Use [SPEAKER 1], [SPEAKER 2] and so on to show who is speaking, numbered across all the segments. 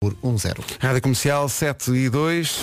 [SPEAKER 1] por 1-0.
[SPEAKER 2] Rádio Comercial 7 e 2.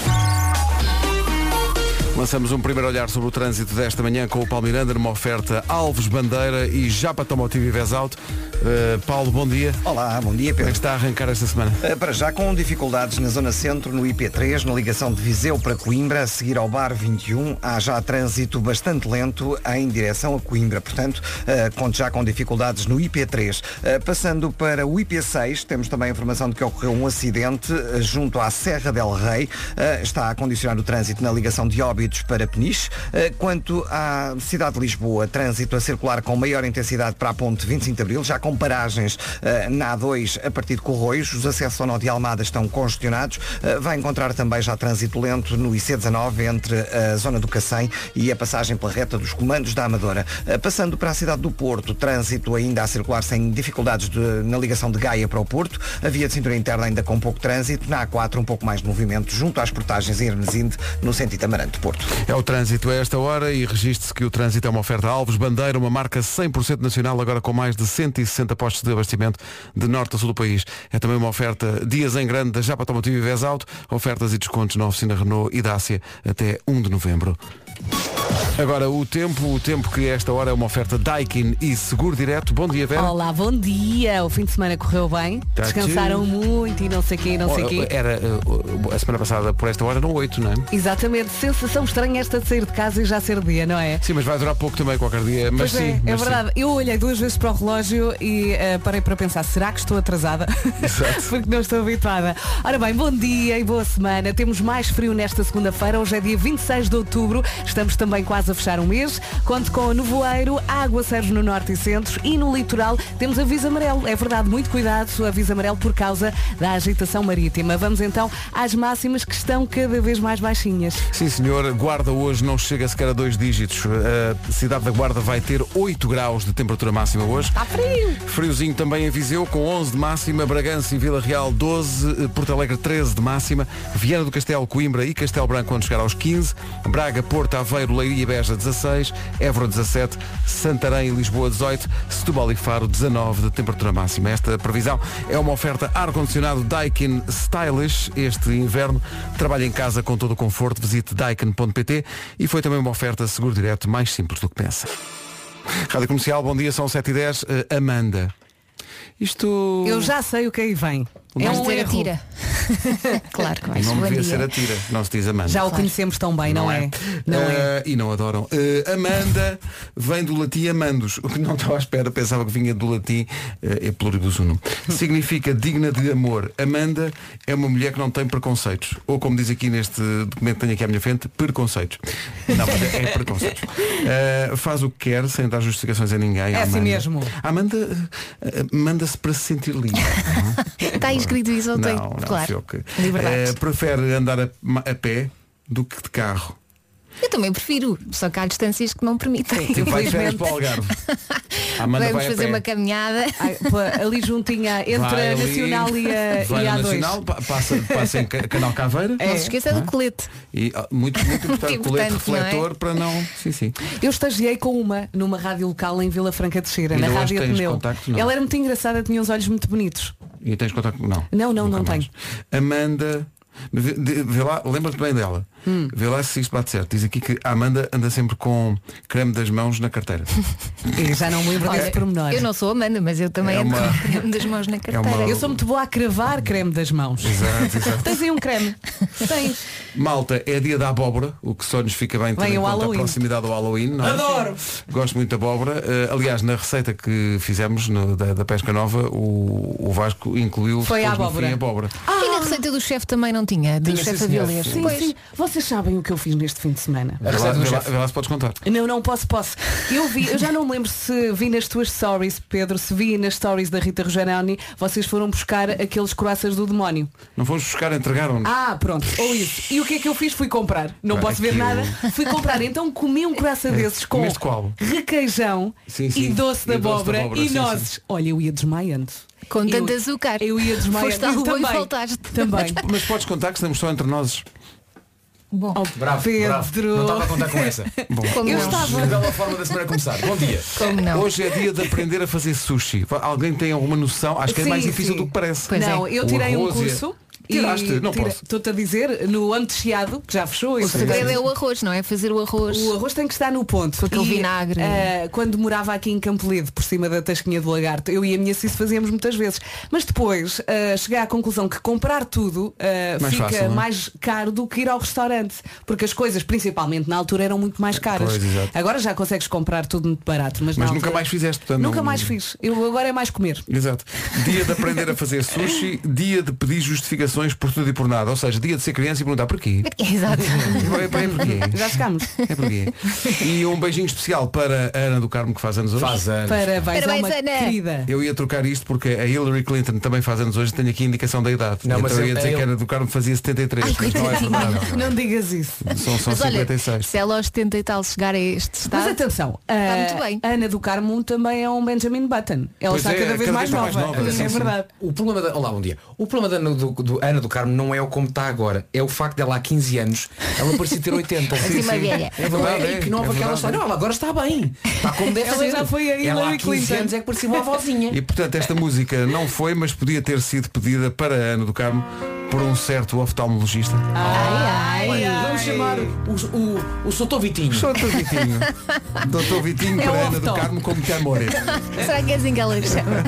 [SPEAKER 2] Lançamos um primeiro olhar sobre o trânsito desta manhã com o Paulo Miranda numa oferta Alves Bandeira e Japa Tomotivo e Vesauto. Uh, Paulo, bom dia.
[SPEAKER 3] Olá, bom dia
[SPEAKER 2] Como é que
[SPEAKER 3] Pedro.
[SPEAKER 2] está a arrancar esta semana?
[SPEAKER 3] Eh, Para já com dificuldades na zona centro, no IP3, na ligação de Viseu para Coimbra, a seguir ao Bar 21, há já trânsito bastante lento em direção a Coimbra. Portanto, eh, conte já com dificuldades no IP3. Eh, Passando para o IP6, temos também a informação de que ocorreu um acidente eh, junto à Serra del Rei. Eh, Está a condicionar o trânsito na ligação de Óbidos para Peniche. Eh, Quanto à cidade de Lisboa, trânsito a circular com maior intensidade para a ponte 25 de Abril, já com paragens eh, na A2 a partir de Corroios, os acessos ao Nó de Almada estão congestionados. Eh, vai encontrar também já trânsito lento no IC19 entre eh, a zona do Cacém e a passagem pela reta dos comandos da Amadora. Eh, passando para a cidade do Porto, trânsito ainda a circular sem dificuldades de- na ligação de Gaia para o Porto. A via de cintura interna ainda com pouco trânsito. Na A4, um pouco mais de movimento junto às portagens em Hermesinde, no sentido Amarante Porto.
[SPEAKER 2] É o trânsito a esta hora e registre-se que o trânsito é uma oferta Alves Bandeira, uma marca 100% nacional, agora com mais de 160 postos de abastecimento de norte a sul do país. É também uma oferta dias em grande da Japa Automotivo e Vesauto, ofertas e descontos na oficina Renault e Dácia até 1 de novembro. Agora o tempo, o tempo que a esta hora é uma oferta Daikin e Seguro Direto. Bom dia, Vera.
[SPEAKER 4] Olá, bom dia. O fim de semana correu bem.
[SPEAKER 2] Tá
[SPEAKER 4] Descansaram muito e não sei quê, não sei quê.
[SPEAKER 2] Era uh, a semana passada, por esta hora, não 8, não é?
[SPEAKER 4] Exatamente. Sensação estranha esta de sair de casa e já ser dia, não é?
[SPEAKER 2] Sim, mas vai durar pouco também, qualquer dia. Mas
[SPEAKER 4] Pois é,
[SPEAKER 2] sim,
[SPEAKER 4] é
[SPEAKER 2] mas sim.
[SPEAKER 4] verdade. Eu olhei duas vezes para o relógio e eh, parei para pensar, será que estou atrasada?
[SPEAKER 2] Exato.
[SPEAKER 4] Porque não estou habituada. Ora bem, bom dia e boa semana. Temos mais frio nesta segunda-feira, hoje é dia 26 de outubro, estamos também quase a fechar o mês. Conto com o nevoeiro, água serve no norte e centro e no litoral temos aviso amarelo. É verdade, muito cuidado, aviso amarelo por causa da agitação marítima. Vamos então às máximas que estão cada vez mais baixinhas.
[SPEAKER 2] Sim, senhor. Guarda hoje não chega sequer a dois dígitos. A cidade da Guarda vai ter 8 graus de temperatura máxima hoje.
[SPEAKER 4] Está frio!
[SPEAKER 2] Friozinho também em Viseu, com 11 de máxima. Bragança e Vila Real, 12. eh, Porto Alegre, 13 de máxima. Viana do Castelo, Coimbra e Castelo Branco, quando chegar aos 15. Braga, Porto, Aveiro, Leiria e Beja, 16. Évora, 17. Santarém e Lisboa, 18. Setúbal e Faro, 19 de temperatura máxima. Esta previsão é uma oferta ar-condicionado Daikin Stylish este inverno. Trabalhe em casa com todo o conforto. Visite daikin.pt e foi também uma oferta seguro direto mais simples do que pensa. Rádio Comercial, bom dia, são 7h10. Eh, Amanda. Isto.
[SPEAKER 4] Eu já sei o que aí vem. É
[SPEAKER 5] Vais
[SPEAKER 4] um
[SPEAKER 5] dizer
[SPEAKER 4] erro.
[SPEAKER 5] atira. claro que vais.
[SPEAKER 2] Não
[SPEAKER 5] Bom
[SPEAKER 2] devia
[SPEAKER 5] dia.
[SPEAKER 2] ser a tira, não se diz Amanda.
[SPEAKER 4] Já o conhecemos tão bem, não, é? Não é?
[SPEAKER 2] Eh, E não adoram. Eh, Amanda vem do latim amandos, o que não estava à espera, pensava que vinha do latim eh, é pluribus unum. Significa digna de amor. Amanda é uma mulher que não tem preconceitos. Ou como diz aqui neste documento que tenho aqui à minha frente, preconceitos. Não, mas é é preconceitos. Eh, faz o que quer, sem dar justificações a ninguém.
[SPEAKER 4] É assim
[SPEAKER 2] Amanda.
[SPEAKER 4] mesmo.
[SPEAKER 2] Amanda eh, eh, manda-se para se sentir livre.
[SPEAKER 5] Está Tá aí escrito isso, eu tenho.
[SPEAKER 2] Não, não,
[SPEAKER 5] claro.
[SPEAKER 2] Fioca.
[SPEAKER 5] Liberdade.
[SPEAKER 2] Eh, prefere andar a, ma- a pé do que de carro. Eh,
[SPEAKER 5] Eu também prefiro, só que há distâncias que não permitem.
[SPEAKER 2] Tipo, vai de férias
[SPEAKER 5] infelizmente.
[SPEAKER 2] para o Algarve. A Amanda
[SPEAKER 5] Vamos
[SPEAKER 2] vai a
[SPEAKER 5] fazer
[SPEAKER 2] pé. Ah,
[SPEAKER 5] uma caminhada.
[SPEAKER 4] Ai, pô, ali juntinha entre
[SPEAKER 2] Vai
[SPEAKER 4] a
[SPEAKER 2] ali,
[SPEAKER 4] Nacional e a,
[SPEAKER 2] vai
[SPEAKER 4] e
[SPEAKER 2] na
[SPEAKER 4] a A2.
[SPEAKER 2] Nacional, pa- passa, passa em Ca- Canal Caveira.
[SPEAKER 5] Não se esqueça do colete.
[SPEAKER 2] E ah, muito, muito importante,
[SPEAKER 5] Muito
[SPEAKER 2] colete
[SPEAKER 5] É. importante, não é?
[SPEAKER 2] refletor para não. Sim, sim.
[SPEAKER 4] Eu estagiei com uma numa rádio local em Vila Franca de Xira,
[SPEAKER 2] E
[SPEAKER 4] na
[SPEAKER 2] ainda hoje
[SPEAKER 4] Rádio
[SPEAKER 2] tens
[SPEAKER 4] Ateneu.
[SPEAKER 2] contacto, não?
[SPEAKER 4] Ela era muito engraçada, tinha uns olhos muito bonitos.
[SPEAKER 2] E tens contato com. Não.
[SPEAKER 4] Não, não,
[SPEAKER 2] Nunca
[SPEAKER 4] não
[SPEAKER 2] mais. Amanda. Vê, de- vê lá, lembra-te bem dela.
[SPEAKER 5] Hum.
[SPEAKER 2] Vê lá se isto bate certo. Diz aqui que a Amanda anda sempre com creme das mãos na carteira.
[SPEAKER 4] E já não me lembro
[SPEAKER 5] Olha,
[SPEAKER 4] desse pormenor.
[SPEAKER 5] É. eu não sou Amanda, mas eu também
[SPEAKER 2] É
[SPEAKER 5] ando
[SPEAKER 2] uma- é
[SPEAKER 5] com creme das mãos na carteira.
[SPEAKER 2] uma-
[SPEAKER 4] Eu sou muito boa a cravar creme das mãos.
[SPEAKER 2] Exato, exato.
[SPEAKER 4] Tens aí um creme. Tens.
[SPEAKER 2] Malta, é dia da abóbora, o que só nos fica bem tendo
[SPEAKER 4] Vem
[SPEAKER 2] em
[SPEAKER 4] o
[SPEAKER 2] conta a
[SPEAKER 4] Halloween.
[SPEAKER 2] proximidade ao Halloween. não é?
[SPEAKER 4] Adoro!
[SPEAKER 2] Gosto muito da abóbora. Eh, aliás, na receita que fizemos no- da, da pesca nova, o, o Vasco incluiu
[SPEAKER 4] Foi
[SPEAKER 2] depois
[SPEAKER 4] a
[SPEAKER 2] no
[SPEAKER 4] abóbora.
[SPEAKER 2] fim, a abóbora.
[SPEAKER 5] E na receita do chefe também não tinha, do
[SPEAKER 2] Tinha, sim,
[SPEAKER 5] chefe
[SPEAKER 2] senhora.
[SPEAKER 5] Avilés.
[SPEAKER 2] Sim,
[SPEAKER 5] Pois.
[SPEAKER 4] Ah, Sim, vocês sabem o que eu fiz neste fim de semana.
[SPEAKER 2] Vê lá,
[SPEAKER 6] receita do
[SPEAKER 2] vê lá-
[SPEAKER 6] chefe.
[SPEAKER 2] vê lá se podes contar.
[SPEAKER 4] Não, não posso, posso. Eu vi, eu já não me lembro se vi nas tuas stories, Pedro, se vi nas stories da Rita Rogeroni, vocês foram buscar aqueles croaças do demónio.
[SPEAKER 2] Não fomos buscar, entregaram-nos.
[SPEAKER 4] Ah, pronto, ou isso. E o que é que eu fiz? Fui comprar. Não
[SPEAKER 2] Ah,
[SPEAKER 4] posso ver
[SPEAKER 2] aquilo. É.
[SPEAKER 4] nada. Fui comprar. Então comi um croissant desses com
[SPEAKER 2] comeste qual?
[SPEAKER 4] requeijão
[SPEAKER 2] Sim, sim.
[SPEAKER 4] e doce de
[SPEAKER 2] E doce de
[SPEAKER 4] abóbora
[SPEAKER 2] abóbora,
[SPEAKER 4] e
[SPEAKER 2] sim,
[SPEAKER 4] nozes. Olha, eu ia desmaiando.
[SPEAKER 5] Com
[SPEAKER 4] Eu-
[SPEAKER 5] tanto açúcar.
[SPEAKER 4] Eu ia desmaiando.
[SPEAKER 5] Foste à lua e
[SPEAKER 4] também,
[SPEAKER 5] voltaste.
[SPEAKER 4] Também.
[SPEAKER 2] Mas podes contar que estamos só entre nós.
[SPEAKER 5] Bom,
[SPEAKER 4] Oh,
[SPEAKER 6] Bravo,
[SPEAKER 4] Pedro.
[SPEAKER 6] bravo. Não estava a contar com essa.
[SPEAKER 5] como
[SPEAKER 4] eu
[SPEAKER 5] não?
[SPEAKER 4] estava.
[SPEAKER 6] Uma bela forma da semana começar. Bom dia.
[SPEAKER 5] Como não?
[SPEAKER 2] Hoje é dia de aprender a fazer sushi. Alguém tem alguma noção? Acho que é
[SPEAKER 4] Sim,
[SPEAKER 2] mais difícil
[SPEAKER 4] sim.
[SPEAKER 2] do que parece.
[SPEAKER 5] Pois é.
[SPEAKER 4] não, eu
[SPEAKER 2] O
[SPEAKER 4] tirei um
[SPEAKER 2] arroz e a-
[SPEAKER 4] curso.
[SPEAKER 2] Tiraste? Não posso.
[SPEAKER 4] Estou-te a dizer, no antes chiado, que já fechou.
[SPEAKER 5] O
[SPEAKER 4] entretanto,
[SPEAKER 5] segredo é o arroz, não é? Fazer o arroz.
[SPEAKER 4] o arroz tem que estar no ponto.
[SPEAKER 5] Com aquele
[SPEAKER 4] E,
[SPEAKER 5] vinagre.
[SPEAKER 4] ah, quando morava aqui em Campolide, por cima da Tasquinha do Lagarto, eu e a minha Cici fazíamos muitas vezes. Mas depois ah, cheguei à conclusão que comprar tudo ah,
[SPEAKER 2] Mais
[SPEAKER 4] fica
[SPEAKER 2] fácil, não é?
[SPEAKER 4] mais caro do que ir ao restaurante. Porque as coisas, principalmente na altura, eram muito mais caras.
[SPEAKER 2] Pois, exato.
[SPEAKER 4] Agora já consegues comprar tudo muito barato. Mas,
[SPEAKER 2] Mas nunca
[SPEAKER 4] na altura-
[SPEAKER 2] mais fizeste, portanto,
[SPEAKER 4] Nunca
[SPEAKER 2] não-
[SPEAKER 4] mais fiz. Eu agora é mais comer.
[SPEAKER 2] Exato. Dia de aprender a fazer sushi, dia de pedir justificações por tudo e por nada. Ou seja, dia de ser criança e perguntar porquê.
[SPEAKER 5] Exato.
[SPEAKER 2] É pá, é porquê?
[SPEAKER 4] Já chegámos.
[SPEAKER 2] É porquê? E um beijinho especial para a Ana do Carmo que faz anos hoje.
[SPEAKER 7] Faz anos.
[SPEAKER 4] Parabéns, é
[SPEAKER 5] Parabéns,
[SPEAKER 4] uma
[SPEAKER 5] Ana.
[SPEAKER 4] querida.
[SPEAKER 2] Eu ia trocar isto porque a Hillary Clinton também faz anos hoje, tenho aqui a indicação da idade.
[SPEAKER 7] Não,
[SPEAKER 2] então
[SPEAKER 7] mas
[SPEAKER 2] eu
[SPEAKER 7] eu-
[SPEAKER 2] ia dizer
[SPEAKER 7] eu-
[SPEAKER 2] que a Ana do Carmo fazia 73, mas não é
[SPEAKER 5] coitadinha.
[SPEAKER 2] verdade.
[SPEAKER 4] Não digas isso.
[SPEAKER 2] São, são
[SPEAKER 5] Mas olha,
[SPEAKER 2] 56.
[SPEAKER 5] se ela aos 70 e tal chegar a este
[SPEAKER 4] Mas é
[SPEAKER 5] estado,
[SPEAKER 4] atenção,
[SPEAKER 5] muito bem.
[SPEAKER 4] a Tá? Ah, Ana do Carmo também é um Benjamin Button. Ela
[SPEAKER 2] Pois
[SPEAKER 4] está
[SPEAKER 2] é,
[SPEAKER 4] cada vez mais nova.
[SPEAKER 2] nova, sim,
[SPEAKER 4] é
[SPEAKER 2] sim.
[SPEAKER 4] verdade.
[SPEAKER 7] O problema da... Olá, bom dia. O problema da Ana do, do- Ana do Carmo não é o como está agora. É o facto dela há 15 anos, ela parecia ter 80.
[SPEAKER 5] Assim, uma velha.
[SPEAKER 7] É verdade.
[SPEAKER 2] é,
[SPEAKER 7] e que nova
[SPEAKER 2] é
[SPEAKER 7] que ela
[SPEAKER 2] verdade.
[SPEAKER 7] está. Não, ela agora está bem. Está como deve
[SPEAKER 4] Ela
[SPEAKER 7] ser.
[SPEAKER 4] já foi a
[SPEAKER 7] Ela há
[SPEAKER 4] Hillary
[SPEAKER 7] 15
[SPEAKER 4] Clinton.
[SPEAKER 7] anos é que parecia uma avózinha.
[SPEAKER 2] E portanto esta música não foi, mas podia ter sido pedida para a Ana do Carmo por um certo oftalmologista.
[SPEAKER 5] ai, ai,
[SPEAKER 7] Olha, Vamos chamar o, o, o Sotor Vitinho.
[SPEAKER 2] Só Doutor Vitinho. Doutor Vitinho
[SPEAKER 4] É
[SPEAKER 2] para
[SPEAKER 4] o
[SPEAKER 2] Ana do
[SPEAKER 4] off-top.
[SPEAKER 2] Carmo como te amores.
[SPEAKER 5] será que é assim que ela lhe chama?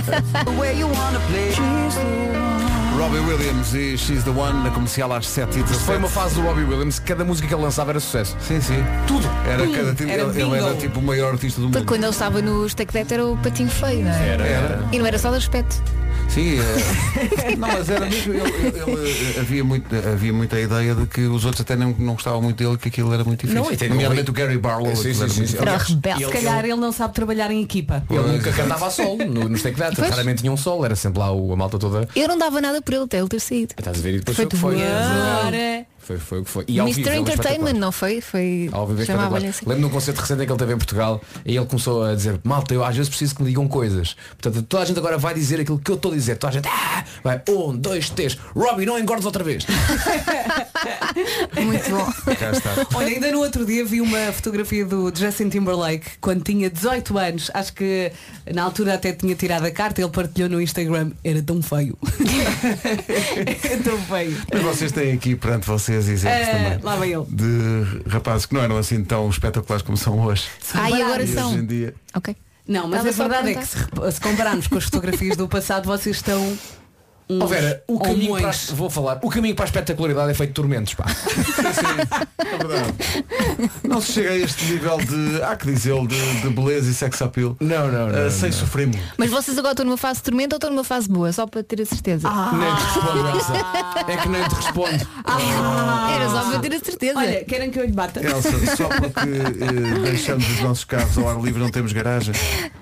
[SPEAKER 2] Robbie Williams e She's the One na comercial às 7 e 17
[SPEAKER 1] Foi uma fase do Robbie Williams, cada música que ele lançava era sucesso.
[SPEAKER 2] Sim, sim.
[SPEAKER 7] Tudo.
[SPEAKER 2] Era cada tipo,
[SPEAKER 4] era
[SPEAKER 2] ele, ele era
[SPEAKER 4] bingo.
[SPEAKER 2] tipo o maior artista do mundo.
[SPEAKER 5] Porque quando ele estava no Stack Deck era o patinho feio, não é?
[SPEAKER 2] Era.
[SPEAKER 5] E não era só de respeito.
[SPEAKER 2] Sim, é. não, mas era mesmo. Ele, ele- ele- eh, havia, muito, havia muita ideia de que os outros até não, não gostavam muito dele, que aquilo era muito difícil.
[SPEAKER 7] Não, e tem-
[SPEAKER 2] Nomeadamente o Gary Barlow.
[SPEAKER 1] Sim,
[SPEAKER 2] aquilo
[SPEAKER 1] sim,
[SPEAKER 2] era
[SPEAKER 1] sim,
[SPEAKER 2] muito
[SPEAKER 1] sim.
[SPEAKER 2] difícil.
[SPEAKER 5] Era o rebelde.
[SPEAKER 4] Se calhar ele é um- não sabe trabalhar em equipa.
[SPEAKER 7] Ele nunca cantava a solo no, no Steak Data. Raramente tinha um solo. Era sempre lá o- a malta toda.
[SPEAKER 5] Eu não dava nada por ele até ele ter saído.
[SPEAKER 7] Estás a ver? E depois
[SPEAKER 5] Foi
[SPEAKER 7] foi o que foi.
[SPEAKER 4] é Agora.
[SPEAKER 7] Foi, foi o que foi. Então, E ao vivo,
[SPEAKER 5] Mr.
[SPEAKER 7] ele é
[SPEAKER 5] Entertainment,
[SPEAKER 7] espetacular.
[SPEAKER 5] não foi? Foi.
[SPEAKER 7] Ao vivo é
[SPEAKER 5] Chamava-lhe
[SPEAKER 7] espetacular.
[SPEAKER 5] assim.
[SPEAKER 7] Lembro de um concerto recente em que ele teve em Portugal e ele começou a dizer, malta, eu às vezes preciso que me digam coisas. Portanto, toda a gente agora vai dizer aquilo que eu estou a dizer. Toda a gente, "Ah!" vai, um, dois, três, Robbie, não engordes outra vez.
[SPEAKER 5] assim. Muito bom.
[SPEAKER 2] Cá está.
[SPEAKER 4] Olha, ainda no outro dia vi uma fotografia do Justin Timberlake quando tinha 18 anos. Acho que na altura até tinha tirado a carta. Ele partilhou no Instagram. Era tão feio. Era tão feio.
[SPEAKER 2] Mas vocês têm aqui perante vocês exemplos
[SPEAKER 4] Eh,
[SPEAKER 2] também
[SPEAKER 4] lá vai ele.
[SPEAKER 2] de rapazes que não eram assim tão espetaculares como são hoje.
[SPEAKER 5] Ai, agora
[SPEAKER 2] E
[SPEAKER 5] são.
[SPEAKER 2] hoje em dia.
[SPEAKER 5] Ok.
[SPEAKER 4] Não, mas
[SPEAKER 5] Estava
[SPEAKER 4] a
[SPEAKER 5] só a
[SPEAKER 4] verdade é que se,
[SPEAKER 5] perguntar.
[SPEAKER 4] rep- se compararmos com as fotografias do passado, vocês estão. uns
[SPEAKER 7] Ó Oh, Vera, o caminho para,
[SPEAKER 4] homões.
[SPEAKER 7] a- vou falar, o caminho para a espetacularidade é feito de tormentos, pá.
[SPEAKER 2] É verdade. Não se chega a este nível de, há que dizê-lo, de, de beleza e sex appeal.
[SPEAKER 7] Não, não, não,
[SPEAKER 2] Ah,
[SPEAKER 7] não,
[SPEAKER 2] sem sofrer muito.
[SPEAKER 5] Mas vocês agora estão numa fase de tormenta ou estão numa fase boa? Só para ter a certeza.
[SPEAKER 4] Ah.
[SPEAKER 7] Ah. Nem te respondo, Elsa. É que nem te respondo.
[SPEAKER 5] Era só para ter a certeza.
[SPEAKER 4] Olha, querem que eu lhe bata?
[SPEAKER 2] Elsa, só porque eh, deixamos os nossos carros ao ar livre não temos garagem.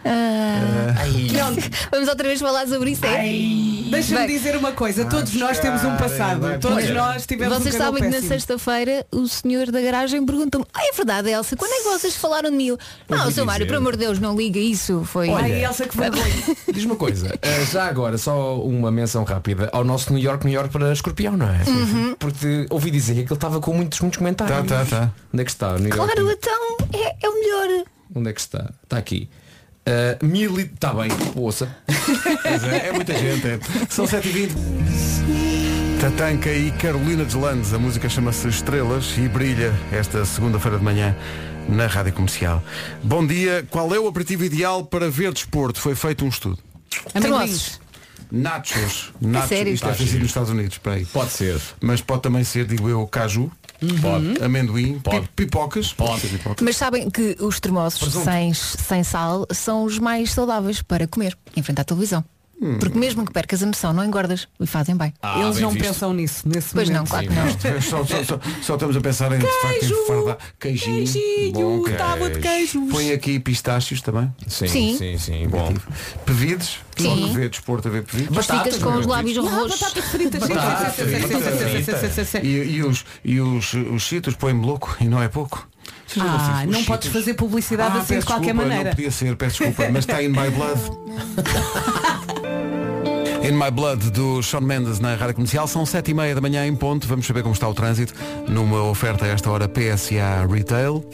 [SPEAKER 5] Pronto, vamos outra vez falar sobre isso. é?
[SPEAKER 4] Deixa-me
[SPEAKER 5] Bem.
[SPEAKER 4] dizer uma
[SPEAKER 7] Ah,
[SPEAKER 4] coisa, todos nós temos um passado. todos nós tivemos
[SPEAKER 5] Vocês
[SPEAKER 4] um cabelo
[SPEAKER 5] sabem que na
[SPEAKER 4] péssimo.
[SPEAKER 5] sexta-feira o senhor da garagem pergunta-me, ah, é verdade, Elsa, quando é que vocês falaram de mim? Eu, Não, seu Mário, pelo amor de Deus, não liga isso. Foi.
[SPEAKER 4] Ai, Elsa, que vergonha.
[SPEAKER 7] Diz uma coisa, eh, já agora, só uma menção rápida ao nosso New York, New York para escorpião, não é?
[SPEAKER 5] Uhum.
[SPEAKER 7] Porque ouvi dizer que ele estava com muitos, muitos comentários.
[SPEAKER 2] Tá, tá, tá.
[SPEAKER 7] Onde é que está? o New York?
[SPEAKER 5] Claro, então é, é o melhor.
[SPEAKER 7] Onde é que está? Está aqui. Uh, mili... Está bem, ouça.
[SPEAKER 2] Pois é, é muita gente. É. São 7h20. Tatanka e Carolina Deslandes. A música chama-se Estrelas e brilha esta segunda-feira de manhã na Rádio Comercial. Bom dia. Qual é o aperitivo ideal para ver desporto? Foi feito um estudo.
[SPEAKER 5] Tremosos.
[SPEAKER 2] Nachos. Nachos.
[SPEAKER 5] sério?
[SPEAKER 2] Isto é feito nos Estados Unidos. Espera aí.
[SPEAKER 1] Pode ser.
[SPEAKER 2] Mas pode também ser, digo eu, caju.
[SPEAKER 4] Uhum.
[SPEAKER 2] Pode. Amendoim. Pode. Pipocas. Pode. Pipocas.
[SPEAKER 5] Mas sabem que os tremosos sem, sem sal são os mais saudáveis para comer, em frente à televisão. Porque mesmo que percas a noção, não engordas e fazem bem.
[SPEAKER 7] Ah,
[SPEAKER 4] Eles não pensam nisso, nesse
[SPEAKER 5] Pois não,
[SPEAKER 4] momento.
[SPEAKER 5] claro que não.
[SPEAKER 4] é-
[SPEAKER 2] Só, só- só- só estamos a pensar em, de facto, em fardar. Queijinho. Bom
[SPEAKER 4] Queijinho, tábua de queijos.
[SPEAKER 2] Põe aqui pistácios também.
[SPEAKER 7] Sim,
[SPEAKER 5] Sim.
[SPEAKER 7] sim, sim. Bom.
[SPEAKER 2] Pevides?
[SPEAKER 5] Sim.
[SPEAKER 2] Pode ver desporto a ver pevides.
[SPEAKER 5] Mas ficas com os lábios
[SPEAKER 4] Ah,
[SPEAKER 5] roxos.
[SPEAKER 4] batatas fritas. sim, sim, sim, sim, sim, sim, sim, sim, sim, sim,
[SPEAKER 2] E,
[SPEAKER 4] sim.
[SPEAKER 2] e os, e os, os sítios põem-me louco e não é pouco. Vocês não gostam
[SPEAKER 4] Ah,
[SPEAKER 2] disso? Os
[SPEAKER 4] não podes
[SPEAKER 2] sítios-
[SPEAKER 4] fazer publicidade
[SPEAKER 2] Ah,
[SPEAKER 4] assim de
[SPEAKER 2] peço
[SPEAKER 4] qualquer
[SPEAKER 2] desculpa,
[SPEAKER 4] maneira.
[SPEAKER 2] Não podia ser, peço desculpa, mas está in my blood. In My Blood do Sean Mendes na Rádio Comercial são 7 e meia da manhã em ponto. Vamos saber como está o trânsito numa oferta a esta hora PSA Retail.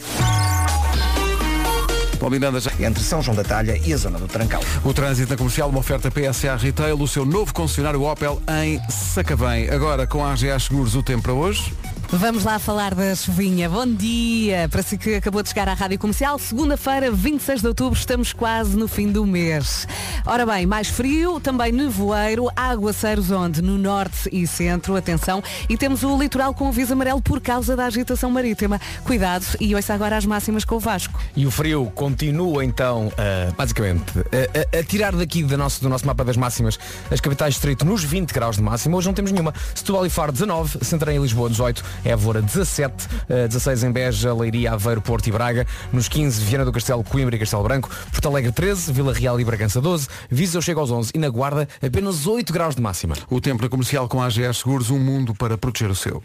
[SPEAKER 2] Paulo Miranda já...
[SPEAKER 8] entre São João da Talha e a zona do Trancão.
[SPEAKER 2] O trânsito na comercial, uma oferta PSA Retail, o seu novo concessionário Opel em Sacavém. Agora com a AGA Seguros, o tempo para hoje.
[SPEAKER 4] Vamos lá falar da chuvinha. Bom dia para si que acabou de chegar à Rádio Comercial. Segunda-feira, 26 de outubro, estamos quase no fim do mês. Ora bem, mais frio, também nevoeiro, aguaceiros onde? No norte e centro, atenção. E temos o litoral com aviso amarelo por causa da agitação marítima. Cuidado e ouça agora as máximas com o Vasco.
[SPEAKER 7] E o frio continua então, eh, basicamente, eh, a, a tirar daqui do nosso, do nosso mapa das máximas as capitais de distrito nos 20 graus de máxima. Hoje não temos nenhuma. Setúbal e Faro 19, Santarém e Lisboa 18, Évora 17, eh, 16 em Beja, Leiria, Aveiro, Porto e Braga. Nos 15, Viana do Castelo, Coimbra e Castelo Branco. Porto Alegre 13, Vila Real e Bragança 12, Viseu chega aos 11 e na Guarda apenas 8 graus de máxima.
[SPEAKER 2] O tempo na comercial com a AGA Seguros, um mundo para proteger o seu.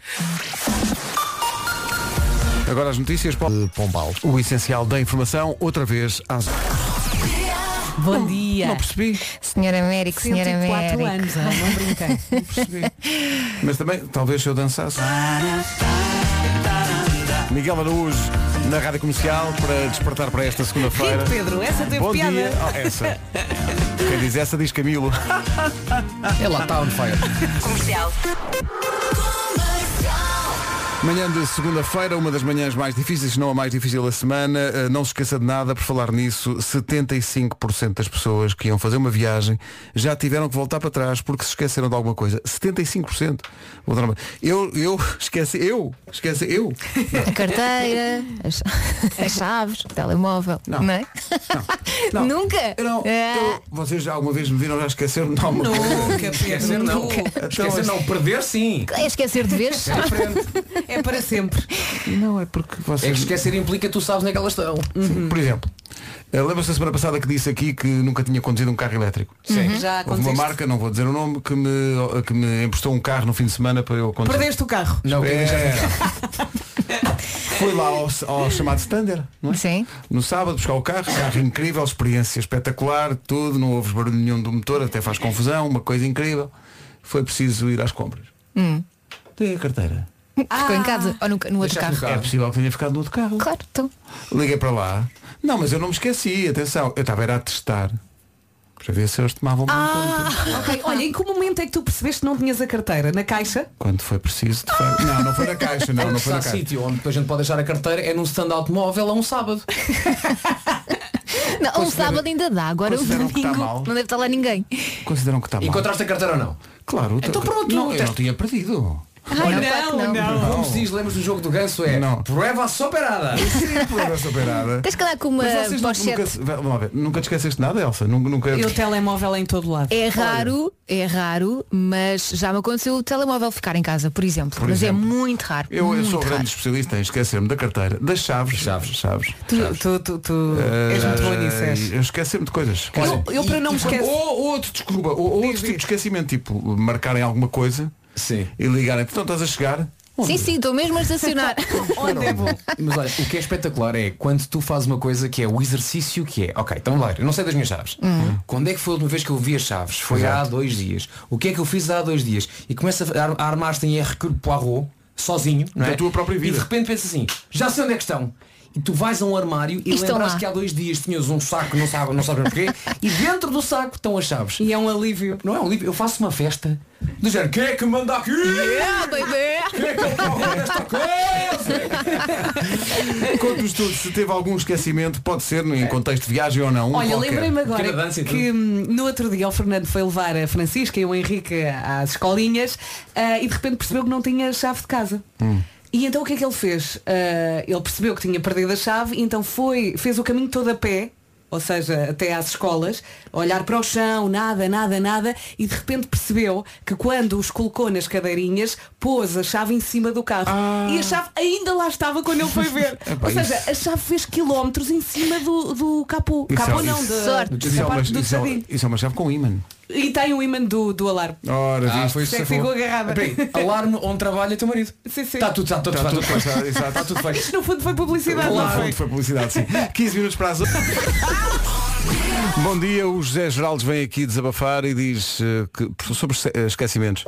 [SPEAKER 2] Agora as notícias, Paulo.
[SPEAKER 8] Pombal.
[SPEAKER 2] O essencial da informação, outra vez às...
[SPEAKER 4] Bom dia.
[SPEAKER 2] Não percebi,
[SPEAKER 5] Senhor Américo, Senhor
[SPEAKER 4] 104
[SPEAKER 5] Américo.
[SPEAKER 4] anos, ah, não, não brinquei.
[SPEAKER 2] não percebi. Mas também, talvez se eu dançasse. Miguel Araújo, na Rádio Comercial, para despertar para esta segunda-feira.
[SPEAKER 4] Rico, Pedro, essa teve
[SPEAKER 2] Bom
[SPEAKER 4] piada.
[SPEAKER 2] dia. Oh, essa. Quem diz essa diz Camilo.
[SPEAKER 7] É lá, está on fire.
[SPEAKER 2] Manhã de segunda-feira, uma das manhãs mais difíceis, se não a mais difícil da semana. Eh, Não se esqueça de nada, por falar nisso, 75% das pessoas que iam fazer uma viagem já tiveram que voltar para trás porque se esqueceram de alguma coisa. 75%. Vou dar uma- Eu, eu, esqueci, eu, esqueci, eu.
[SPEAKER 5] A carteira, as, as chaves, o telemóvel. Não, é? Nunca?
[SPEAKER 2] Eu não,
[SPEAKER 5] Ah,
[SPEAKER 2] eu- vocês já alguma vez me viram já esqueceram de alguma coisa?
[SPEAKER 4] Nunca, Pedro, nunca.
[SPEAKER 7] Esquecer não, perder sim.
[SPEAKER 5] é esquecer de vez?
[SPEAKER 4] É para sempre.
[SPEAKER 2] Não, é porque
[SPEAKER 7] É que
[SPEAKER 2] vocês...
[SPEAKER 7] esquecer implica tu sabes onde é que elas estão.
[SPEAKER 2] Sim, Por exemplo, eh, lembra-se da semana passada que disse aqui que nunca tinha conduzido um carro elétrico? Sim.
[SPEAKER 7] Uhum.
[SPEAKER 4] Já
[SPEAKER 2] Houve uma
[SPEAKER 4] aconteceu.
[SPEAKER 2] marca, não vou dizer o nome, que me, que me emprestou um carro no fim de semana para eu conduzir.
[SPEAKER 4] Perdeste o carro.
[SPEAKER 7] Não, quem diz-
[SPEAKER 2] Fui lá ao, ao chamado Standard, não é?
[SPEAKER 5] Sim.
[SPEAKER 2] No sábado buscar o carro, carro incrível, experiência espetacular, tudo, não ouves barulho nenhum do motor, até faz confusão, uma coisa incrível. Foi preciso ir às compras. Tem a carteira.
[SPEAKER 5] Ficou em casa ou no, no outro
[SPEAKER 7] Deixaste no
[SPEAKER 5] carro?
[SPEAKER 2] É
[SPEAKER 7] carro.
[SPEAKER 2] possível que tenha ficado no outro carro.
[SPEAKER 5] Claro, então.
[SPEAKER 2] Liguei para lá. Não, mas eu não me esqueci, atenção. Eu estava era a testar. Para ver se eles tomavam bem conta.
[SPEAKER 4] Ok, olha, em que momento é que tu percebeste que não tinhas a carteira? Na caixa?
[SPEAKER 2] Quando foi preciso, de facto. Não, não foi na caixa, não, não foi na caixa.
[SPEAKER 7] Está sítio onde a gente pode deixar a carteira é num stand automóvel a um sábado.
[SPEAKER 5] Não, um sábado ainda dá, agora o
[SPEAKER 2] consideram que
[SPEAKER 5] domingo
[SPEAKER 2] está mal?
[SPEAKER 5] não deve estar lá ninguém.
[SPEAKER 2] Consideram que está mal.
[SPEAKER 7] Encontraste a carteira ou não?
[SPEAKER 2] Claro,
[SPEAKER 7] Então pronto,
[SPEAKER 2] não, eu
[SPEAKER 7] teste-
[SPEAKER 2] não tinha perdido.
[SPEAKER 5] Ai, claro que
[SPEAKER 7] Como se diz, lembras do jogo do ganso é
[SPEAKER 2] Não.
[SPEAKER 7] prova superada.
[SPEAKER 2] Sim, por essa beirada.
[SPEAKER 5] Tens que andar com uma
[SPEAKER 2] Mas vocês nunca,
[SPEAKER 5] pochete.
[SPEAKER 2] nunca- vamos lá ver, nunca te esqueceste de nada, Elsa? Nunca, nunca...
[SPEAKER 4] E o telemóvel em todo lado.
[SPEAKER 5] É raro, é raro, mas já me aconteceu o telemóvel ficar em casa, por exemplo. mas
[SPEAKER 2] exemplo.
[SPEAKER 5] é muito raro.
[SPEAKER 2] Eu, eu
[SPEAKER 5] muito
[SPEAKER 2] sou um
[SPEAKER 5] raro.
[SPEAKER 2] grande especialista em esquecer-me da carteira, das chaves. Chaves. Chaves.
[SPEAKER 4] Tu, tu, tu, tu és muito bom nisso, és.
[SPEAKER 2] Eh, eu esquecer-me de coisas.
[SPEAKER 4] Eu, eu para não me
[SPEAKER 2] Ou-
[SPEAKER 4] esquecer.
[SPEAKER 2] Ou outro, desculpa, ou, ou outro tipo de esquecimento, tipo marcarem alguma coisa
[SPEAKER 7] Sim.
[SPEAKER 2] e ligarem. Então estás a chegar? Onde?
[SPEAKER 5] Sim, sim, estou mesmo a estacionar.
[SPEAKER 4] Onde é bom?
[SPEAKER 7] Mas olha, o que é espetacular é quando tu fazes uma coisa que é o exercício que é. Ok, então lá, eu não sei das minhas chaves. Quando é que foi a última vez que eu vi as chaves? Foi há dois dias. O que é que eu fiz há dois dias? E começa a ar- a armar-te em Hercule Poirot, sozinho, não
[SPEAKER 2] Da
[SPEAKER 7] é?
[SPEAKER 2] tua própria vida.
[SPEAKER 7] E de repente pensa assim, já sei onde é que estão. E tu vais a um armário e
[SPEAKER 5] E estão
[SPEAKER 7] lembras
[SPEAKER 5] lá.
[SPEAKER 7] que há dois dias tinhas um saco, não sabes, não sabes porquê, e dentro do saco estão as chaves.
[SPEAKER 4] E é um alívio.
[SPEAKER 7] Não é um livro, eu faço uma festa. Do género, quem é que manda aqui?
[SPEAKER 5] Ah, baby!
[SPEAKER 7] Quem é que é o pau desta coisa?
[SPEAKER 2] Conte-nos tudo se teve algum esquecimento, pode ser no- em contexto de viagem ou não.
[SPEAKER 4] Olha,
[SPEAKER 2] um, qualquer.
[SPEAKER 4] lembrei-me agora
[SPEAKER 7] Pequena dança e
[SPEAKER 4] que hum, no outro dia o Fernando foi levar a Francisca e o Henrique às escolinhas ah, e de repente percebeu que não tinha chave de casa.
[SPEAKER 2] Hum.
[SPEAKER 4] E então o que é que ele fez? Ah, ele percebeu que tinha perdido a chave e então foi, fez o caminho todo a pé, ou seja, até às escolas, a olhar para o chão, nada, nada, nada, e de repente percebeu que quando os colocou nas cadeirinhas, pôs a chave em cima do carro. E a chave ainda lá estava quando ele foi ver.
[SPEAKER 2] Ah. Epá,
[SPEAKER 4] ou seja,
[SPEAKER 2] isso-
[SPEAKER 4] a chave fez quilómetros em cima do, do capô.
[SPEAKER 2] Isso
[SPEAKER 4] Capô
[SPEAKER 2] é-
[SPEAKER 4] não,
[SPEAKER 2] isso-
[SPEAKER 4] de-
[SPEAKER 5] Sorte.
[SPEAKER 4] da
[SPEAKER 2] Isso é, uma,
[SPEAKER 4] parte do
[SPEAKER 2] isso, é,
[SPEAKER 4] jardim.
[SPEAKER 2] isso é uma chave com ímã.
[SPEAKER 4] E tem o imã do, do alarme.
[SPEAKER 2] Ora,
[SPEAKER 7] Ah,
[SPEAKER 2] viste?
[SPEAKER 7] foi isso
[SPEAKER 4] Isso é que
[SPEAKER 7] safou.
[SPEAKER 4] ficou agarrada.
[SPEAKER 7] Peraí, alarme onde trabalha teu marido.
[SPEAKER 4] Sim, sim.
[SPEAKER 7] Está tudo, está tudo, está Tá tudo.
[SPEAKER 2] tudo pensado, exato.
[SPEAKER 7] Está tudo feito.
[SPEAKER 4] Isto no fundo foi publicidade,
[SPEAKER 2] Lá
[SPEAKER 4] não foi?
[SPEAKER 2] foi. foi publicidade, sim. 15 minutos para as 8. Bom dia, o José Geraldes vem aqui desabafar e diz eh, que, sobre se- eh, esquecimentos.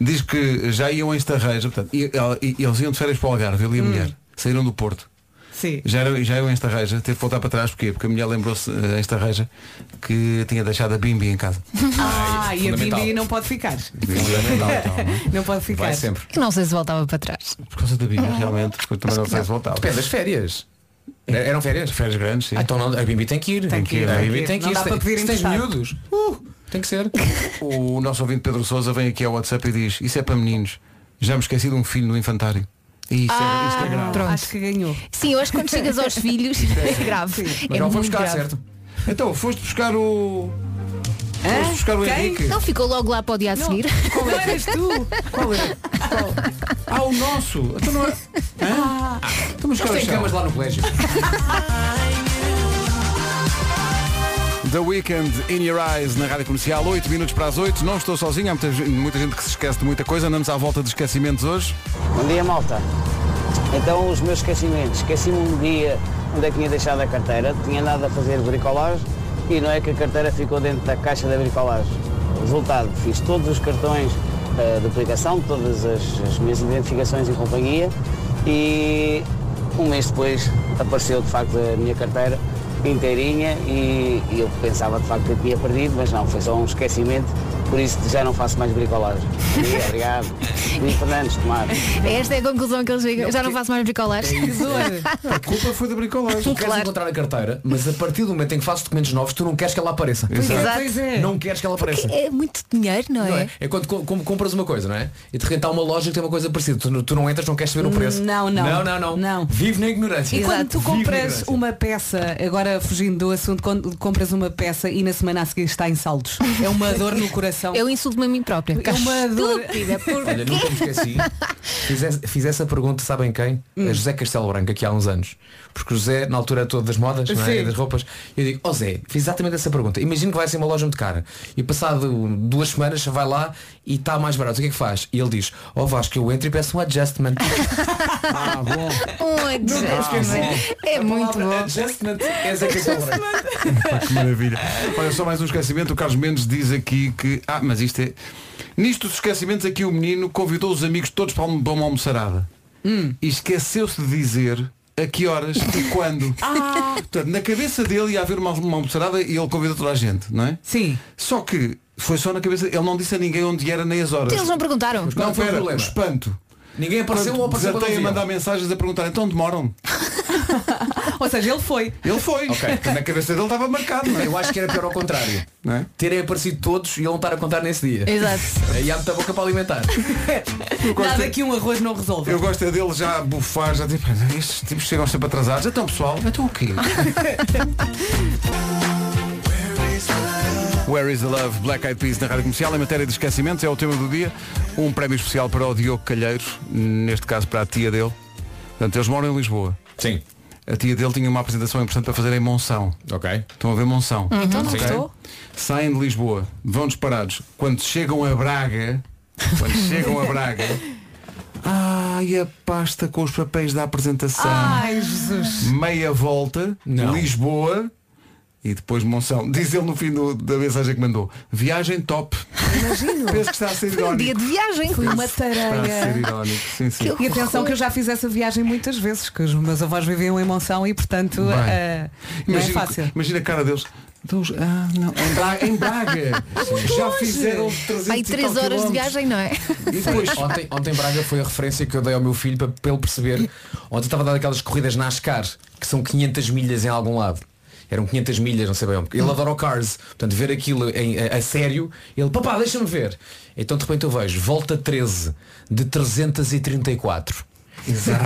[SPEAKER 2] Diz
[SPEAKER 7] Hum.
[SPEAKER 2] que já iam em Estarreja, portanto, e, e- e eles iam de férias para o Algarve, ele e a mulher, saíram do Porto.
[SPEAKER 4] Sim.
[SPEAKER 2] Já eu, já eu em Estarreja, teve que voltar para trás, porquê? Porque a mulher lembrou-se eh, em Estarreja que tinha deixado a Bimbi em casa.
[SPEAKER 4] Ah, e a
[SPEAKER 7] fundamental.
[SPEAKER 4] Bimbi não pode ficar. Não pode ficar.
[SPEAKER 7] então, Vai sempre.
[SPEAKER 5] Que não sei se voltava para trás.
[SPEAKER 2] Por causa da Bimbi, realmente, porque também não sei se voltava.
[SPEAKER 7] Depende das é? férias. Eram férias?
[SPEAKER 2] Férias grandes, sim.
[SPEAKER 7] Ah, então não, a Bibi tem que ir.
[SPEAKER 4] Tem que ir,
[SPEAKER 7] A
[SPEAKER 4] tem
[SPEAKER 7] Bibi
[SPEAKER 4] que ir.
[SPEAKER 7] tem que
[SPEAKER 4] Não
[SPEAKER 7] ir.
[SPEAKER 4] dá
[SPEAKER 7] Se
[SPEAKER 4] para
[SPEAKER 7] tem-
[SPEAKER 4] pedir
[SPEAKER 7] se tens
[SPEAKER 4] emprestado.
[SPEAKER 7] é miúdos. Uh, tem que ser.
[SPEAKER 2] O nosso ouvinte Pedro Sousa vem aqui ao WhatsApp e diz, isso é para meninos, já me esqueci de um filho no infantário. E isso, é, isso é grave.
[SPEAKER 5] Pronto.
[SPEAKER 4] Ah, Acho que ganhou.
[SPEAKER 5] Sim, eu acho que quando chegas aos filhos é grave.
[SPEAKER 7] Mas
[SPEAKER 5] é
[SPEAKER 7] não foi
[SPEAKER 5] muito
[SPEAKER 7] buscar,
[SPEAKER 5] grave.
[SPEAKER 7] certo?
[SPEAKER 2] Então, foste buscar o. Foste buscar o
[SPEAKER 4] Quem?
[SPEAKER 2] Henrique.
[SPEAKER 5] Não ficou logo lá para o dia a seguir.
[SPEAKER 4] Não é? eras tu?
[SPEAKER 2] Qual é? Qual? Ah, o nosso! Então não é.
[SPEAKER 4] Ah.
[SPEAKER 2] Hã? Então, Estamos
[SPEAKER 7] Eles têm camas lá
[SPEAKER 2] é?
[SPEAKER 7] no colégio.
[SPEAKER 2] The Weekend in Your Eyes na Rádio Comercial, 8 minutos para as 8. Não estou sozinho, há muita, ge- muita gente que se esquece de muita coisa. Andamos à volta de esquecimentos hoje.
[SPEAKER 9] Bom dia, malta. Então, os meus esquecimentos. Esqueci-me um dia onde é que tinha deixado a carteira. Tinha andado a fazer bricolagem e não é que a carteira ficou dentro da caixa da bricolagem. Resultado, fiz todos os cartões eh, de aplicação, todas as, as minhas identificações e companhia e um mês depois apareceu de facto a minha carteira inteirinha e, e eu pensava de facto que a tinha perdido, mas não, foi só um esquecimento, por isso já não faço mais bricolagem. Bom dia, Obrigado. Luís Fernandes, Tomás.
[SPEAKER 5] Esta é a conclusão que eles chegam. Já não faço mais bricolares.
[SPEAKER 7] A culpa foi da bricolagem. Tu queres
[SPEAKER 5] Claro.
[SPEAKER 7] encontrar a carteira, mas a partir do momento em que fazes documentos novos, tu não queres que ela apareça.
[SPEAKER 5] Exato.
[SPEAKER 4] Pois é.
[SPEAKER 7] Não queres que ela apareça.
[SPEAKER 5] É muito dinheiro, não,
[SPEAKER 7] Não
[SPEAKER 5] é?
[SPEAKER 7] é? É quando co- como compras uma coisa, não é? E de repente há uma loja que tem uma coisa parecida. Tu, tu não entras, não queres saber o preço.
[SPEAKER 4] Não, não.
[SPEAKER 7] Não, não, não.
[SPEAKER 4] Não.
[SPEAKER 7] Vive na ignorância.
[SPEAKER 4] E quando tu
[SPEAKER 7] Vive na
[SPEAKER 4] compras
[SPEAKER 7] ignorância.
[SPEAKER 4] uma peça, agora fugindo do assunto, quando compras uma peça e na semana a seguir está em saldos, é uma dor no coração.
[SPEAKER 5] Eu insulto-me a mim própria.
[SPEAKER 4] É uma dor.
[SPEAKER 5] Estúpida,
[SPEAKER 7] Olha,
[SPEAKER 5] por...
[SPEAKER 7] nunca me esqueci. Fiz, essa- fiz essa pergunta, sabem quem?
[SPEAKER 5] Hum.
[SPEAKER 7] A José Castelo Branco, aqui há uns anos. Porque o José, na altura toda das modas, não é?
[SPEAKER 4] Sim.
[SPEAKER 7] das roupas, eu digo, ó Zé, fiz exatamente essa pergunta. Imagino que vai ser uma loja muito cara. E passado duas semanas vai lá e está mais barato. O que é que faz? E ele diz, ó Vasco, eu entro e peço um adjustment. Ah,
[SPEAKER 5] um adjustment. É muito bom.
[SPEAKER 7] Adjustment é Zé Castelo Branco.
[SPEAKER 2] Pá, que maravilha. Olha, só mais um esquecimento. O Carlos Mendes diz aqui que. Ah, mas isto é. Nisto dos esquecimentos, aqui o menino convidou os amigos todos para um- para uma almoçarada.
[SPEAKER 5] Hum.
[SPEAKER 2] E esqueceu-se de dizer a que horas e quando.
[SPEAKER 5] Ah.
[SPEAKER 2] Portanto, na cabeça dele ia haver uma, uma almoçarada e ele convidou toda a gente, não é?
[SPEAKER 4] Sim.
[SPEAKER 2] Só que foi só na cabeça. Ele não disse a ninguém onde era nem as horas.
[SPEAKER 5] Eles não perguntaram.
[SPEAKER 7] qual é
[SPEAKER 2] Não,
[SPEAKER 7] que foi o
[SPEAKER 2] pera, o
[SPEAKER 7] problema?
[SPEAKER 2] espanto.
[SPEAKER 7] Ninguém apareceu ou apareceu um quando
[SPEAKER 2] Desatei a
[SPEAKER 7] eles iam?
[SPEAKER 2] mandar mensagens a perguntar, então demoram?
[SPEAKER 4] Ou seja, ele foi.
[SPEAKER 2] Ele foi.
[SPEAKER 7] Ok.
[SPEAKER 2] Na cabeça dele estava marcado, não é?
[SPEAKER 7] Eu acho que era pior ao contrário.
[SPEAKER 2] Não é?
[SPEAKER 7] Terem aparecido todos e ele não estar a contar nesse
[SPEAKER 5] é?
[SPEAKER 7] dia.
[SPEAKER 5] Exato.
[SPEAKER 7] E há muita boca para alimentar.
[SPEAKER 2] gosto-
[SPEAKER 4] Nada que um arroz não resolve.
[SPEAKER 2] Eu gosto é dele já a bufar, já tipo, estes tipos chegam sempre atrasados. Então pessoal, então o quê? Where is the Love, Black Eyed Peas na Rádio Comercial, em matéria de esquecimentos, é o tema do dia. Um prémio especial para o Diogo Calheiros, neste caso para a tia dele. Portanto, eles moram em Lisboa.
[SPEAKER 7] Sim.
[SPEAKER 2] A tia dele tinha uma apresentação importante para fazer em Monção.
[SPEAKER 7] Ok.
[SPEAKER 2] Estão a ver Monção.
[SPEAKER 4] Então não
[SPEAKER 7] Sim.
[SPEAKER 4] gostou?
[SPEAKER 2] Saem de Lisboa, vão disparados. Quando chegam a Braga, quando chegam a Braga, ai a pasta com os papéis da apresentação.
[SPEAKER 4] Ai, Jesus.
[SPEAKER 2] Meia volta,
[SPEAKER 7] Não.
[SPEAKER 2] Lisboa e depois Monção. Diz ele no fim do- da mensagem que mandou. Viagem top.
[SPEAKER 4] Imagino.
[SPEAKER 2] Penso que está a ser
[SPEAKER 5] Foi um dia
[SPEAKER 2] irónico.
[SPEAKER 5] de viagem.
[SPEAKER 4] Foi uma
[SPEAKER 2] Está a ser
[SPEAKER 4] tareia.
[SPEAKER 2] irónico. Sim, sim.
[SPEAKER 5] Que
[SPEAKER 4] E atenção que eu já fiz essa viagem muitas vezes, que os meus avós viviam em Monção e portanto
[SPEAKER 2] Bem.
[SPEAKER 4] eh, não é
[SPEAKER 2] Imagina,
[SPEAKER 4] fácil.
[SPEAKER 2] imagina a cara deles. Deus, ah, não, em Braga, em Braga. já fizeram 300
[SPEAKER 5] Aí
[SPEAKER 2] e tal
[SPEAKER 5] três horas de
[SPEAKER 2] quilómetros.
[SPEAKER 5] viagem, não é?
[SPEAKER 2] E depois
[SPEAKER 7] Ontem, ontem Braga foi a referência que eu dei ao meu filho para, para ele perceber. Ontem estava a dar aquelas corridas NASCAR, que são 500 milhas em algum lado. Eram 500 milhas, não sei bem. onde.
[SPEAKER 2] Hum.
[SPEAKER 7] Ele adora o Cars. Portanto, ver aquilo em- a, a sério, ele, papá, deixa-me ver. Então de repente eu vejo, volta 13 de 334. Exato.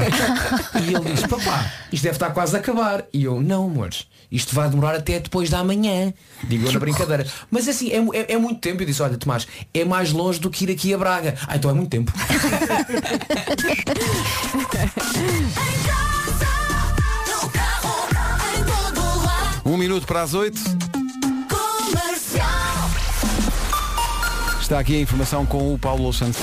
[SPEAKER 7] e ele diz, papá, isto deve estar quase a acabar. E eu, não, amores, isto vai demorar até depois da manhã. Digo eu na brincadeira. Mas assim, é, mu- é- é muito tempo. Eu disse, olha, Tomás, é mais longe do que ir aqui a Braga. Ah, então é muito tempo.
[SPEAKER 2] Um minuto para as oito. Está aqui a informação com o Paulo Santos.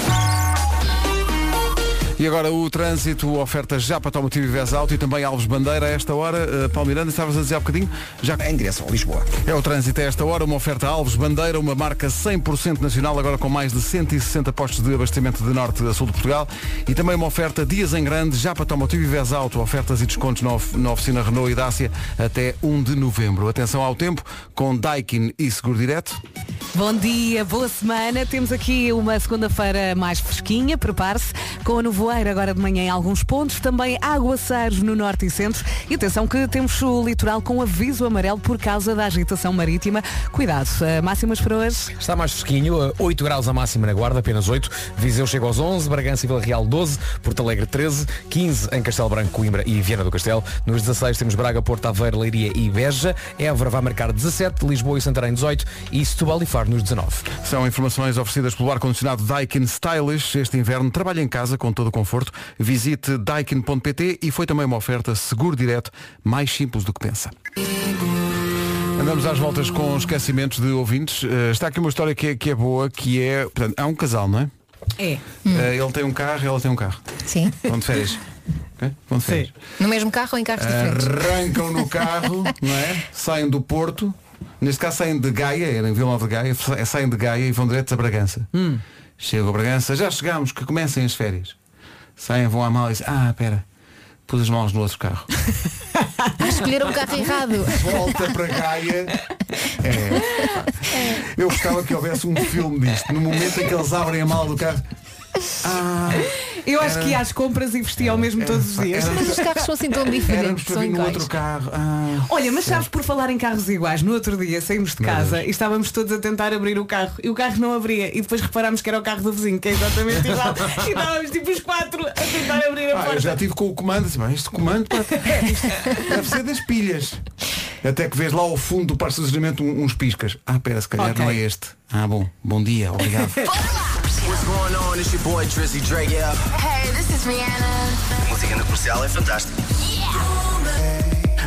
[SPEAKER 2] E agora o trânsito, oferta já para Tomotivo e Vez Alto e também Alves Bandeira. A esta hora, eh, Paulo Miranda, estavas a dizer há bocadinho, já
[SPEAKER 8] Em direção a Lisboa.
[SPEAKER 2] é o trânsito a esta hora, uma oferta a Alves Bandeira, uma marca 100% nacional, agora com mais de 160 postos de abastecimento de norte a sul de Portugal e também uma oferta dias em grande, já para Tomotivo e Vez Alto, ofertas e descontos na, of- na oficina Renault e Dácia até 1 de novembro. Atenção ao tempo, com Daikin e Seguro Direto.
[SPEAKER 4] Bom dia, boa semana. Temos aqui uma segunda-feira mais fresquinha, prepare-se, com a nevoeira agora de manhã em alguns pontos, também aguaceiros no norte e centro. E atenção que temos o litoral com aviso amarelo por causa da agitação marítima. Cuidado, eh, máximas para hoje.
[SPEAKER 7] Está mais fresquinho, eh, 8 graus a máxima na Guarda, apenas 8. Viseu chega aos 11, Bragança e Vila Real 12, Porto Alegre 13, 15 em Castelo Branco, Coimbra e Viana do Castelo. Nos 16 temos Braga, Porto Aveiro, Leiria e Beja. Évora vai marcar 17, Lisboa e Santarém 18 e Setúbal e Faro nos 19.
[SPEAKER 2] São informações oferecidas pelo ar-condicionado Daikin Stylish. Este inverno trabalhe em casa com todo o conforto. Visite daikin.pt e foi também uma oferta seguro direto, mais simples do que pensa. Andamos às voltas com esquecimentos de ouvintes. Eh, está aqui uma história que é, que é boa, que é... Portanto, há um casal, não é?
[SPEAKER 4] É.
[SPEAKER 2] Eh, ele tem um carro, ela tem um carro.
[SPEAKER 5] Sim.
[SPEAKER 2] Vão de férias. Ok? Vão de férias.
[SPEAKER 5] No mesmo carro ou em carros diferentes?
[SPEAKER 2] Arrancam no carro, não é? Saem do Porto, neste caso saem de Gaia, era em Vila Nova de Gaia, sa- saem de Gaia e vão direto a Bragança.
[SPEAKER 5] Hum.
[SPEAKER 2] Chegam a Bragança, já chegámos, que comecem as férias. Saem, vão à mala e dizem, ah, pera, pus as mãos no outro carro.
[SPEAKER 5] Escolheram um carro errado.
[SPEAKER 2] Volta para Gaia. É. Eu gostava que houvesse um filme disto. No momento em que eles abrem a mala do carro. Ah,
[SPEAKER 4] Eu acho que ia às compras e vestia ao mesmo todos os dias.
[SPEAKER 5] Mas os carros são assim tão
[SPEAKER 2] éramos
[SPEAKER 5] diferentes,
[SPEAKER 2] para
[SPEAKER 5] são
[SPEAKER 2] vir um no
[SPEAKER 5] iguais.
[SPEAKER 2] outro carro. Ah.
[SPEAKER 4] Olha, mas sabes por falar em carros iguais, no outro dia saímos de casa e estávamos todos a tentar abrir o carro e o carro não abria e depois reparámos que era o carro do vizinho, que é exatamente igual. e estávamos tipo os quatro a tentar abrir a
[SPEAKER 2] Pá, Ah, eu
[SPEAKER 4] porta.
[SPEAKER 2] já tive com o comando, assim, "Mas este comando pá, é, isto deve ser das pilhas. Até que vês lá ao fundo do parque de estacionamento um- uns piscas. Ah, pera, se calhar
[SPEAKER 4] Ok.
[SPEAKER 2] não é este. Ah, bom, bom dia, obrigado.
[SPEAKER 10] What's going on? It's your boy Drizzy Drake. Yeah.
[SPEAKER 11] Hey, this is Rihanna.
[SPEAKER 10] A música na comercial é fantástica.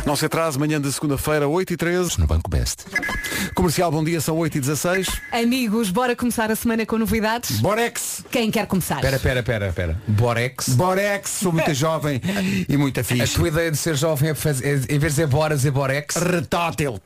[SPEAKER 2] não se atrase, manhã de segunda-feira, 8 e 13
[SPEAKER 7] No Banco Best.
[SPEAKER 2] Comercial, bom dia, são 8 e 16
[SPEAKER 4] Amigos, bora começar a semana com novidades?
[SPEAKER 2] Borex!
[SPEAKER 4] Quem quer começar?
[SPEAKER 7] Pera, pera, pera, pera. Borex.
[SPEAKER 2] Borex, sou muito jovem e muita
[SPEAKER 7] A
[SPEAKER 2] fixe.
[SPEAKER 7] tua ideia de ser jovem é, fazer, é em vez de dizer bora, dizer Borex.
[SPEAKER 2] Retótil.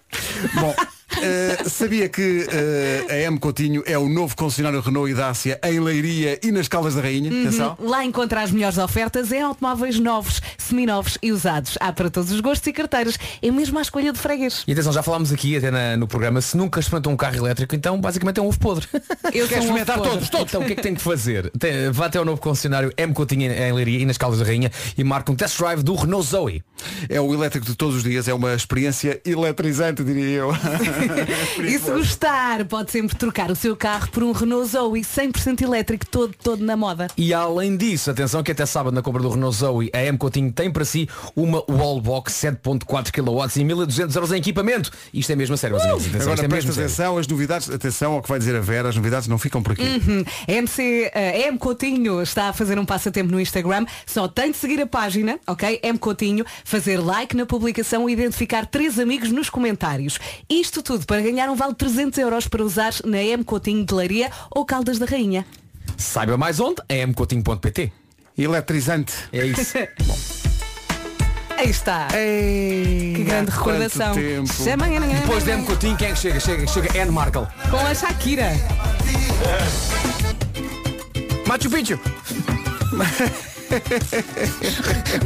[SPEAKER 2] Bom, eh, sabia que eh, a M Coutinho é o novo concessionário Renault e Dácia em Leiria e nas Caldas da Rainha. Atenção.
[SPEAKER 4] Lá encontra as melhores ofertas em automóveis novos, seminovos e usados. Há para todos os gostos e carteiras. É mesmo a escolha de freguês.
[SPEAKER 7] E atenção, já falámos aqui até na- no programa, se nunca experimentou um carro elétrico, então basicamente é um ovo podre.
[SPEAKER 4] Eu
[SPEAKER 7] Quer
[SPEAKER 4] sou um ovo
[SPEAKER 7] experimentar
[SPEAKER 4] podre.
[SPEAKER 7] todos, todos. Então o que é que tem que fazer? Tem- vá até ao novo concessionário M Coutinho em Leiria e nas Caldas da Rainha e marca um test drive do Renault Zoe.
[SPEAKER 2] É o elétrico de todos os dias, é uma experiência eletrizante, diria eu.
[SPEAKER 4] E se gostar, pode sempre trocar o seu carro por um Renault Zoe 100% elétrico, todo, todo na moda.
[SPEAKER 7] E além disso, atenção que até sábado na compra do Renault Zoe, a M Coutinho tem para si uma wallbox 7.4 kW e 1200 euros em equipamento. Isto é mesmo a sério, meus amigos. Atenção, isto
[SPEAKER 2] Agora
[SPEAKER 7] é
[SPEAKER 2] presta
[SPEAKER 7] mesmo sério.
[SPEAKER 2] atenção, as novidades, atenção ao que vai dizer a Vera, as novidades não ficam por aqui.
[SPEAKER 5] Uhum.
[SPEAKER 4] A MC, eh, M Coutinho está a fazer um passatempo no Instagram. Só tem de seguir a página, ok? M Coutinho, fazer like na publicação e identificar três amigos nos comentários. Isto tudo para ganhar um vale de 300 euros para usar na M Coutinho de Leiria ou Caldas da Rainha.
[SPEAKER 7] Saiba mais onde, em mcoutinho.pt.
[SPEAKER 2] Eletrizante.
[SPEAKER 7] É isso.
[SPEAKER 4] Aí está. que grande
[SPEAKER 2] há
[SPEAKER 4] recordação.
[SPEAKER 2] quanto tempo.
[SPEAKER 4] Chama-
[SPEAKER 7] Depois de M Coutinho, quem é que chega? Chega, chega Anne Markle.
[SPEAKER 4] Com a Shakira.
[SPEAKER 7] Machu Picchu.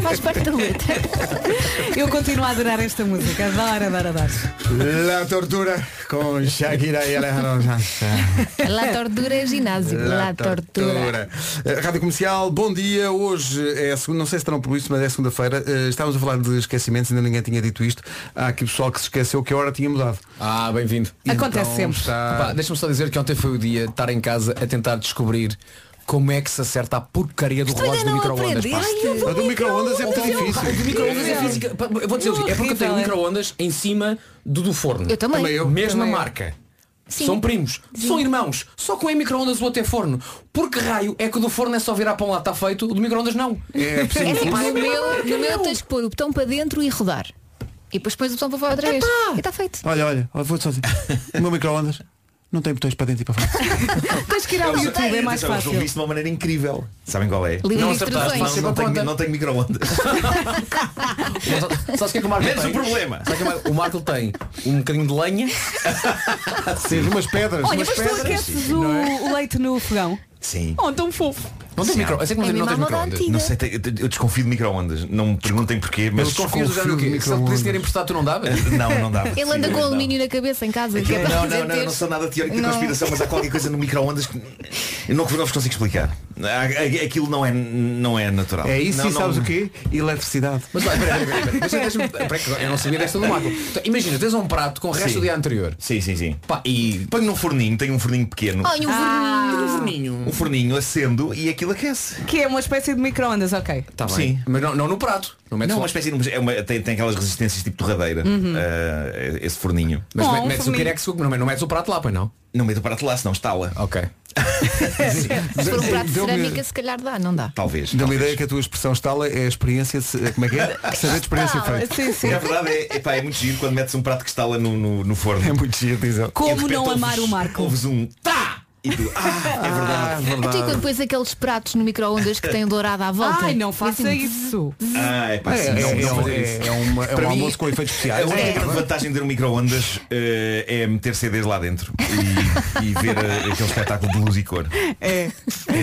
[SPEAKER 5] Faz parte da letra.
[SPEAKER 4] Eu continuo a adorar esta música. Adoro, adoro, adoro.
[SPEAKER 2] La tortura com Shakira e Alejandro Sanz.
[SPEAKER 5] La tortura é ginásio. La tortura.
[SPEAKER 2] Eh, Rádio Comercial, bom dia. Hoje é a segunda, não sei se estarão por isso, mas é segunda-feira. Eh, Estávamos a falar de esquecimentos, ainda ninguém tinha dito isto. Há aqui pessoal que se esqueceu que a hora tinha mudado.
[SPEAKER 7] Ah, bem-vindo.
[SPEAKER 4] Acontece sempre.
[SPEAKER 2] Está...
[SPEAKER 7] Pá, Deixa-me só dizer que ontem foi o dia de estar em casa a tentar descobrir como é que se acerta a porcaria do relógio do
[SPEAKER 5] Então não
[SPEAKER 7] micro-ondas. pá.
[SPEAKER 5] aprendeste?
[SPEAKER 2] A do micro-ondas é muito difícil.
[SPEAKER 7] O do micro-ondas é física. pá, Eu vou dizer o seguinte, é porque eu tenho o micro-ondas em cima do do forno.
[SPEAKER 5] Eu também.
[SPEAKER 2] Também eu.
[SPEAKER 7] Mesma
[SPEAKER 5] Também eu.
[SPEAKER 7] marca.
[SPEAKER 5] Sim.
[SPEAKER 7] São primos, são irmãos, só que um é micro-ondas o outro é forno. Por que raio é que o do forno é só virar para um lado está feito, o do micro-ondas não?
[SPEAKER 2] É
[SPEAKER 5] É
[SPEAKER 2] preciso
[SPEAKER 5] tipo,
[SPEAKER 7] Mas
[SPEAKER 5] no meu,
[SPEAKER 7] não.
[SPEAKER 5] no meu tens que pôr o botão para dentro e rodar. E depois pões o botão para fora outra vez. E está feito.
[SPEAKER 2] Olha, olha, olha, vou-te só dizer. O meu micro-ondas Não tem botões para dentro e para fora.
[SPEAKER 4] Tens que ir ao YouTube, é mais
[SPEAKER 3] Atenção, eles
[SPEAKER 4] fácil.
[SPEAKER 3] resolvem isso de uma maneira incrível. Sabem qual é?
[SPEAKER 5] Livre
[SPEAKER 3] não
[SPEAKER 5] de instruções.
[SPEAKER 3] não, não, tenho, não tenho micro-ondas.
[SPEAKER 7] Sabes o que é que o Marco
[SPEAKER 3] Menos
[SPEAKER 7] tem?
[SPEAKER 3] o problema.
[SPEAKER 7] Sabe o que é que o Marco tem um bocadinho de lenha.
[SPEAKER 2] Sim, umas pedras.
[SPEAKER 4] Olha,
[SPEAKER 2] umas
[SPEAKER 4] mas tu
[SPEAKER 2] pedras. é?
[SPEAKER 4] aqueces o, o leite no fogão.
[SPEAKER 3] Sim.
[SPEAKER 4] Oh, tão fofo.
[SPEAKER 7] Não tem
[SPEAKER 3] Sim,
[SPEAKER 7] micro. Eu sei que não
[SPEAKER 5] É
[SPEAKER 7] tem, não
[SPEAKER 5] mesmo
[SPEAKER 7] tem
[SPEAKER 5] a moda
[SPEAKER 7] microondas.
[SPEAKER 5] antiga.
[SPEAKER 3] Não sei, te- eu desconfio de micro-ondas. Não me perguntem porquê, mas
[SPEAKER 2] desconfio
[SPEAKER 7] Confias no género o quê? Se ele te
[SPEAKER 2] micro-ondas.
[SPEAKER 7] pedisse dinheiro emprestado, tu não davas?
[SPEAKER 3] Não, não dá.
[SPEAKER 5] Ele anda
[SPEAKER 3] Sim,
[SPEAKER 5] com
[SPEAKER 3] não.
[SPEAKER 5] alumínio na cabeça em casa. Que é para
[SPEAKER 3] Não, não,
[SPEAKER 5] fazer
[SPEAKER 3] não, eu não
[SPEAKER 5] teres.
[SPEAKER 3] sou nada teórico da
[SPEAKER 5] Não.
[SPEAKER 3] conspiração, mas há qualquer coisa no micro-ondas que eu não, não vos consigo explicar. Há- Aquilo não é, não é natural.
[SPEAKER 2] É isso
[SPEAKER 3] não,
[SPEAKER 2] e
[SPEAKER 3] não-
[SPEAKER 2] sabes o quê? Eletricidade.
[SPEAKER 7] Mas olha, peraí, peraí, peraí, mas é deixa-me- peraí, que eu não sabia desta do Marco. Então, imagina, tens um prato com o resto
[SPEAKER 3] Sim.
[SPEAKER 7] do dia anterior.
[SPEAKER 3] Sim, sim, sim.
[SPEAKER 7] Pá, e
[SPEAKER 3] Ponho num forninho, tenho um forninho pequeno.
[SPEAKER 5] Olha, um vermelho.
[SPEAKER 3] Um forninho acendo e aquilo aquece.
[SPEAKER 4] Que é uma espécie de micro-ondas, ok.
[SPEAKER 7] Tá bem.
[SPEAKER 3] Sim.
[SPEAKER 7] Mas não, não no prato. Não metes
[SPEAKER 3] Não,
[SPEAKER 7] lá.
[SPEAKER 3] uma espécie de. É uma, tem, tem aquelas resistências tipo torradeira.
[SPEAKER 4] Uhum.
[SPEAKER 3] eh, esse forninho.
[SPEAKER 7] Mas
[SPEAKER 4] Bom,
[SPEAKER 7] me- metes o
[SPEAKER 4] formiga.
[SPEAKER 7] Kirex, não, não metes o prato lá, pois não?
[SPEAKER 3] Não meto para lá, senão estala.
[SPEAKER 7] Ok.
[SPEAKER 5] Se for um prato de
[SPEAKER 2] Deu-me-
[SPEAKER 5] cerâmica, se calhar dá, não dá.
[SPEAKER 3] Talvez.
[SPEAKER 2] Dá-me a
[SPEAKER 3] talvez.
[SPEAKER 2] ideia que a tua expressão estala é a experiência, se- como é que é? Saber de experiência
[SPEAKER 5] Estala.
[SPEAKER 2] feita.
[SPEAKER 4] Sim, sim.
[SPEAKER 3] Na verdade é, epá, é muito giro quando metes um prato que estala no, no, no forno.
[SPEAKER 2] É muito giro, diz ele.
[SPEAKER 3] E de
[SPEAKER 4] Como
[SPEAKER 3] repente
[SPEAKER 4] não amar
[SPEAKER 3] ouves-
[SPEAKER 4] o Marco?
[SPEAKER 3] Ouves um tá! E tu, ah, é verdade.
[SPEAKER 5] Até quando depois aqueles pratos no micro-ondas que têm dourado à volta. assim,
[SPEAKER 4] Ai, não faça isso.
[SPEAKER 3] Ah, epá,
[SPEAKER 2] É,
[SPEAKER 3] sim, não-
[SPEAKER 2] é,
[SPEAKER 3] não
[SPEAKER 2] é,
[SPEAKER 3] fazer isso.
[SPEAKER 2] é uma- é
[SPEAKER 3] Para
[SPEAKER 2] um
[SPEAKER 3] mim, é
[SPEAKER 2] almoço com efeitos
[SPEAKER 3] A
[SPEAKER 2] especiais.
[SPEAKER 3] única
[SPEAKER 4] É.
[SPEAKER 3] grande vantagem de ter um micro-ondas eh, é meter CDs lá dentro e, e ver eh, aquele espetáculo de luz e cor.
[SPEAKER 4] É.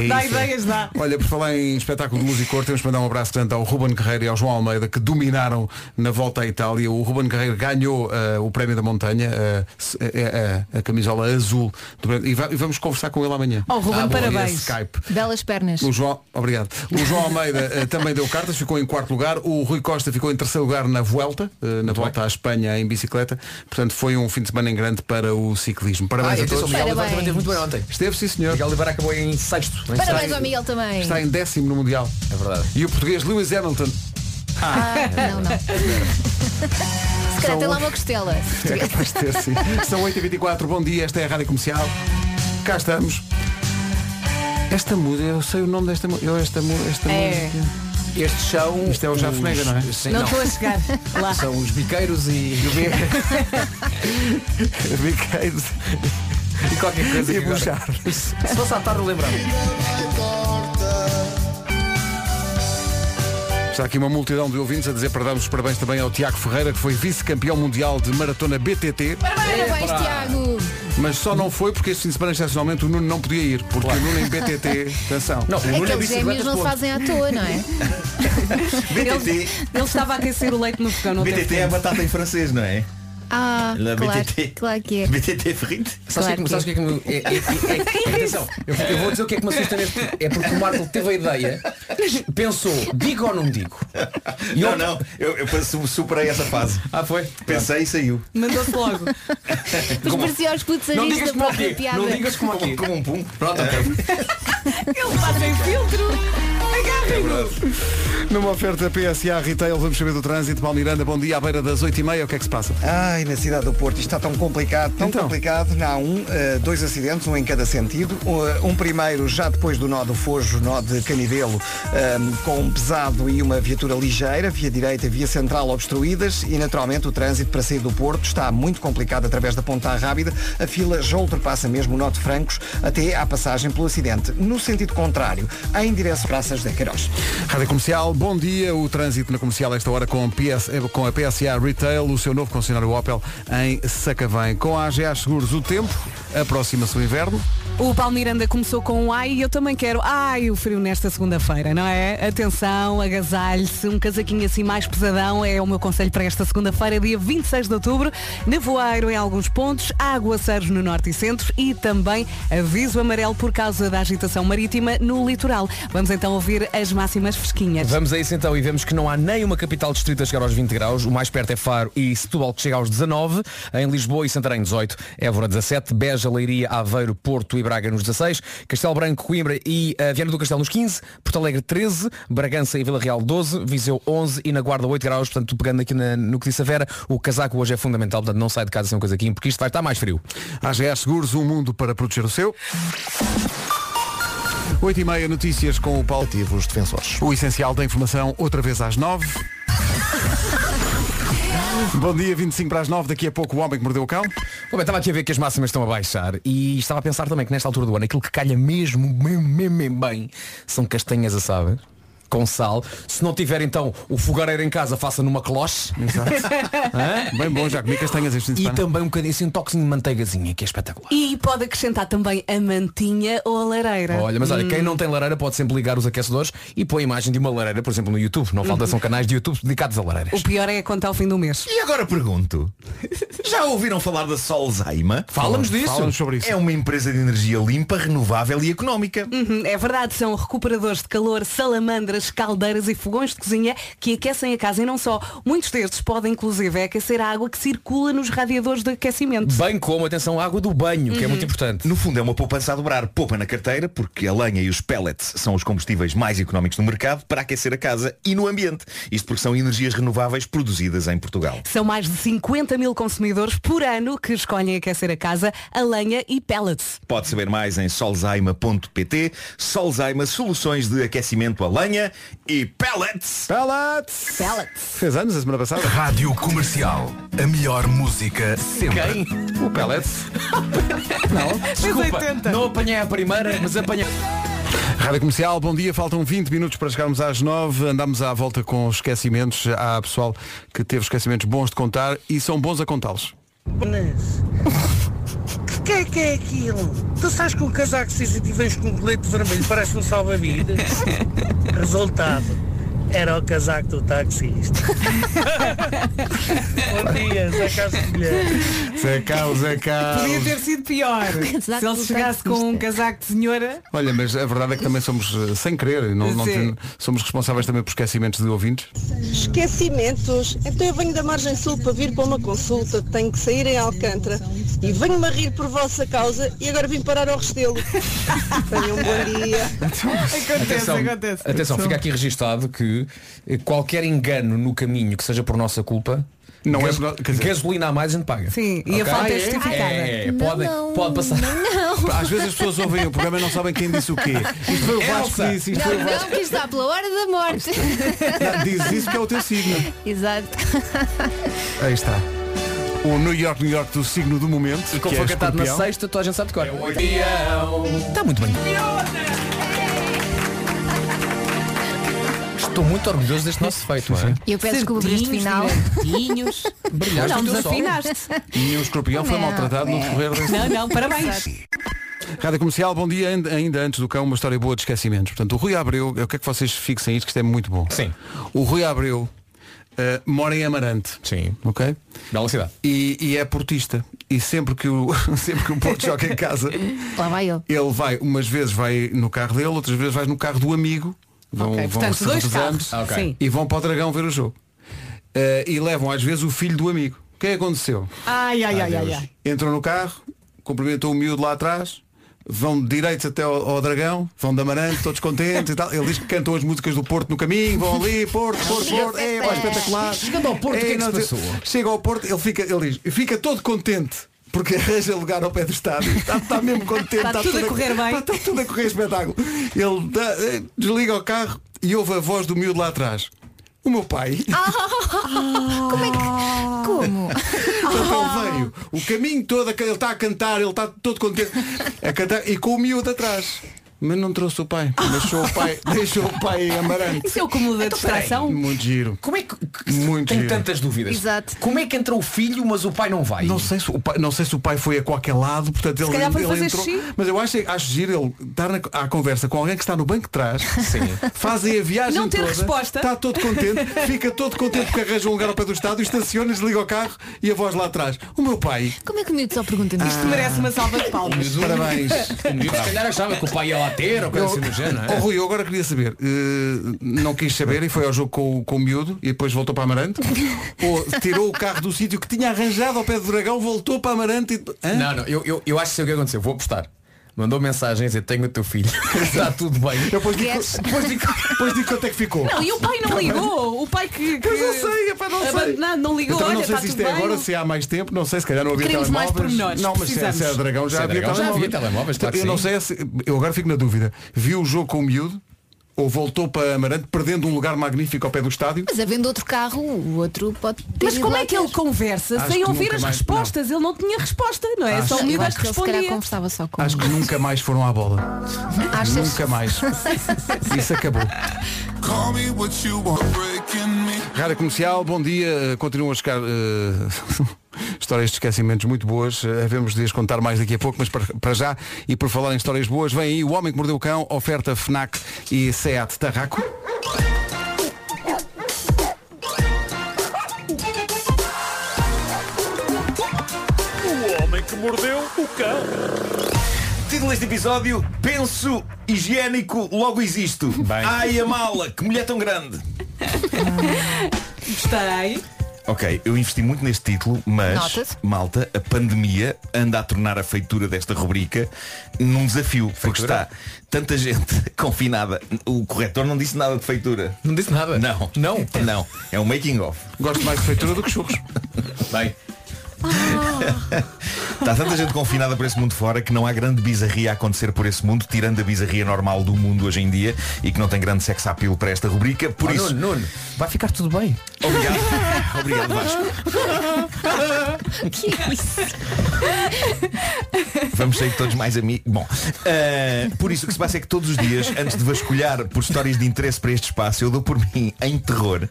[SPEAKER 4] dá ideias, dá.
[SPEAKER 2] Olha, por falar em espetáculo de música e cor, temos que mandar um abraço grande ao Ruben Carreiro e ao João Almeida que dominaram na volta à Itália. O Ruben Carreiro ganhou eh, o Prémio da Montanha, eh, se- eh, eh, a camisola azul. do Prémio- e, va- e vamos conversar com ele amanhã.
[SPEAKER 4] Oh, Ruben,
[SPEAKER 2] Ah, bom,
[SPEAKER 4] parabéns.
[SPEAKER 2] via Skype.
[SPEAKER 5] Belas pernas.
[SPEAKER 2] O João, obrigado. O João Almeida eh, também deu cartas, ficou em quarto lugar. O Rui Costa ficou em terceiro lugar na Vuelta, eh, na volta à Espanha em bicicleta. Portanto, foi um fim de semana em grande para o ciclismo. Parabéns
[SPEAKER 7] Ah,
[SPEAKER 2] a
[SPEAKER 7] atenção, o
[SPEAKER 2] todos.
[SPEAKER 7] Miguel Oliveira
[SPEAKER 5] Parabéns.
[SPEAKER 7] também teve muito bem ontem.
[SPEAKER 2] Esteve, sim
[SPEAKER 7] O
[SPEAKER 2] senhor.
[SPEAKER 7] Miguel Oliveira acabou em sexto. em
[SPEAKER 5] Parabéns
[SPEAKER 7] sexto.
[SPEAKER 5] ao Miguel também.
[SPEAKER 2] Está em décimo no Mundial.
[SPEAKER 7] É verdade.
[SPEAKER 2] E o português Lewis Hamilton
[SPEAKER 5] Ah, não, não. Se calhar tem lá uma costela.
[SPEAKER 2] É capaz de ter, sim. São 8h24, bom dia, esta é a Rádio Comercial. Cá estamos. Esta música, eu sei o nome desta música. Esta, mu- esta
[SPEAKER 4] É.
[SPEAKER 2] música.
[SPEAKER 7] Estes são.
[SPEAKER 2] Isto é o
[SPEAKER 7] os-
[SPEAKER 2] Jafunega, não é?
[SPEAKER 7] Sim,
[SPEAKER 4] Não
[SPEAKER 7] não.
[SPEAKER 4] estou a chegar lá.
[SPEAKER 7] São os biqueiros e,
[SPEAKER 2] Biqueiros
[SPEAKER 7] e qualquer coisa.
[SPEAKER 2] e
[SPEAKER 7] que agora-
[SPEAKER 2] Buchardos.
[SPEAKER 7] Se fosse à tarde, eu lembrava.
[SPEAKER 2] Está aqui uma multidão de ouvintes a dizer para darmos os parabéns também ao Tiago Ferreira, que foi vice-campeão mundial de maratona BTT,
[SPEAKER 5] Parabéns, Tiago.
[SPEAKER 2] mas só não foi porque este fim de semana, excepcionalmente, o Nuno não podia ir, porque o Nuno em BTT, atenção.
[SPEAKER 7] Não, o Nuno é
[SPEAKER 5] Aqueles gêmeos
[SPEAKER 7] bicicleta.
[SPEAKER 5] não se
[SPEAKER 7] ponto.
[SPEAKER 5] fazem à toa, não é?
[SPEAKER 3] BTT,
[SPEAKER 4] Ele estava a aquecer o leite no fogão, não teve
[SPEAKER 3] BTT é a batata em francês, não é?
[SPEAKER 5] Ah,
[SPEAKER 3] La
[SPEAKER 5] claro,
[SPEAKER 3] BTT.
[SPEAKER 5] claro que é.
[SPEAKER 3] BTT frite.
[SPEAKER 7] Sabes o que é que- sabes o que é que me. é- é- é- é- Atenção, eu eu vou dizer o que é que me assusta neste. É porque o Marco teve a ideia, pensou, digo ou não digo? E
[SPEAKER 3] Não,
[SPEAKER 7] eu-
[SPEAKER 3] não, eu, eu su- superei essa fase.
[SPEAKER 7] Ah, foi?
[SPEAKER 3] Pensei e saiu.
[SPEAKER 4] Mandou-se logo.
[SPEAKER 5] Mas parecia aos putos
[SPEAKER 7] Não
[SPEAKER 5] arisco
[SPEAKER 7] digas
[SPEAKER 5] da
[SPEAKER 7] como
[SPEAKER 5] própria
[SPEAKER 7] aqui.
[SPEAKER 5] piada.
[SPEAKER 7] Não digas como
[SPEAKER 3] Como,
[SPEAKER 7] aqui.
[SPEAKER 3] como um pum.
[SPEAKER 7] Pronto, ok.
[SPEAKER 4] Ele está sem filtro. Agarrem-no.
[SPEAKER 2] Numa oferta PSA Retail, vamos saber do trânsito. Paulo Miranda, bom dia, à beira das 8h30, o que é que se passa?
[SPEAKER 8] Ai, na cidade do Porto isto está tão complicado, tão
[SPEAKER 2] Então.
[SPEAKER 8] complicado. Na A1, eh, dois acidentes, um em cada sentido. Uh, Um primeiro já depois do nó do Fojo, nó de Canidelo, ehm, com um pesado e uma viatura ligeira, via direita e via central obstruídas e naturalmente o trânsito para sair do Porto está muito complicado através da Ponta Rábida. A fila já ultrapassa mesmo o nó de Francos até à passagem pelo acidente. No sentido contrário, em direção a Praças de Queiroz.
[SPEAKER 2] Rádio Comercial, bom dia. O trânsito na comercial esta hora com, PS, eh, com a PSA Retail, o seu novo concessionário Opel em Sacavém. Com a AGA Seguros, o tempo aproxima-se o inverno.
[SPEAKER 4] O Paulo Miranda começou com um ai e eu também quero ai o frio nesta segunda-feira, não é? Atenção, agasalhe-se, um casaquinho assim mais pesadão é o meu conselho para esta segunda-feira, dia 26 de outubro. Nevoeiro em alguns pontos, aguaceiros no norte e centro e também aviso amarelo por causa da agitação marítima no litoral. Vamos então ouvir as máximas fresquinhas.
[SPEAKER 7] Vamos a isso então e vemos que não há nenhuma capital distrito a chegar aos 20 graus. O mais perto é Faro e Setúbal que chega aos 19. Em Lisboa e Santarém 18. Évora 17. Beja, Leiria, Aveiro, Porto e Braga nos 16. Castelo Branco, Coimbra e eh, Viana do Castelo nos 15. Porto Alegre 13. Bragança e Vila Real 12. Viseu 11 e na Guarda 8 graus. Portanto, pegando aqui na- no que disse a Vera, o casaco hoje é fundamental. Portanto, não sai de casa sem um casaquinho porque isto vai estar mais frio.
[SPEAKER 2] AGA Seguros, um mundo para proteger o seu. 8 e meia notícias com o Paulo.
[SPEAKER 3] Ativos defensores.
[SPEAKER 2] O essencial da informação, outra vez às 9. Bom dia, 25 para as 9, daqui a pouco o homem que mordeu o cão.
[SPEAKER 7] Bom, bem, estava aqui a ver que as máximas estão a baixar e estava a pensar também que nesta altura do ano aquilo que calha mesmo, mesmo, mesmo, mesmo bem são castanhas assadas com sal. Se não tiver então o fogareiro em casa, faça numa cloche. Hã?
[SPEAKER 2] Bem bom, já comi castanhas este fim de
[SPEAKER 7] E
[SPEAKER 2] semana.
[SPEAKER 7] também um bocadinho, assim, um toquezinho de manteigazinha, que é espetacular.
[SPEAKER 4] E pode acrescentar também a mantinha ou a
[SPEAKER 2] É.
[SPEAKER 4] lareira.
[SPEAKER 7] Olha, mas olha,
[SPEAKER 2] Hum.
[SPEAKER 7] quem não tem lareira pode sempre ligar os aquecedores e pôr a imagem de uma lareira, por exemplo, no YouTube. Não
[SPEAKER 2] Uhum.
[SPEAKER 7] falta são canais de YouTube dedicados a lareiras.
[SPEAKER 4] O pior é contar ao fim do mês.
[SPEAKER 3] E agora pergunto, já ouviram falar da Solzaima?
[SPEAKER 7] Fala-nos disso.
[SPEAKER 2] Fala-nos sobre isso.
[SPEAKER 3] É uma empresa de energia limpa, renovável e económica.
[SPEAKER 4] Uhum, É verdade, são recuperadores de calor, salamandras, caldeiras e fogões de cozinha que aquecem a casa e não só. Muitos destes podem inclusive aquecer a água que circula nos radiadores de aquecimento.
[SPEAKER 7] Bem como, atenção, a água do banho,
[SPEAKER 2] Uhum.
[SPEAKER 7] que é muito importante.
[SPEAKER 3] No fundo é uma poupança a dobrar. Poupa na carteira, porque a lenha e os pellets são os combustíveis mais económicos do mercado para aquecer a casa e no ambiente. Isto porque são energias renováveis produzidas em Portugal.
[SPEAKER 4] São mais de 50 mil consumidores por ano que escolhem aquecer a casa a lenha e pellets.
[SPEAKER 3] Pode saber mais em solzaima.pt. Solzaima, soluções de aquecimento a lenha e pellets.
[SPEAKER 2] Pellets!
[SPEAKER 4] Pellets.
[SPEAKER 2] Fez anos a semana passada.
[SPEAKER 10] Rádio Comercial. A melhor música sempre.
[SPEAKER 2] O Pellets.
[SPEAKER 7] Desculpa, não apanhei a primeira, mas apanhei.
[SPEAKER 2] Rádio Comercial, bom dia. Faltam 20 minutos para chegarmos às 9. Andámos à volta com os esquecimentos. Há pessoal que teve esquecimentos bons de contar e são bons a contá-los.
[SPEAKER 12] O que é que é aquilo? Tu sais com um casaco cinza e vens com um colete vermelho, parece um salva-vidas. Resultado, era o casaco do taxista. Bom dia, Zé Carlos Guilherme.
[SPEAKER 2] Zé Carlos, Zé
[SPEAKER 4] Podia
[SPEAKER 2] Carlos.
[SPEAKER 4] ter sido pior. Se
[SPEAKER 5] Casaco
[SPEAKER 4] ele
[SPEAKER 5] do
[SPEAKER 4] chegasse
[SPEAKER 5] taxista.
[SPEAKER 4] com um casaco de senhora.
[SPEAKER 2] Olha, mas a verdade é que também somos, eh, sem querer, não, não
[SPEAKER 4] Sim.
[SPEAKER 2] tem- somos responsáveis também por esquecimentos de ouvintes.
[SPEAKER 12] Esquecimentos. Então eu venho da margem sul para vir para uma consulta. Tenho que sair em Alcântara. E venho-me a rir por vossa causa e agora vim parar ao Restelo. Tenham um bom dia.
[SPEAKER 4] Acontece,
[SPEAKER 7] Atenção,
[SPEAKER 4] acontece.
[SPEAKER 7] atenção, fica aqui registado que eh, qualquer engano no caminho que seja por nossa culpa,
[SPEAKER 2] Não é
[SPEAKER 7] gas-
[SPEAKER 2] por no- quer dizer-
[SPEAKER 7] gasolina a mais a gente paga.
[SPEAKER 4] Sim, e a
[SPEAKER 7] Ok?
[SPEAKER 4] falta é
[SPEAKER 7] Ah,
[SPEAKER 4] justificada.
[SPEAKER 7] É,
[SPEAKER 5] Não,
[SPEAKER 7] pode,
[SPEAKER 5] não,
[SPEAKER 7] pode passar.
[SPEAKER 5] Não,
[SPEAKER 2] Às vezes as pessoas ouvem o programa e não sabem quem disse o quê. Isto foi o Vasco
[SPEAKER 7] Elsa!
[SPEAKER 2] que disse, isto foi
[SPEAKER 5] não,
[SPEAKER 2] o
[SPEAKER 5] não,
[SPEAKER 2] Vasco.
[SPEAKER 5] que está pela hora da morte.
[SPEAKER 2] Não, Diz isso que é o teu signo.
[SPEAKER 5] Exato.
[SPEAKER 2] Aí está. O New York, New York do signo do momento.
[SPEAKER 7] E como
[SPEAKER 2] que
[SPEAKER 7] foi
[SPEAKER 2] é
[SPEAKER 7] cantado na
[SPEAKER 2] escorpião.
[SPEAKER 7] sexta, toda a gente sabe de cor.
[SPEAKER 2] Tá
[SPEAKER 7] Está muito bem. Estou muito orgulhoso deste nosso feito, não é?
[SPEAKER 5] E eu peço desculpa por este final.
[SPEAKER 4] né? Direitinhos.
[SPEAKER 7] Brilhaste
[SPEAKER 4] Não,
[SPEAKER 7] no teu sol.
[SPEAKER 4] desafinaste.
[SPEAKER 2] E o escorpião foi
[SPEAKER 5] Não,
[SPEAKER 2] maltratado no
[SPEAKER 5] é.
[SPEAKER 2] decorrer desse
[SPEAKER 4] Não, não, parabéns.
[SPEAKER 2] Rádio Comercial, bom dia. Ainda- Ainda antes do cão, uma história boa de esquecimentos. Portanto, o Rui Abreu, eu quero que vocês fixem isto, que isto é muito bom.
[SPEAKER 7] Sim.
[SPEAKER 2] O Rui Abreu eh, mora em Amarante.
[SPEAKER 7] Sim.
[SPEAKER 2] Ok?
[SPEAKER 7] Bela cidade.
[SPEAKER 2] E, e é portista. E sempre que o, sempre que o Porto joga em casa,
[SPEAKER 5] Lá vai ele.
[SPEAKER 2] ele vai, umas vezes vai no carro dele, outras vezes vai no carro do amigo. Vão,
[SPEAKER 4] Ok,
[SPEAKER 2] vão
[SPEAKER 4] portanto,
[SPEAKER 2] se
[SPEAKER 4] dois
[SPEAKER 2] revezando
[SPEAKER 4] carros. Sim.
[SPEAKER 2] E vão para o Dragão ver o jogo. Eh, e levam às vezes o filho do amigo. O que é que aconteceu?
[SPEAKER 4] Ai, ai, ai, ai,
[SPEAKER 2] Deus.
[SPEAKER 4] ai.
[SPEAKER 2] Entram no carro, cumprimentam o miúdo lá atrás, vão direitos até ao, ao dragão, vão da Amarante, todos contentes e tal. Ele diz que cantam as músicas do Porto no caminho, vão ali, Porto, Porto, Porto, é, vai espetacular.
[SPEAKER 7] Chegando ao Porto, o que é que
[SPEAKER 2] não
[SPEAKER 7] se
[SPEAKER 2] sei-
[SPEAKER 7] passou?
[SPEAKER 2] Chega ao Porto, ele fica, ele diz, fica todo contente. Porque arranja lugar ao pé do estádio. Está, está mesmo contente.
[SPEAKER 4] Está tudo a correr bem.
[SPEAKER 2] Está, está tudo a correr espetáculo. Ele dá- eh, desliga o carro e ouve a voz do miúdo lá atrás. O meu pai.
[SPEAKER 4] Ah.
[SPEAKER 5] Como é que. Como?
[SPEAKER 2] Então ele veio o caminho todo, a ca- ele está a cantar, ele está todo contente a cantar e com o miúdo atrás. Mas não trouxe o pai, deixou o pai, deixou o pai em amarante.
[SPEAKER 4] Isso é o cúmulo
[SPEAKER 5] Então,
[SPEAKER 4] da distração.
[SPEAKER 2] Muito giro.
[SPEAKER 7] Como é que. que-
[SPEAKER 2] Muito
[SPEAKER 7] tenho
[SPEAKER 2] giro.
[SPEAKER 7] tantas dúvidas.
[SPEAKER 5] Exato.
[SPEAKER 7] Como é que entra o filho, mas o pai não vai?
[SPEAKER 2] Não sei, se o pai, não sei se o pai foi a qualquer lado, portanto ele,
[SPEAKER 4] calhar foi
[SPEAKER 2] ele
[SPEAKER 4] fazer
[SPEAKER 2] entrou.
[SPEAKER 4] xixi.
[SPEAKER 2] Mas eu acho, acho giro ele estar na, à conversa com alguém que está no banco de trás, fazem a viagem
[SPEAKER 4] Não ter
[SPEAKER 2] toda,
[SPEAKER 4] resposta.
[SPEAKER 2] está todo contente, fica todo contente porque arranja um lugar ao pé do estádio, estaciona, desliga o carro e a voz lá atrás. O meu pai,
[SPEAKER 5] Como é que o miúdo só pergunta nisto?
[SPEAKER 4] Isto merece uma salva de palmas.
[SPEAKER 2] parabéns.
[SPEAKER 7] O miúdo, se calhar achava que o pai ia lá ter ou coisa assim do género, não
[SPEAKER 2] Oh,
[SPEAKER 7] é?
[SPEAKER 2] Rui, eu agora queria saber, eh, não quis saber e foi ao jogo com, o- com o miúdo e depois voltou para Amarante? Ou tirou o carro do sítio que tinha arranjado ao pé do dragão, voltou para Amarante e.
[SPEAKER 3] É?
[SPEAKER 2] Hã?
[SPEAKER 7] Não, não, eu, eu, eu acho que sei o que aconteceu, vou apostar. Mandou mensagem a dizer, tenho o teu filho, está tudo bem.
[SPEAKER 2] Eu depois digo,
[SPEAKER 5] Yes.
[SPEAKER 2] depois, digo, depois digo quanto é que ficou.
[SPEAKER 4] Não, e o pai não ligou. O pai que. que
[SPEAKER 2] Mas não sei, epá, não sei.
[SPEAKER 4] Abandonado, não ligou.
[SPEAKER 2] Eu também
[SPEAKER 4] Olha,
[SPEAKER 2] não sei
[SPEAKER 4] está
[SPEAKER 2] se isto
[SPEAKER 4] tudo
[SPEAKER 2] é
[SPEAKER 4] bem.
[SPEAKER 2] agora, se há mais tempo, não sei, se calhar não havia
[SPEAKER 4] Queremos mais
[SPEAKER 2] telemóveis.
[SPEAKER 4] pormenores,
[SPEAKER 2] não, mas se é- se é
[SPEAKER 4] precisamos.
[SPEAKER 2] dragão
[SPEAKER 7] Se
[SPEAKER 2] já
[SPEAKER 7] é
[SPEAKER 2] havia
[SPEAKER 7] dragão, já
[SPEAKER 2] telemóveis. Então,
[SPEAKER 7] havia telemóveis, claro que
[SPEAKER 2] eu não
[SPEAKER 7] sim.
[SPEAKER 2] sei se, eu agora fico na dúvida. Vi o jogo com o miúdo, ou voltou para Amarante, perdendo um lugar magnífico ao pé do estádio?
[SPEAKER 5] Mas havendo outro carro, o outro pode ter.
[SPEAKER 4] Mas
[SPEAKER 5] ido
[SPEAKER 4] como
[SPEAKER 5] lá
[SPEAKER 4] é que
[SPEAKER 5] ter.
[SPEAKER 4] ele conversa
[SPEAKER 2] Acho
[SPEAKER 4] sem
[SPEAKER 2] que
[SPEAKER 4] ouvir
[SPEAKER 2] nunca
[SPEAKER 4] as
[SPEAKER 2] mais-
[SPEAKER 4] respostas? Ele não tinha resposta, não é?
[SPEAKER 2] Acho-
[SPEAKER 4] Só o
[SPEAKER 5] Eu
[SPEAKER 4] miúdo é
[SPEAKER 5] acho
[SPEAKER 4] que
[SPEAKER 5] que ele se calhar
[SPEAKER 4] respondia.
[SPEAKER 5] conversava só com
[SPEAKER 2] Acho que nunca mais foram à bola.
[SPEAKER 5] Achas?
[SPEAKER 2] Nunca mais. Isso acabou. Rádio Comercial, bom dia. Uh, Continuam a chegar uh, histórias de esquecimentos muito boas. Uh, Havemos de as contar mais daqui a pouco, mas para, para já, e por falar em histórias boas, vem aí o Homem que Mordeu o Cão, oferta FNAC e SEAT Tarraco.
[SPEAKER 13] O homem que mordeu o cão.
[SPEAKER 3] Título deste episódio, penso higiênico, logo existo. Ai, a mala, que mulher tão grande.
[SPEAKER 4] Gostei.
[SPEAKER 3] Ok, eu investi muito neste título, mas
[SPEAKER 5] Nota-se.
[SPEAKER 3] malta, a pandemia anda a tornar a feitura desta rubrica num desafio, porque está tanta gente confinada. O corretor não disse nada de feitura.
[SPEAKER 7] Não disse nada.
[SPEAKER 3] Não. Não? Não. É um making of.
[SPEAKER 2] Gosto mais de feitura do que churros.
[SPEAKER 3] Bem. Está Ah. Tá tanta gente confinada por esse mundo fora que não há grande bizarria a acontecer por esse mundo, tirando a bizarria normal do mundo hoje em dia e que não tem grande sex appeal para esta rubrica. Por
[SPEAKER 7] Oh,
[SPEAKER 3] isso,
[SPEAKER 7] Nuno, Nuno, vai ficar tudo bem.
[SPEAKER 3] Ah, obrigado. obrigado, Vasco.
[SPEAKER 5] que isso?
[SPEAKER 3] Vamos sair todos mais amigos. Bom, eh, por isso o que se passa é que todos os dias, antes de vasculhar por histórias de interesse para este espaço, eu dou por mim, em terror,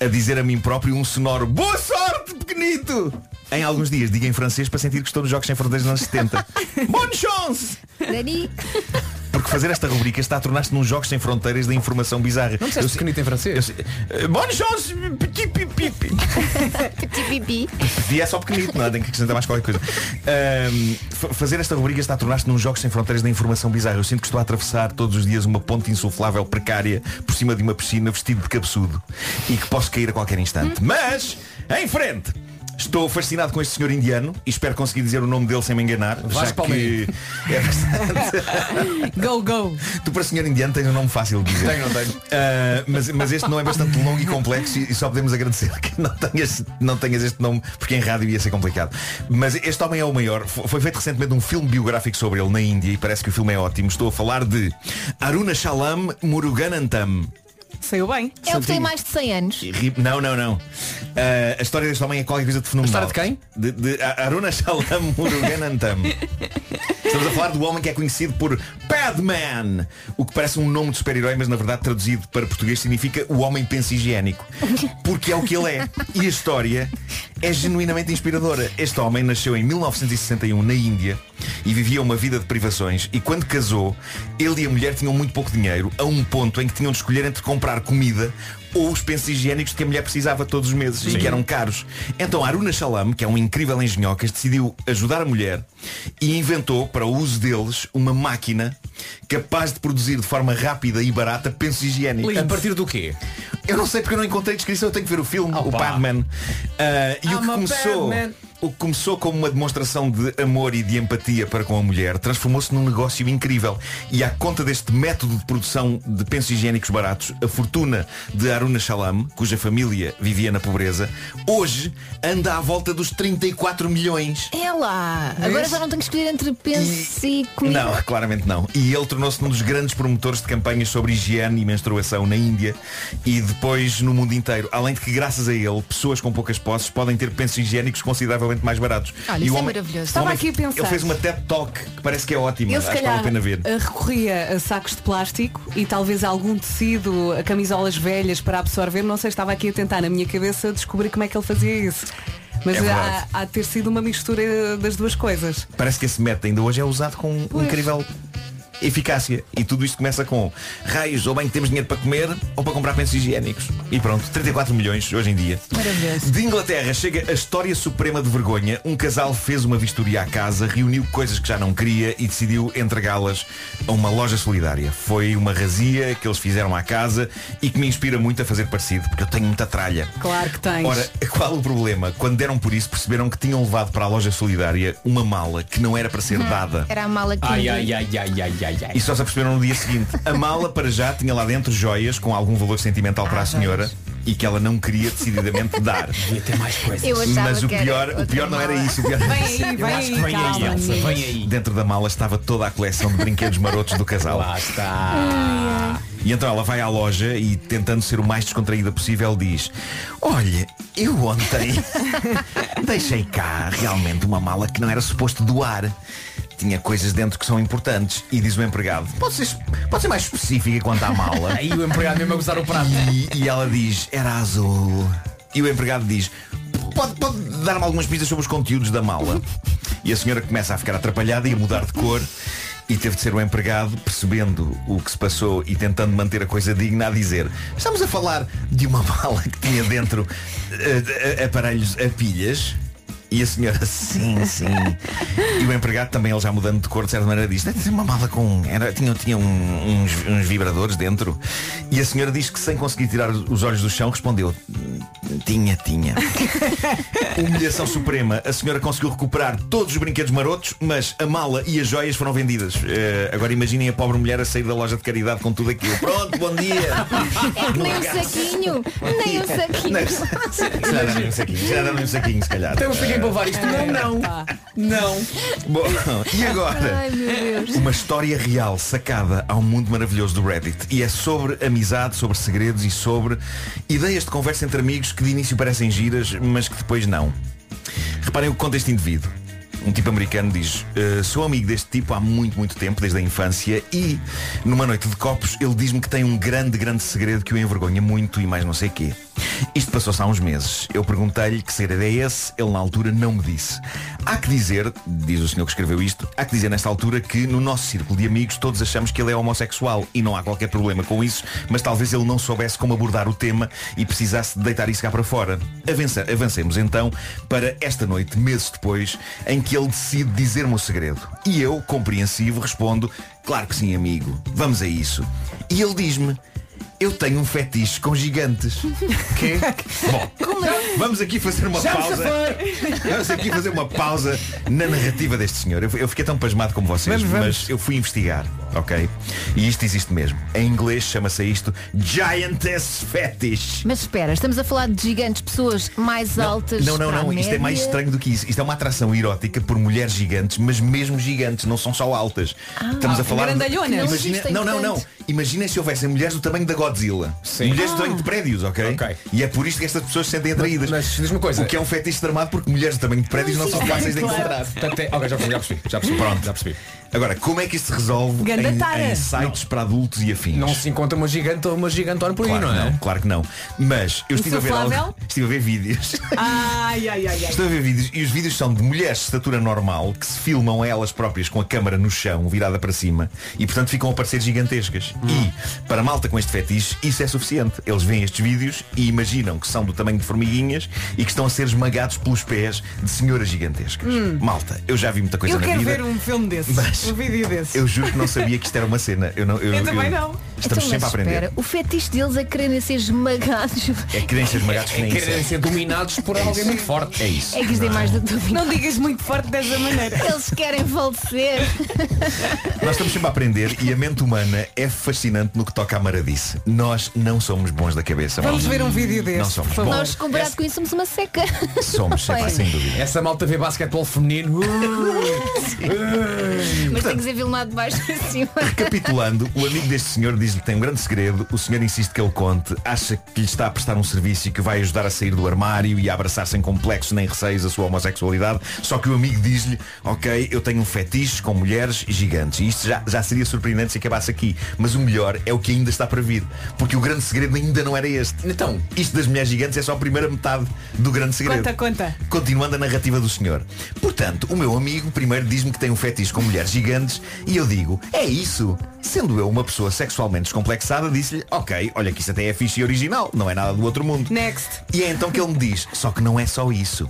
[SPEAKER 3] a dizer a mim próprio um sonoro Boa sorte, pequenito! Em alguns dias, digo em francês para sentir que estou nos Jogos Sem Fronteiras nos anos 70. Bonne chance!
[SPEAKER 5] Dani,
[SPEAKER 3] Porque fazer esta rubrica está a tornar-se num Jogos Sem Fronteiras da informação bizarra.
[SPEAKER 7] Não disseste
[SPEAKER 3] Eu sei-
[SPEAKER 7] pequenito em
[SPEAKER 3] eu
[SPEAKER 7] francês?
[SPEAKER 3] sei- eh, Bonne chance! Petit pipi.
[SPEAKER 5] petit bibi.
[SPEAKER 3] E é só pequenito, não é? Tem que acrescentar mais qualquer coisa. Ahm, fa- fazer esta rubrica está a tornar-se num Jogos Sem Fronteiras da informação bizarra. Eu sinto que estou a atravessar todos os dias uma ponte insuflável precária por cima de uma piscina vestido de cabeçudo e que posso cair a qualquer instante. Mas, em frente! Estou fascinado com este senhor indiano e espero conseguir dizer o nome dele sem me enganar, já que
[SPEAKER 7] Palmeiro.
[SPEAKER 3] é bastante...
[SPEAKER 4] Go, go.
[SPEAKER 3] Tu para senhor indiano tens um nome fácil de dizer.
[SPEAKER 7] Tenho, não tenho.
[SPEAKER 3] Ah, mas, mas este não é bastante longo e complexo e só podemos agradecer que não tenhas, não tenhas este nome, porque em rádio ia ser complicado. Mas este homem é o maior. F- Foi feito recentemente um filme biográfico sobre ele na Índia e parece que o filme é ótimo. Estou a falar de Aruna Shalam Muruganantam.
[SPEAKER 4] Saiu bem.
[SPEAKER 5] É o que tem mais de 100 anos.
[SPEAKER 3] E ri- Não, não, não. Ah, a história deste homem é qualquer coisa de fenomenal.
[SPEAKER 7] A história
[SPEAKER 3] de quem? De, A- Aruna Shalam Muruganantam. Estamos a falar do homem que é conhecido por Padman, o que parece um nome de super-herói, mas na verdade traduzido para português significa o homem pensa higiênico. Porque é o que ele é. E a história é genuinamente inspiradora. Este homem nasceu em 1961 na Índia e vivia uma vida de privações e quando casou, ele e a mulher tinham muito pouco dinheiro, a um ponto em que tinham de escolher entre comprar comida ou os pensos higiênicos que a mulher precisava todos os meses e que eram caros. Então Aruna Shalam, que é um incrível engenhocas, decidiu ajudar a mulher e inventou para o uso deles uma máquina capaz de produzir de forma rápida e barata pensos higiênicos.
[SPEAKER 7] A partir do quê?
[SPEAKER 3] Eu não sei porque eu não encontrei descrição, eu tenho que ver o filme, o
[SPEAKER 7] pá.
[SPEAKER 3] Padman. Ah, e o que
[SPEAKER 7] I'm a
[SPEAKER 3] começou.
[SPEAKER 7] Padman.
[SPEAKER 3] O que começou como uma demonstração de amor e de empatia para com a mulher transformou-se num negócio incrível. E à conta deste método de produção de pensos higiênicos baratos, a fortuna de Aruna Shalam, cuja família vivia na pobreza, hoje anda à volta dos 34 milhões.
[SPEAKER 5] É lá. Agora já não tenho que escolher entre penso e comida.
[SPEAKER 3] Não, claramente não. E ele tornou-se um dos grandes promotores de campanhas sobre higiene e menstruação na Índia e depois no mundo inteiro. Além de que, graças a ele, pessoas com poucas posses podem ter pensos higiênicos consideravelmente mais baratos.
[SPEAKER 5] Olha,
[SPEAKER 3] E
[SPEAKER 5] isso
[SPEAKER 3] o
[SPEAKER 5] é
[SPEAKER 3] homem-
[SPEAKER 5] maravilhoso.
[SPEAKER 3] o
[SPEAKER 5] Estava
[SPEAKER 3] homem-
[SPEAKER 4] aqui a pensar.
[SPEAKER 3] Ele fez uma TED Talk que parece que é ótima.
[SPEAKER 4] Eu
[SPEAKER 3] Acho
[SPEAKER 4] se
[SPEAKER 3] que vale
[SPEAKER 4] calhar
[SPEAKER 3] a pena ver.
[SPEAKER 4] eh, recorria a sacos de plástico e talvez algum tecido, a camisolas velhas para absorver. Não sei, estava aqui a tentar na minha cabeça descobrir como é que ele fazia isso. Mas
[SPEAKER 3] É verdade.
[SPEAKER 4] há, há de ter sido uma mistura das duas coisas.
[SPEAKER 3] Parece que esse método ainda hoje é usado com
[SPEAKER 4] Pois.
[SPEAKER 3] incrível eficácia. E tudo isto começa com raios, ou bem que temos dinheiro para comer, ou para comprar pensos higiênicos. E pronto, 34 milhões hoje em dia.
[SPEAKER 5] Maravilhoso.
[SPEAKER 3] De Inglaterra chega a história suprema de vergonha. Um casal fez uma vistoria à casa, reuniu coisas que já não queria e decidiu entregá-las a uma loja solidária. Foi uma razia que eles fizeram à casa e que me inspira muito a fazer parecido, porque eu tenho muita tralha.
[SPEAKER 4] Claro que tens.
[SPEAKER 3] Ora, qual o problema? Quando deram por isso, perceberam que tinham levado para a loja solidária uma mala que não era para ser
[SPEAKER 5] Hum.
[SPEAKER 3] dada.
[SPEAKER 5] Era a mala que.
[SPEAKER 7] Ai, ai, ai, ai, ai, ai, ai.
[SPEAKER 3] E só se aperceberam no dia seguinte. A mala para já tinha lá dentro joias com algum valor sentimental
[SPEAKER 5] Ah,
[SPEAKER 3] para a senhora e que ela não queria decididamente dar.
[SPEAKER 5] Eu achava
[SPEAKER 3] Mas o
[SPEAKER 5] que era
[SPEAKER 3] pior, o
[SPEAKER 5] outra
[SPEAKER 3] pior não era
[SPEAKER 5] mala.
[SPEAKER 3] isso. O pior era
[SPEAKER 4] Vem aí, vem aí,
[SPEAKER 7] Vem aí,
[SPEAKER 4] calma.
[SPEAKER 7] Elsa, vem aí.
[SPEAKER 3] Dentro da mala estava toda a coleção de brinquedos marotos do casal.
[SPEAKER 7] Lá está.
[SPEAKER 3] E então ela vai à loja e tentando ser o mais descontraída possível diz Olha, eu ontem deixei cá realmente uma mala que não era suposto doar tinha coisas dentro que são importantes e diz o empregado pode ser, pode ser mais específica quanto à mala
[SPEAKER 7] Aí o empregado mesmo a gozar o prato.
[SPEAKER 3] e, e ela diz era azul e o empregado diz pode, pode dar-me algumas pistas sobre os conteúdos da mala e a senhora começa a ficar atrapalhada e a mudar de cor e teve de ser o empregado percebendo o que se passou e tentando manter a coisa digna a dizer estamos a falar de uma mala que tinha dentro eh, eh, aparelhos a pilhas e a senhora, sim, sim. e o empregado também, ele já mudando de cor, de certa maneira, diz, deve ser uma mala com. Era, tinha tinha um- uns, uns vibradores dentro. E a senhora diz que sem conseguir tirar os olhos do chão, respondeu, tinha, tinha. Humilhação suprema. A senhora conseguiu recuperar todos os brinquedos marotos, mas a mala e as joias foram vendidas. Eh, agora imaginem a pobre mulher a sair da loja de caridade com tudo aquilo. Pronto, bom dia.
[SPEAKER 11] É que nem um saquinho, nem um saquinho.
[SPEAKER 3] Já dá-lhe um saquinho, já dá-lhe um saquinho, se calhar.
[SPEAKER 11] Tem um saquinho
[SPEAKER 7] Então para levar isto. Não, não. Não.
[SPEAKER 3] Bom, e agora?
[SPEAKER 11] Ai, meu Deus.
[SPEAKER 3] Uma história real sacada ao mundo maravilhoso do Reddit. E é sobre amizade, sobre segredos e sobre ideias de conversa entre amigos que de início parecem giras, mas que depois não. Reparem o que conta este indivíduo. Um tipo americano diz, "Eh, sou amigo deste tipo há muito, muito tempo, desde a infância, e numa noite de copos ele diz-me que tem um grande, grande segredo que o envergonha muito e mais não sei quê. Isto passou-se há uns meses. Eu perguntei-lhe que segredo é esse, ele na altura não me disse. Há que dizer, diz o senhor que escreveu isto, há que dizer nesta altura que no nosso círculo de amigos todos achamos que ele é homossexual e não há qualquer problema com isso, mas talvez ele não soubesse como abordar o tema e precisasse de deitar isso cá para fora. Avança- avancemos então para esta noite, meses depois, em que ele decide dizer-me o segredo. E eu, compreensivo, respondo, claro que sim, amigo, vamos a isso. E ele diz-me, eu tenho um fetiche com gigantes. Quê? Bom, vamos aqui fazer uma
[SPEAKER 11] é? Já me
[SPEAKER 3] pausa.
[SPEAKER 11] safei.
[SPEAKER 3] Vamos aqui fazer uma pausa na narrativa deste senhor. Eu, eu fiquei tão pasmado como vocês,
[SPEAKER 11] Vamos, vamos.
[SPEAKER 3] mas eu fui investigar, ok? E isto existe mesmo. Em inglês chama-se isto Giantess Fetish.
[SPEAKER 5] Mas espera, estamos a falar de gigantes, pessoas mais altas.
[SPEAKER 3] Não, não,
[SPEAKER 5] para a
[SPEAKER 3] não, isto é mais
[SPEAKER 5] média.
[SPEAKER 3] estranho do que isso. Isto é uma atração erótica por mulheres gigantes, mas mesmo gigantes, não são só altas.
[SPEAKER 5] Ah,
[SPEAKER 3] Estamos a
[SPEAKER 5] ah,
[SPEAKER 3] falar.
[SPEAKER 5] grandalhonas. Não
[SPEAKER 3] Imagina...
[SPEAKER 5] existem
[SPEAKER 3] Não, não, não.
[SPEAKER 5] tanto.
[SPEAKER 3] Imaginem se houvessem mulheres do tamanho da Godzilla. Mulheres do tamanho de prédios, ok? E é por isto que estas pessoas se sentem atraídas. Mas
[SPEAKER 7] diz-me coisa.
[SPEAKER 3] O que é um fetiche tramado porque mulheres do tamanho de prédios não,
[SPEAKER 7] Não
[SPEAKER 3] são
[SPEAKER 7] existem,
[SPEAKER 3] fáceis de
[SPEAKER 7] claro.
[SPEAKER 3] encontrar.
[SPEAKER 7] Portanto, é- ok, já percebi, já percebi, já percebi.
[SPEAKER 3] Pronto.
[SPEAKER 7] Já percebi.
[SPEAKER 3] Agora, como é que isto se resolve
[SPEAKER 7] Ganda tara.
[SPEAKER 3] em, em sites para adultos e afins?
[SPEAKER 7] Não se encontra uma gigante ou uma gigantona por aí,
[SPEAKER 3] Claro
[SPEAKER 7] não
[SPEAKER 3] que
[SPEAKER 7] é?
[SPEAKER 3] não, claro que não. Mas eu estive a ver
[SPEAKER 7] Insuflável?
[SPEAKER 3] algo, estive a ver vídeos.
[SPEAKER 4] Ai, ai, ai, ai.
[SPEAKER 3] Estou a ver vídeos e os vídeos são de mulheres de estatura normal que se filmam a elas próprias com a câmara no chão, virada para cima, e portanto ficam a parecer gigantescas. E, para a malta com este fetiche, isso é suficiente. Eles veem estes vídeos e imaginam que são do tamanho de formiguinhas e que estão a ser esmagados pelos pés de senhoras gigantescas.
[SPEAKER 4] Hum.
[SPEAKER 3] Malta, eu já vi muita coisa
[SPEAKER 4] Eu
[SPEAKER 3] na
[SPEAKER 4] quero
[SPEAKER 3] vida.
[SPEAKER 4] ver um filme desse. Um vídeo desse.
[SPEAKER 3] Eu juro que não sabia que isto era uma cena. Eu, não, eu,
[SPEAKER 4] Eu também não.
[SPEAKER 3] Estamos
[SPEAKER 5] Então, mas
[SPEAKER 3] sempre a aprender.
[SPEAKER 5] Espera, o fetiche deles é quererem ser esmagados.
[SPEAKER 3] É que nem ser esmagados que
[SPEAKER 7] É
[SPEAKER 3] nem
[SPEAKER 7] quererem
[SPEAKER 3] insetos.
[SPEAKER 7] ser dominados por
[SPEAKER 3] É
[SPEAKER 7] alguém
[SPEAKER 3] isso.
[SPEAKER 7] muito forte.
[SPEAKER 3] É isso.
[SPEAKER 5] É que isto é mais do que
[SPEAKER 4] Não digas muito forte dessa maneira.
[SPEAKER 5] Eles querem falecer.
[SPEAKER 3] Nós estamos sempre a aprender e a mente humana é fascinante no que toca à maradice. Nós não somos bons da cabeça.
[SPEAKER 5] Vamos
[SPEAKER 3] malta.
[SPEAKER 5] ver um vídeo
[SPEAKER 3] Não somos
[SPEAKER 5] Nós,
[SPEAKER 3] bons.
[SPEAKER 5] comparado com isso, somos uma seca.
[SPEAKER 4] Hum.
[SPEAKER 3] Somos, sempre,
[SPEAKER 5] Bem,
[SPEAKER 3] sem dúvida.
[SPEAKER 7] Essa malta vê basquetebol feminino. Uh,
[SPEAKER 5] Mas tem que ser filmado de baixo para cima.
[SPEAKER 3] Recapitulando, o amigo deste senhor diz-lhe que tem um grande segredo, o senhor insiste que ele conte, acha que lhe está a prestar um serviço e que vai ajudar a sair do armário e a abraçar sem complexos nem receios a sua homossexualidade, só que o amigo diz-lhe, ok, eu tenho um fetiche com mulheres gigantes, e isto já, já seria surpreendente se acabasse aqui, mas o melhor é o que ainda está para vir, porque o grande segredo ainda não era este. Então, isto das mulheres gigantes é só a primeira metade do grande segredo.
[SPEAKER 4] Conta, conta.
[SPEAKER 3] Continuando a narrativa do senhor. Portanto, o meu amigo primeiro diz-me que tem um fetiche com mulheres gigantes e eu digo, é isso. Sendo eu uma pessoa sexualmente descomplexada, disse-lhe, ok, olha que isso até é fixe e original, não é nada do outro mundo.
[SPEAKER 4] Next.
[SPEAKER 3] E é então que ele me diz, só que não é só isso.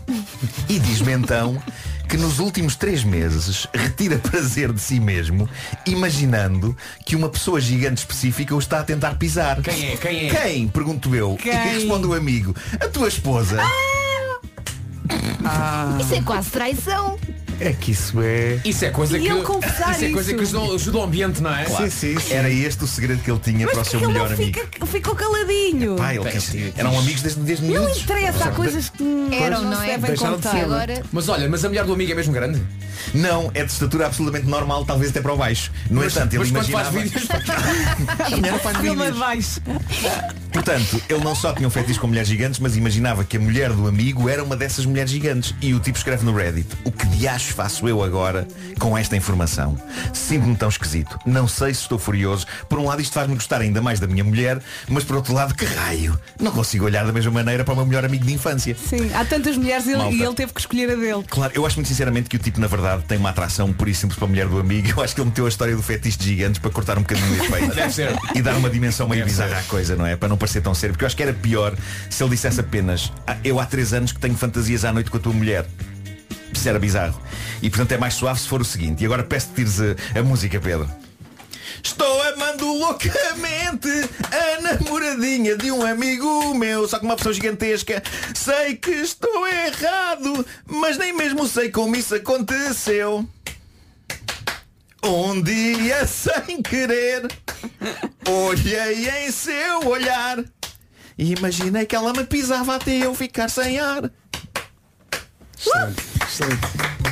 [SPEAKER 3] E diz-me então que nos últimos três meses retira prazer de si mesmo, imaginando que uma pessoa gigante específica o está a tentar pisar.
[SPEAKER 7] Quem é? Quem é?
[SPEAKER 3] Quem? Pergunto eu.
[SPEAKER 7] Quem?
[SPEAKER 3] E responde o amigo, a tua esposa.
[SPEAKER 5] Isso é quase traição.
[SPEAKER 2] É que isso é.
[SPEAKER 7] Isso é coisa
[SPEAKER 4] E
[SPEAKER 7] que.
[SPEAKER 4] ele confessar
[SPEAKER 7] isso é coisa
[SPEAKER 4] isso.
[SPEAKER 7] que ajuda, ajuda o ambiente, não é?
[SPEAKER 3] Claro. Era este o segredo que ele tinha para o
[SPEAKER 4] Mas
[SPEAKER 3] seu
[SPEAKER 4] porque ele
[SPEAKER 3] melhor
[SPEAKER 4] não
[SPEAKER 3] amigo.
[SPEAKER 4] fica, ficou caladinho.
[SPEAKER 3] Pá, ele quis- eram amigos desde 10
[SPEAKER 4] Não
[SPEAKER 3] minutos.
[SPEAKER 4] interessa, há coisas que
[SPEAKER 5] Eram,
[SPEAKER 4] não,
[SPEAKER 5] não
[SPEAKER 4] se
[SPEAKER 5] é?
[SPEAKER 4] devem
[SPEAKER 3] Deixaram de
[SPEAKER 4] contar.
[SPEAKER 3] ser.
[SPEAKER 5] Agora
[SPEAKER 7] Mas olha, mas a mulher do amigo é mesmo grande?
[SPEAKER 3] Não, é de estatura absolutamente normal, talvez até para o baixo. No
[SPEAKER 7] Mas-
[SPEAKER 3] entanto, ele
[SPEAKER 7] mas quando faz
[SPEAKER 3] imaginava. Não faz
[SPEAKER 4] Filma
[SPEAKER 3] vídeos.
[SPEAKER 4] baixo.
[SPEAKER 3] Portanto, ele não só tinha um fetiche com mulheres gigantes, mas imaginava que a mulher do amigo era uma dessas mulheres gigantes. E o tipo escreve no Reddit: O que diacho faço eu agora com esta informação? Sinto-me tão esquisito. Não sei se estou furioso. Por um lado, isto faz-me gostar ainda mais da minha mulher, mas por outro lado, que raio! Não consigo olhar da mesma maneira para o meu melhor amigo de infância.
[SPEAKER 4] Sim, há tantas mulheres e ele,
[SPEAKER 3] Malta.
[SPEAKER 4] e ele teve que escolher a dele.
[SPEAKER 3] Claro, eu acho muito sinceramente que o tipo, na verdade, tem uma atração por e simples para a mulher do amigo. Eu acho que ele meteu a história do fetiche de gigantes para cortar um bocadinho o efeito.
[SPEAKER 7] Deve ser.
[SPEAKER 3] E dar uma dimensão meio bizarra à coisa, não é? Para não parecer tão sério. Porque eu acho que era pior se ele dissesse apenas "Ah, eu há três anos que tenho fantasias à noite com a tua mulher. Isso era bizarro. E portanto é mais suave se for o seguinte. E agora peço-te tires a, a música, Pedro. Estou amando loucamente a namoradinha de um amigo meu, só que uma pessoa gigantesca. Sei que estou errado, mas nem mesmo sei como isso aconteceu. Um dia sem querer, olhei em seu olhar e imaginei que ela me pisava até eu ficar sem ar.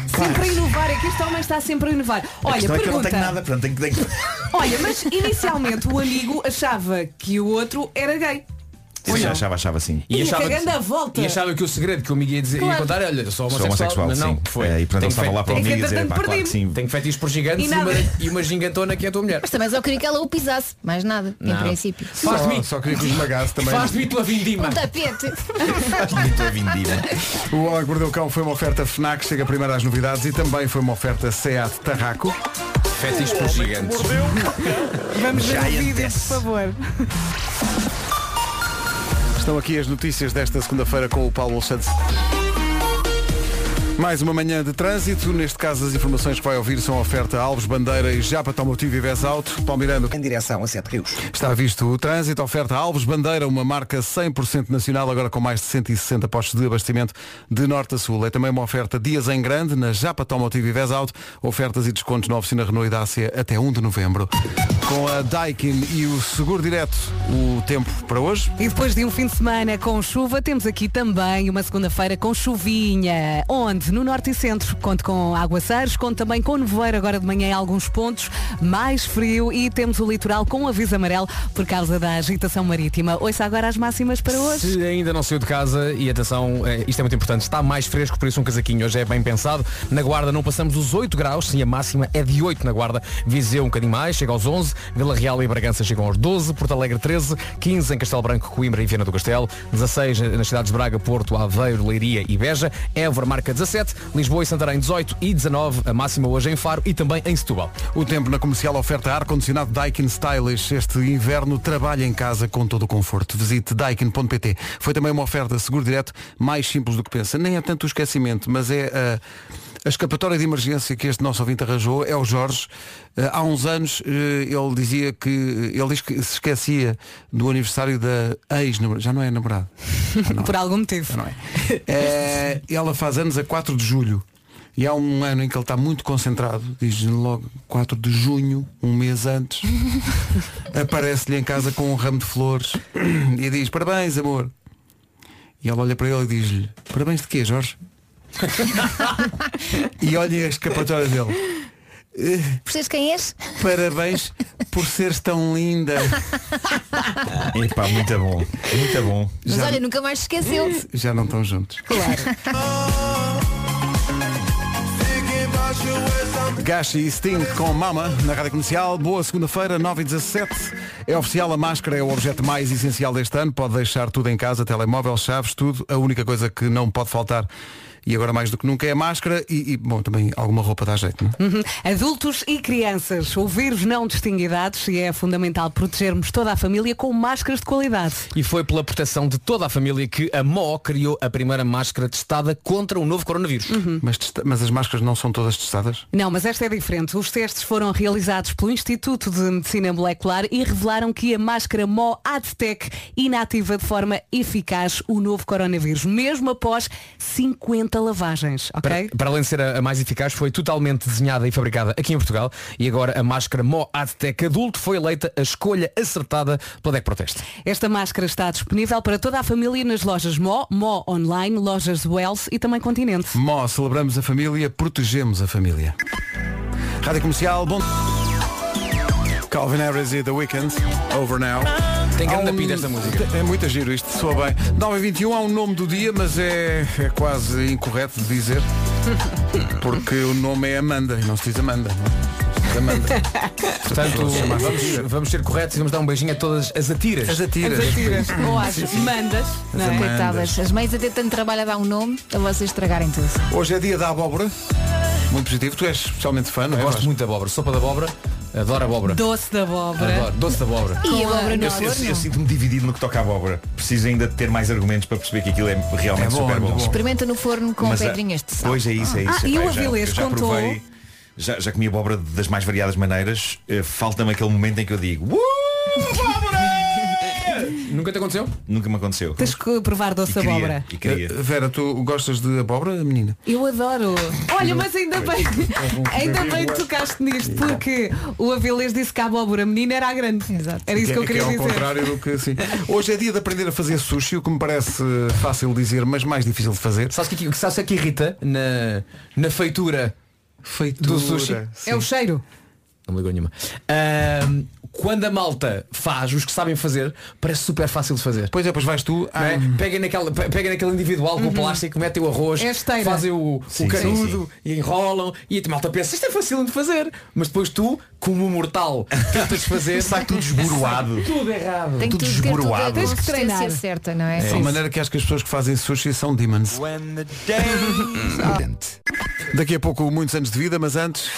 [SPEAKER 4] Sempre a inovar, é que este homem está sempre a inovar.
[SPEAKER 3] a
[SPEAKER 4] Olha,
[SPEAKER 3] questão é que eu não
[SPEAKER 4] pergunta.
[SPEAKER 3] tenho nada, portanto tenho que. Tenho... que-
[SPEAKER 4] Olha, mas inicialmente o amigo achava que o outro era gay. Ou
[SPEAKER 3] Sim,
[SPEAKER 4] não?
[SPEAKER 3] achava, achava assim.
[SPEAKER 4] E a cagando a volta.
[SPEAKER 7] e achava que o segredo que o amigo ia, dizer, ia
[SPEAKER 4] Claro.
[SPEAKER 7] contar era, olha, eu sou
[SPEAKER 3] Sou homossexual,
[SPEAKER 7] homossexual, mas não,
[SPEAKER 3] sim.
[SPEAKER 7] foi.
[SPEAKER 3] É, e portanto
[SPEAKER 7] Tenho
[SPEAKER 3] ele estava
[SPEAKER 7] fe-
[SPEAKER 3] lá para o
[SPEAKER 7] tenho-
[SPEAKER 3] amigo e
[SPEAKER 4] que,
[SPEAKER 3] dizer,
[SPEAKER 4] entretanto,
[SPEAKER 3] pá, claro que sim.
[SPEAKER 7] Tenho fetiches por gigantes
[SPEAKER 4] E
[SPEAKER 7] e, uma,
[SPEAKER 4] nada.
[SPEAKER 7] e uma gigantona que é a tua mulher.
[SPEAKER 5] Mas também só queria que ela o pisasse. Mais nada,
[SPEAKER 7] Não.
[SPEAKER 5] em princípio.
[SPEAKER 7] Faz de mim.
[SPEAKER 2] Só queria que os esmagasse também.
[SPEAKER 7] Faz de mim tua vindima.
[SPEAKER 5] Um tapete.
[SPEAKER 3] Estou né? vindido.
[SPEAKER 2] O Homem que Mordeu o Cão foi uma oferta FNAC, chega primeiro às novidades e também foi uma oferta SEAT Tarraco.
[SPEAKER 7] Fetiches por gigantes.
[SPEAKER 4] Vamos
[SPEAKER 3] é
[SPEAKER 4] ver o vídeo, por
[SPEAKER 3] Giantess.
[SPEAKER 4] favor.
[SPEAKER 2] Estão aqui as notícias desta segunda-feira com o Paulo Santos. Mais uma manhã de trânsito, neste caso as informações que vai ouvir são a oferta Alves Bandeira e Japa Tomotivo e Vez Alto. Paulo Miranda, é
[SPEAKER 8] Em direção a Sete Rios.
[SPEAKER 2] Está visto o trânsito, oferta Alves Bandeira, uma marca 100% nacional, agora com mais de 160 postos de abastecimento de norte a sul. É também uma oferta dias em grande, na Japa Tomotivo e Vez Auto, ofertas e descontos na oficina Renault e Dacia até 1 de novembro. Com a Daikin e o Seguro Direto, o tempo para hoje.
[SPEAKER 4] E depois de um fim de semana com chuva, temos aqui também uma segunda-feira com chuvinha. Onde? No norte e centro. Conto com aguaceiros, conto também com nevoeiro agora de manhã em alguns pontos, mais frio e temos o litoral com aviso amarelo por causa da agitação marítima. Ouça agora as máximas para hoje.
[SPEAKER 7] Se ainda não saiu de casa, e atenção, eh, isto é muito importante, está mais fresco, por isso um casaquinho hoje é bem pensado. Na Guarda não passamos os 8 graus, sim, a máxima é de 8 na Guarda. Viseu um bocadinho mais, chega aos 11, Vila Real e Bragança chegam aos 12, Porto Alegre 13, 15 em Castelo Branco, Coimbra e Viana do Castelo, 16 nas cidades de Braga, Porto, Aveiro, Leiria e Beja, Évora marca 17, Lisboa e Santarém 18 e 19, a máxima hoje em Faro e também em Setúbal.
[SPEAKER 2] O tempo na comercial oferta ar-condicionado Daikin Stylish. Este inverno trabalha em casa com todo o conforto. Visite daikin.pt. Foi também uma oferta seguro direto mais simples do que pensa. Nem é tanto o esquecimento, mas é ah, a escapatória de emergência que este nosso ouvinte arranjou. É o Jorge. Ah, há uns anos eh, ele dizia que eh, ele diz que se esquecia do aniversário da ex-namorada. Já não é namorada.
[SPEAKER 4] Por algum motivo.
[SPEAKER 2] Não é? É, ela faz anos a 4 de julho. E há um ano em que ele está muito concentrado, diz logo 4 de junho, um mês antes, aparece-lhe em casa com um ramo de flores e diz, parabéns amor. E ela olha para ele e diz-lhe, parabéns de quê, Jorge? e olha a escapatória dele.
[SPEAKER 5] Por seres quem és?
[SPEAKER 2] Parabéns por seres tão linda.
[SPEAKER 3] Epá, muito bom. Muito bom.
[SPEAKER 5] Mas
[SPEAKER 2] Já-
[SPEAKER 5] olha, nunca mais se esqueceu.
[SPEAKER 2] Já não estão juntos. Gashi e Sting com Mama na Rádio Comercial. Boa segunda-feira, 9 e 17 É oficial, a máscara é o objeto mais essencial deste ano. Pode deixar tudo em casa, telemóvel, chaves, tudo. A única coisa que não pode faltar, e agora mais do que nunca, é a máscara e, e, bom, também alguma roupa dá jeito, não é?
[SPEAKER 4] Uhum. Adultos e crianças, o vírus não distingue idades e é fundamental protegermos toda a família com máscaras de qualidade.
[SPEAKER 7] E foi pela proteção de toda a família que a MO criou a primeira máscara testada contra o novo coronavírus.
[SPEAKER 2] Mas, testa- mas as máscaras não são todas testadas?
[SPEAKER 4] Não, mas esta é diferente. Os testes foram realizados pelo Instituto de Medicina Molecular e revelaram que a máscara Mo Adtec inativa de forma eficaz o novo coronavírus, mesmo após 50 lavagens, ok?
[SPEAKER 7] Para além de ser a, a mais eficaz, foi totalmente desenhada e fabricada aqui em Portugal e agora a máscara Mo Adtec Adulto foi eleita a escolha acertada pela DEC Proteste.
[SPEAKER 4] Esta máscara está disponível para toda a família nas lojas Mó, Mó Online, lojas Wells e também Continente.
[SPEAKER 2] Mó, celebramos a família, protegemos a família. Rádio Comercial, bom... Calvin Harris e The Weeknd, Over Now.
[SPEAKER 7] Tem grande
[SPEAKER 2] Há
[SPEAKER 7] apito esta música.
[SPEAKER 2] É muito giro isto, soa bem. 9 e 21 há um nome do dia, mas é, é quase incorreto de dizer, porque o nome é Amanda, e não se diz Amanda. não é? Se diz Amanda.
[SPEAKER 7] Portanto, vamos, vamos ser corretos e vamos dar um beijinho a todas as atiras.
[SPEAKER 2] As atiras.
[SPEAKER 4] As atiras, ou às mandas, não é?
[SPEAKER 5] Coitadas, as mães até tanto trabalho a dar um nome a vocês estragarem tudo.
[SPEAKER 2] Hoje é dia da abóbora. Muito positivo, tu és especialmente fã, não é?
[SPEAKER 7] Gosto muito da abóbora. Sopa da abóbora. Adoro abóbora.
[SPEAKER 4] Doce da abóbora.
[SPEAKER 7] Adoro. Doce da abóbora.
[SPEAKER 5] E a obra no
[SPEAKER 3] Eu, eu- eu
[SPEAKER 5] forno.
[SPEAKER 3] sinto-me dividido no que toca à abóbora. Preciso ainda de ter mais argumentos para perceber que aquilo é realmente
[SPEAKER 2] É bom,
[SPEAKER 3] super
[SPEAKER 2] é
[SPEAKER 3] bom.
[SPEAKER 2] bom.
[SPEAKER 5] Experimenta no forno com
[SPEAKER 3] Mas a-
[SPEAKER 5] pedrinhas de sal.
[SPEAKER 3] Pois é isso, é isso.
[SPEAKER 4] Ah, e
[SPEAKER 3] Epá,
[SPEAKER 4] o
[SPEAKER 3] eu já-
[SPEAKER 4] Avilés
[SPEAKER 3] eu já
[SPEAKER 4] contou-
[SPEAKER 3] provei- Já, já comi abóbora das mais variadas maneiras. Eh, Falta-me aquele momento em que eu digo "Uh, abóbora!
[SPEAKER 7] Nunca te aconteceu?
[SPEAKER 3] Nunca me aconteceu.
[SPEAKER 4] Tens que provar doce
[SPEAKER 3] E
[SPEAKER 4] da
[SPEAKER 3] queria,
[SPEAKER 4] abóbora.
[SPEAKER 3] E queria.
[SPEAKER 2] Eh, Vera, tu gostas de abóbora, menina?
[SPEAKER 4] Eu adoro. Olha, mas ainda bem, ainda bem que tocaste nisto, porque o Avilés disse que a abóbora menina era a grande. Era isso que eu
[SPEAKER 2] é
[SPEAKER 4] queria
[SPEAKER 2] ao
[SPEAKER 4] dizer.
[SPEAKER 2] contrário do que assim. Hoje é dia de aprender a fazer sushi, o que me parece eh, fácil dizer, mas mais difícil de fazer.
[SPEAKER 7] Sabes o que, que, sabes o que é que irrita na, na feitura?
[SPEAKER 2] Feitura.
[SPEAKER 7] Do sushi.
[SPEAKER 4] É o cheiro.
[SPEAKER 7] Não me ligou nenhuma. Ahm, quando a malta faz, os que sabem fazer, parece super fácil de fazer.
[SPEAKER 2] Pois é, pois vais tu.
[SPEAKER 7] Não é?
[SPEAKER 2] ah,
[SPEAKER 7] Pega, naquela, pe- pega naquele individual com o plástico, metem o arroz,
[SPEAKER 4] Hum. Uhum. É esteira.
[SPEAKER 7] fazem o, o canudo e enrolam e a malta pensa, isto é fácil de fazer. Mas depois tu, como mortal, tentas fazer.
[SPEAKER 3] Sai tudo esboroado.
[SPEAKER 7] tudo errado.
[SPEAKER 5] Tem que
[SPEAKER 3] tudo
[SPEAKER 5] tudo ter tudo a
[SPEAKER 3] esboroado.
[SPEAKER 4] Tens que
[SPEAKER 5] consistência
[SPEAKER 4] treinar.
[SPEAKER 5] certa, não é?
[SPEAKER 2] A maneira que acho que as pessoas que fazem sushi são demons. Daqui a pouco muitos anos de vida, mas antes.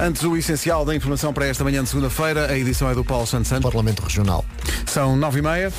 [SPEAKER 2] Antes o essencial da informação para esta manhã de segunda-feira, a edição é do Paulo Santos Santos.
[SPEAKER 14] Parlamento Regional.
[SPEAKER 2] São nove e meia.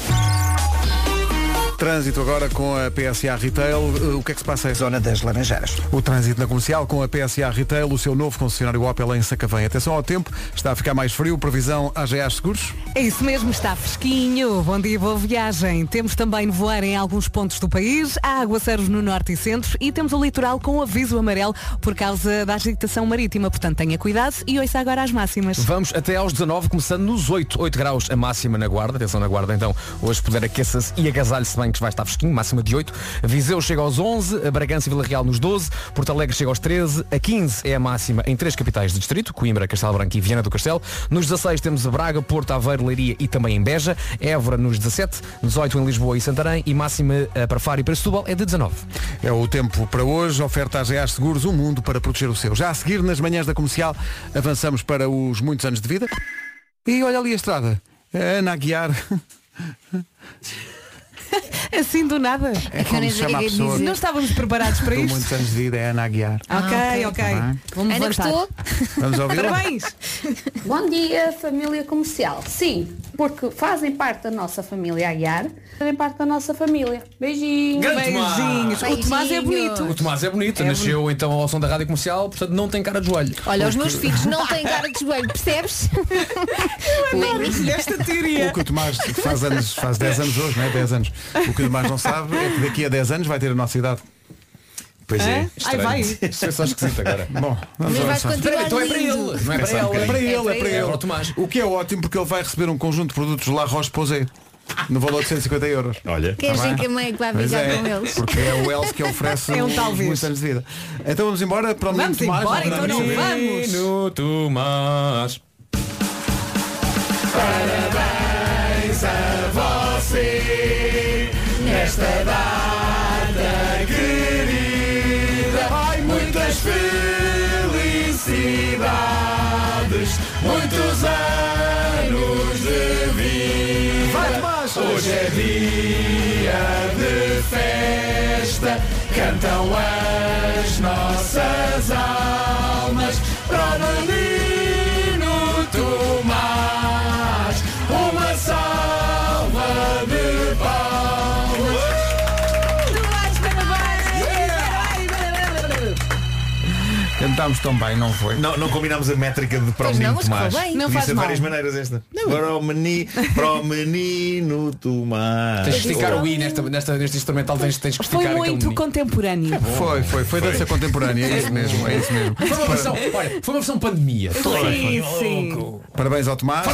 [SPEAKER 2] Trânsito agora com a PSA Retail. Uh, O que é que se passa aí?
[SPEAKER 8] Zona das Laranjeiras.
[SPEAKER 2] O trânsito na comercial com a PSA Retail, o seu novo concessionário Opel em Sacavém. Atenção ao tempo, está a ficar mais frio. Previsão AGA Seguros.
[SPEAKER 4] É isso mesmo, está fresquinho. Bom dia, boa viagem. Temos também nevoeiro em alguns pontos do país, há aguaceiros no norte e centro e temos o litoral com aviso amarelo por causa da agitação marítima. Portanto, tenha cuidado e ouça agora as máximas.
[SPEAKER 7] Vamos até aos 19, começando nos 8. 8 graus a máxima na guarda. Atenção na guarda, então. Hoje puder aqueça-se e agasalhe-se bem, que vai estar fresquinho. Máxima de 8. Viseu chega aos 11. a Bragança e Vila Real nos 12. Porto Alegre chega aos 13. A 15 é a máxima em três capitais de distrito. Coimbra, Castelo Branco e Viana do Castelo. Nos 16 temos a Braga, Porto, Aveiro, Leiria e também em Beja. Évora nos 17. 18 em Lisboa e Santarém. E máxima eh, para Faro e para Setúbal é de 19.
[SPEAKER 2] É o tempo para hoje. Oferta AGA Seguros, um mundo para proteger o seu. Já a seguir, nas manhãs da comercial, avançamos para os muitos anos de vida. E olha ali a estrada. É A Ana Aguiar.
[SPEAKER 4] Assim do nada.
[SPEAKER 2] É como
[SPEAKER 5] nem
[SPEAKER 2] se
[SPEAKER 5] sei o
[SPEAKER 2] chama a
[SPEAKER 5] que é que
[SPEAKER 2] pessoa.
[SPEAKER 4] Não estávamos preparados para
[SPEAKER 2] Do
[SPEAKER 4] isto?
[SPEAKER 2] muitos anos de vida é a Ana Aguiar.
[SPEAKER 4] Ok, ok.
[SPEAKER 2] Tá bem.
[SPEAKER 4] Vamos
[SPEAKER 5] Ana,
[SPEAKER 4] levantar.
[SPEAKER 5] gostou?
[SPEAKER 2] Vamos ouvi-la?
[SPEAKER 4] Parabéns!
[SPEAKER 15] Bom dia, família comercial. Sim, porque fazem parte da nossa família Aguiar, fazem parte da nossa família. Beijinhos.
[SPEAKER 4] Beijinhos. O Tomás é bonito.
[SPEAKER 7] O Tomás é bonito. Nasceu então ao som da rádio comercial, portanto não tem cara de joelho.
[SPEAKER 5] Olha, os meus filhos não têm cara de joelho, percebes?
[SPEAKER 4] Esta teoria.
[SPEAKER 2] O que o Tomás faz anos, faz 10 anos hoje, não é? 10 anos. O que o Tomás não sabe é que daqui a 10 anos vai ter a nossa idade.
[SPEAKER 3] Pois é.
[SPEAKER 4] Hã? Ai,
[SPEAKER 3] estranho.
[SPEAKER 4] vai.
[SPEAKER 7] Isto é só esquisito agora.
[SPEAKER 2] Bom, vamos
[SPEAKER 5] Mas
[SPEAKER 2] avançar.
[SPEAKER 5] vai continuar
[SPEAKER 7] Então é para
[SPEAKER 5] lindo.
[SPEAKER 7] ele. Não é para
[SPEAKER 3] Pensar um
[SPEAKER 7] ela.
[SPEAKER 2] É para ele, é para
[SPEAKER 5] para
[SPEAKER 2] ele.
[SPEAKER 7] ele. É para o Tomás.
[SPEAKER 2] O que é ótimo porque ele vai receber um conjunto de produtos La Roche-Posay no valor de 150 euros.
[SPEAKER 3] Olha.
[SPEAKER 5] Queres
[SPEAKER 2] Tá bem?
[SPEAKER 5] ver que a mãe é que vai
[SPEAKER 2] Pois
[SPEAKER 5] brigar
[SPEAKER 2] é,
[SPEAKER 5] com eles?
[SPEAKER 2] Porque é o Els que oferece
[SPEAKER 4] É um
[SPEAKER 2] os
[SPEAKER 4] talvez.
[SPEAKER 2] muitos anos de vida. Então vamos embora para o
[SPEAKER 4] Vamos
[SPEAKER 2] Menino Tomás.
[SPEAKER 4] embora, então não vamos.
[SPEAKER 7] Menino Tomás.
[SPEAKER 14] Cantámos tão bem, não foi?
[SPEAKER 3] Não, não combinámos a métrica de para o
[SPEAKER 14] Pois não,
[SPEAKER 3] menino
[SPEAKER 14] mas
[SPEAKER 3] Tomás.
[SPEAKER 14] correu bem. Não
[SPEAKER 3] Podia
[SPEAKER 14] faz
[SPEAKER 3] ser de
[SPEAKER 14] mal.
[SPEAKER 3] várias maneiras esta.
[SPEAKER 4] é.
[SPEAKER 3] Para o menino, para o menino Tomás.
[SPEAKER 7] Tens de esticar o
[SPEAKER 3] i.
[SPEAKER 7] i nesta, nesta, neste instrumental, tens, tens que esticar
[SPEAKER 4] Foi
[SPEAKER 7] aquele
[SPEAKER 4] muito
[SPEAKER 7] menino.
[SPEAKER 4] contemporâneo.
[SPEAKER 2] Foi, foi, foi dança contemporânea, é isso mesmo, é isso mesmo.
[SPEAKER 7] Foi uma versão, olha, foi uma versão pandemia. um
[SPEAKER 2] Sim,
[SPEAKER 4] sim.
[SPEAKER 2] Parabéns ao Tomás.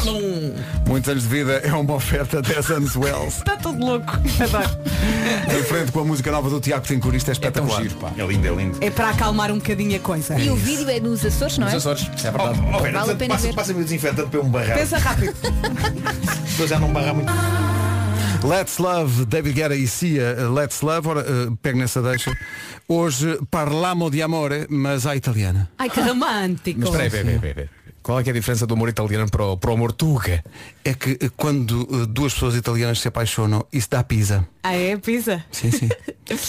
[SPEAKER 2] Muitos anos de vida é uma oferta 10 anos Wells.
[SPEAKER 4] Está Tá tudo louco. Adoro.
[SPEAKER 2] Em frente com a música nova do Tiago Tincur, isto é espetacular. É,
[SPEAKER 3] lindo, é lindo.
[SPEAKER 4] É para acalmar um bocadinho a coisa.
[SPEAKER 5] E o vídeo é nos Açores, não é?
[SPEAKER 3] é verdade. Oh, oh, Vera,
[SPEAKER 5] Vale a pena
[SPEAKER 3] passa-
[SPEAKER 5] ver.
[SPEAKER 3] Passa-me o desinfetante para eu me barrar.
[SPEAKER 4] Pensa Ah, rápido.
[SPEAKER 3] Estou já não barrar muito.
[SPEAKER 2] Let's Love, David Guerra e Cia, eh, Let's Love, ora, eh, pego nessa deixa. Hoje parlamo di amore, mas à italiana.
[SPEAKER 4] Ai, que romântico.
[SPEAKER 7] Mas espera aí, espera aí, espera aí, espera aí. Qual é, que é a diferença do humor italiano para o, para o humor tuga?
[SPEAKER 2] É que eh, quando eh, duas pessoas italianas se apaixonam, isso dá pizza.
[SPEAKER 4] Ah, é? Pisa?
[SPEAKER 2] Sim, sim.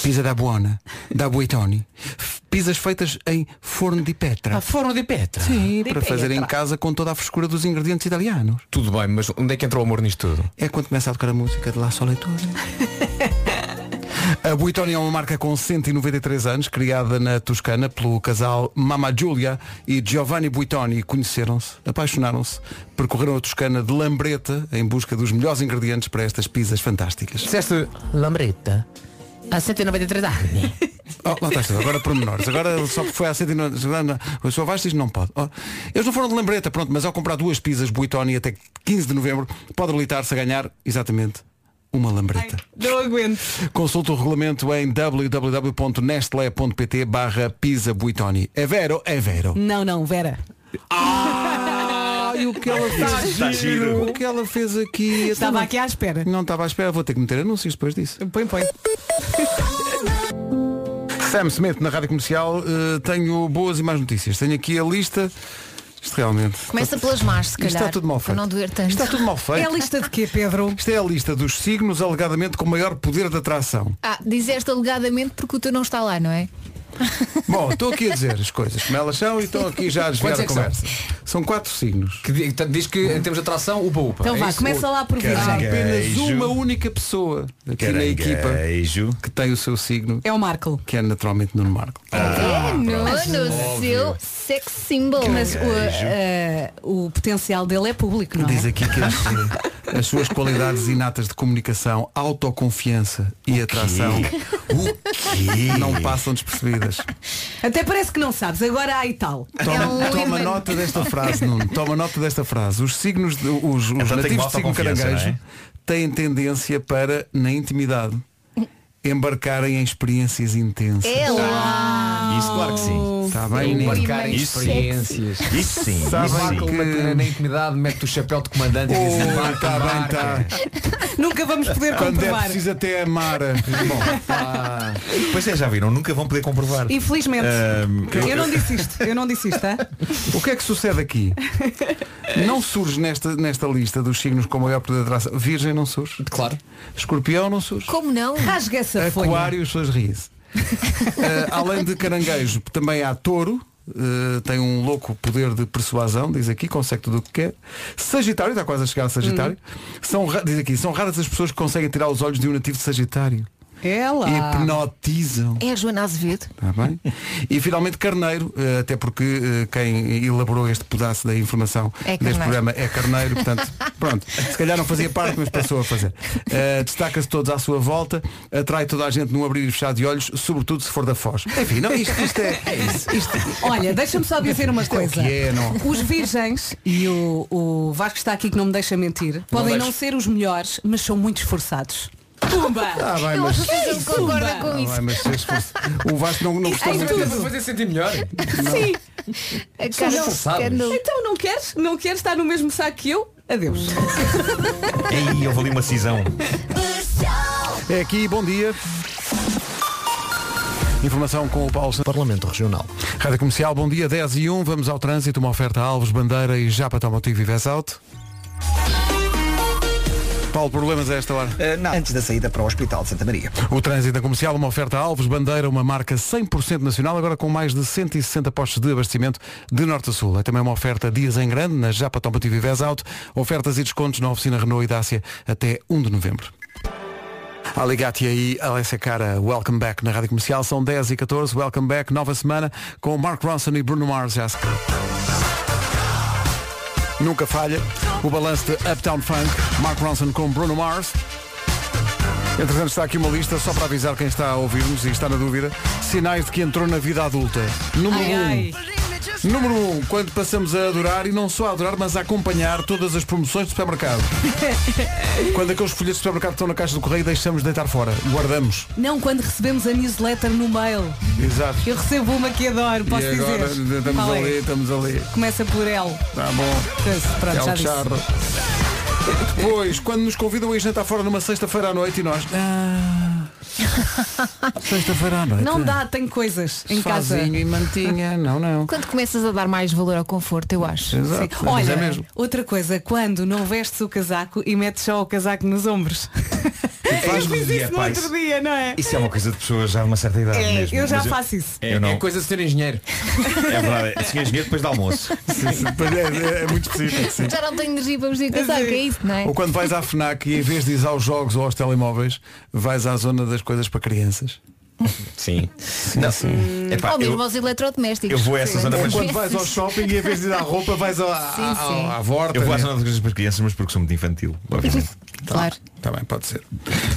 [SPEAKER 2] Pizza da buona, da buitoni. F- Pizzas feitas em forno di petra.
[SPEAKER 7] Ah, forno di petra.
[SPEAKER 2] Sim,
[SPEAKER 7] Di
[SPEAKER 2] tá? para
[SPEAKER 4] tá.
[SPEAKER 2] fazer em
[SPEAKER 7] petra.
[SPEAKER 2] casa com toda a frescura dos ingredientes italianos.
[SPEAKER 7] Tudo bem, mas onde é que entrou o amor nisto tudo?
[SPEAKER 2] É quando começa a tocar a música de La Soletura. A Buitoni é uma marca com 193 anos, criada na Toscana pelo casal Mama Giulia e Giovanni Buitoni. Conheceram-se, apaixonaram-se, percorreram a Toscana de Lambreta em busca dos melhores ingredientes para estas pizzas fantásticas.
[SPEAKER 7] Disseste Lambreta há 193 anos.
[SPEAKER 2] Oh, lá estás tu, agora pormenores. Agora só porque foi há 190. O senhor Vasco diz não pode. Oh, eles não foram de lambreta, pronto, mas ao comprar duas pizzas Buitoni até 15 de novembro, pode habilitar-se a ganhar exatamente uma lambreta.
[SPEAKER 4] Não aguento.
[SPEAKER 2] Consulta o regulamento em www.nestlé.pt barra pizza Buitoni. É vero, é vero.
[SPEAKER 4] Não, não, Vera.
[SPEAKER 2] Ah, e o que ela
[SPEAKER 4] Está
[SPEAKER 2] fez?
[SPEAKER 4] giro.
[SPEAKER 2] O que ela fez aqui?
[SPEAKER 4] Estava aqui à espera.
[SPEAKER 2] Não estava à espera, vou ter que meter anúncios depois disso.
[SPEAKER 4] Põe, põe.
[SPEAKER 2] Sam Smith na Rádio Comercial, eh, tenho boas e más notícias. Tenho aqui a lista. Isto realmente.
[SPEAKER 5] Começa pelas más, se
[SPEAKER 2] Isto
[SPEAKER 5] calhar.
[SPEAKER 2] está tudo mal
[SPEAKER 5] Para
[SPEAKER 2] feito.
[SPEAKER 5] não doer tanto.
[SPEAKER 2] Isto está tudo mal feito.
[SPEAKER 5] É a lista
[SPEAKER 4] de quê, Pedro?
[SPEAKER 2] Isto é a lista dos signos alegadamente com maior poder de atração.
[SPEAKER 5] Ah, dizeste alegadamente porque o teu não está lá, não é?
[SPEAKER 2] Bom, estou aqui a dizer as coisas como elas são e estou aqui já a desviar
[SPEAKER 7] Quantos é
[SPEAKER 2] a
[SPEAKER 7] que
[SPEAKER 2] conversa. São quatro signos.
[SPEAKER 7] Que, di- portanto, diz que em termos de atração, upa upa.
[SPEAKER 2] É
[SPEAKER 7] É
[SPEAKER 4] Então vá, começa lá por virgem.
[SPEAKER 2] Há apenas uma única pessoa aqui na equipa que tem o seu signo.
[SPEAKER 4] É o Marco.
[SPEAKER 2] Que é naturalmente Nuno Marco.
[SPEAKER 7] Ah.
[SPEAKER 5] é no,
[SPEAKER 2] pronto.
[SPEAKER 5] no seu sex symbol.
[SPEAKER 4] Mas o, eh, o potencial dele é público, não é?
[SPEAKER 2] Diz aqui que as, as suas qualidades inatas de comunicação, autoconfiança e atração não passam despercebidas.
[SPEAKER 4] Até parece que não sabes, agora há e tal.
[SPEAKER 5] É um
[SPEAKER 2] Toma, toma nota desta frase, Nuno. Toma nota desta frase. Os signos, de- os, os
[SPEAKER 3] Então tem
[SPEAKER 2] nativos de
[SPEAKER 3] maior
[SPEAKER 2] signo
[SPEAKER 3] autoconfiança,
[SPEAKER 2] caranguejo
[SPEAKER 3] não é?
[SPEAKER 2] têm tendência para, na intimidade, embarcarem em experiências intensas.
[SPEAKER 5] É lá.
[SPEAKER 3] Isso claro que sim.
[SPEAKER 2] Está bem, Tá Nino?
[SPEAKER 7] Embarcar em experiências.
[SPEAKER 3] Isso sim.
[SPEAKER 7] Sabem
[SPEAKER 2] isso sim.
[SPEAKER 7] que... na, na intimidade, mete o chapéu de comandante e diz
[SPEAKER 2] Oh,
[SPEAKER 7] embarca,
[SPEAKER 2] tá bem,
[SPEAKER 7] embarca.
[SPEAKER 2] tá.
[SPEAKER 3] Então
[SPEAKER 4] Nunca vamos poder
[SPEAKER 2] Quando é
[SPEAKER 4] comprovar.
[SPEAKER 2] preciso até amar. Bom,
[SPEAKER 3] Pois é, já viram, nunca vão poder comprovar.
[SPEAKER 4] Infelizmente.
[SPEAKER 2] Ah,
[SPEAKER 3] Ahm,
[SPEAKER 4] Eu não disse isto, eu não disse isto, tá?
[SPEAKER 2] O que é que sucede aqui? Não surge nesta, nesta lista dos signos com maior poder de atração. Virgem não surge.
[SPEAKER 7] Claro.
[SPEAKER 2] Escorpião não surge.
[SPEAKER 5] Como não?
[SPEAKER 4] Rasga essa folha.
[SPEAKER 2] Aquário, as pessoas riem além de caranguejo, também há touro. eh, tem um louco poder de persuasão, diz aqui, consegue tudo o que quer. Sagitário, está quase a chegar a Sagitário. São, ra- diz aqui, são raras as pessoas que conseguem tirar os olhos de um nativo de Sagitário.
[SPEAKER 4] Ela.
[SPEAKER 2] Hipnotizam.
[SPEAKER 5] É a Joana Azevedo.
[SPEAKER 2] Está Tá bem? E finalmente Carneiro, eh, até porque eh, quem elaborou este pedaço da informação
[SPEAKER 5] É
[SPEAKER 2] deste
[SPEAKER 5] Carneiro.
[SPEAKER 2] programa é Carneiro, portanto, pronto, se calhar não fazia parte, mas passou a fazer. Eh, Destaca-se todos à sua volta, atrai toda a gente num abrir e fechar de olhos, sobretudo se for da Foz. Enfim, não, isto, isto é.
[SPEAKER 4] Olha, deixa-me só dizer uma
[SPEAKER 2] é o
[SPEAKER 4] coisa.
[SPEAKER 2] que é, não?
[SPEAKER 4] Os virgens, e o, o Vasco está aqui que não me deixa mentir, podem não,
[SPEAKER 2] deixo.
[SPEAKER 4] ser os melhores, mas são muito esforçados. Pumba!
[SPEAKER 2] Ah, bem, mas-
[SPEAKER 4] que
[SPEAKER 5] Ele
[SPEAKER 4] isso,
[SPEAKER 5] um concorda
[SPEAKER 4] pumba!
[SPEAKER 5] com
[SPEAKER 2] Ah,
[SPEAKER 5] isso.
[SPEAKER 2] vai, mas se fosse- o Vasco não, não gostou
[SPEAKER 4] Em
[SPEAKER 2] muito
[SPEAKER 4] tudo.
[SPEAKER 2] disso.
[SPEAKER 7] fazer sentir melhor.
[SPEAKER 5] Sim. A
[SPEAKER 4] São
[SPEAKER 5] Carol-
[SPEAKER 4] esforçados.
[SPEAKER 5] Carol-
[SPEAKER 4] Então não queres? Não queres estar no mesmo saco que eu? Adeus.
[SPEAKER 3] Ei, houve ali uma cisão.
[SPEAKER 2] É aqui, bom dia. Informação com o Paulo Santos.
[SPEAKER 7] Parlamento Regional.
[SPEAKER 2] Rádio Comercial, bom dia, 10 e 1, vamos ao trânsito, uma oferta a Alves, Bandeira e Japa Tomotivo e Vesauto. Paulo, problemas a esta hora?
[SPEAKER 8] Eh, não, antes da saída para o Hospital de Santa Maria.
[SPEAKER 2] O trânsito da comercial, uma oferta a Alves Bandeira, uma marca 100% nacional, agora com mais de 160 postos de abastecimento de norte a sul. É também uma oferta dias em grande na Japa Tomotivo um e Vesauto, ofertas e descontos na oficina Renault e Dácia até 1 de novembro. Aligati aí, Alessia Cara, welcome back na Rádio Comercial. São 10 e 14, welcome back, nova semana com Mark Ronson e Bruno Mars. Já se- Nunca falha o balanço de Uptown Funk, Mark Ronson com Bruno Mars. Entretanto está aqui uma lista só para avisar quem está a ouvir-nos e está na dúvida. Sinais de que entrou na vida adulta. Número 1. Um, Número 1, um, quando passamos a adorar e não só a adorar, mas a acompanhar todas as promoções do supermercado. quando é aqueles folhetos do supermercado estão na caixa do correio, deixamos de deitar fora, guardamos.
[SPEAKER 4] Não quando recebemos a newsletter no mail.
[SPEAKER 2] Exato.
[SPEAKER 4] Eu recebo uma que adoro, posso
[SPEAKER 2] e agora
[SPEAKER 4] dizer.
[SPEAKER 2] estamos
[SPEAKER 4] Qual é?
[SPEAKER 2] ali, estamos ali.
[SPEAKER 4] Começa por L.
[SPEAKER 2] Tá bom.
[SPEAKER 4] Pronto,
[SPEAKER 2] é
[SPEAKER 4] Ah, já
[SPEAKER 2] o
[SPEAKER 4] disse.
[SPEAKER 2] charro. Depois, quando nos convidam a ir jantar fora numa sexta-feira à noite e nós. "Ah, sexta-feira à noite.
[SPEAKER 4] Não dá, tem coisas em casa.
[SPEAKER 2] Sozinho e mantinha, não, não.
[SPEAKER 5] Quando começas a dar mais valor ao conforto, eu acho.
[SPEAKER 2] Exato,
[SPEAKER 4] Sim.
[SPEAKER 2] mas
[SPEAKER 4] Olha,
[SPEAKER 2] é mesmo.
[SPEAKER 4] outra coisa, quando não vestes o casaco e metes só o casaco nos ombros.
[SPEAKER 2] É
[SPEAKER 3] faz
[SPEAKER 4] Eu fiz
[SPEAKER 3] um dia,
[SPEAKER 4] isso no
[SPEAKER 3] pá,
[SPEAKER 4] outro
[SPEAKER 3] isso-
[SPEAKER 4] dia, não é?
[SPEAKER 3] Isso é uma coisa de pessoas já de uma certa idade
[SPEAKER 4] É,
[SPEAKER 3] mesmo.
[SPEAKER 4] eu já
[SPEAKER 3] Mas
[SPEAKER 4] faço isso.
[SPEAKER 3] Eu não...
[SPEAKER 7] coisa de ser engenheiro.
[SPEAKER 3] É verdade, é ser engenheiro depois do almoço.
[SPEAKER 2] É, é muito específico. sim.
[SPEAKER 5] Já não tenho energia para vestir casaco, é isso, não é?
[SPEAKER 2] Ou quando vais à FNAC e em vez de ir aos jogos ou aos telemóveis, vais à zona das coisas para crianças.
[SPEAKER 3] Sim.
[SPEAKER 2] não.
[SPEAKER 4] Hum.
[SPEAKER 3] Epá,
[SPEAKER 5] Ou mesmo
[SPEAKER 3] eu-
[SPEAKER 5] aos eletrodomésticos.
[SPEAKER 3] eu vou a essa zona, mas-
[SPEAKER 5] Tantas
[SPEAKER 2] Quando vais ao
[SPEAKER 5] vezes.
[SPEAKER 2] shopping e em vez de ir à roupa vais ao- à,
[SPEAKER 5] Sim,
[SPEAKER 2] à,
[SPEAKER 5] sim.
[SPEAKER 2] à, à volta.
[SPEAKER 3] Eu vou às
[SPEAKER 2] né?
[SPEAKER 3] zonas de coisas para crianças, mas porque sou muito infantil, obviamente.
[SPEAKER 5] Claro.
[SPEAKER 2] Tá bem, pode ser.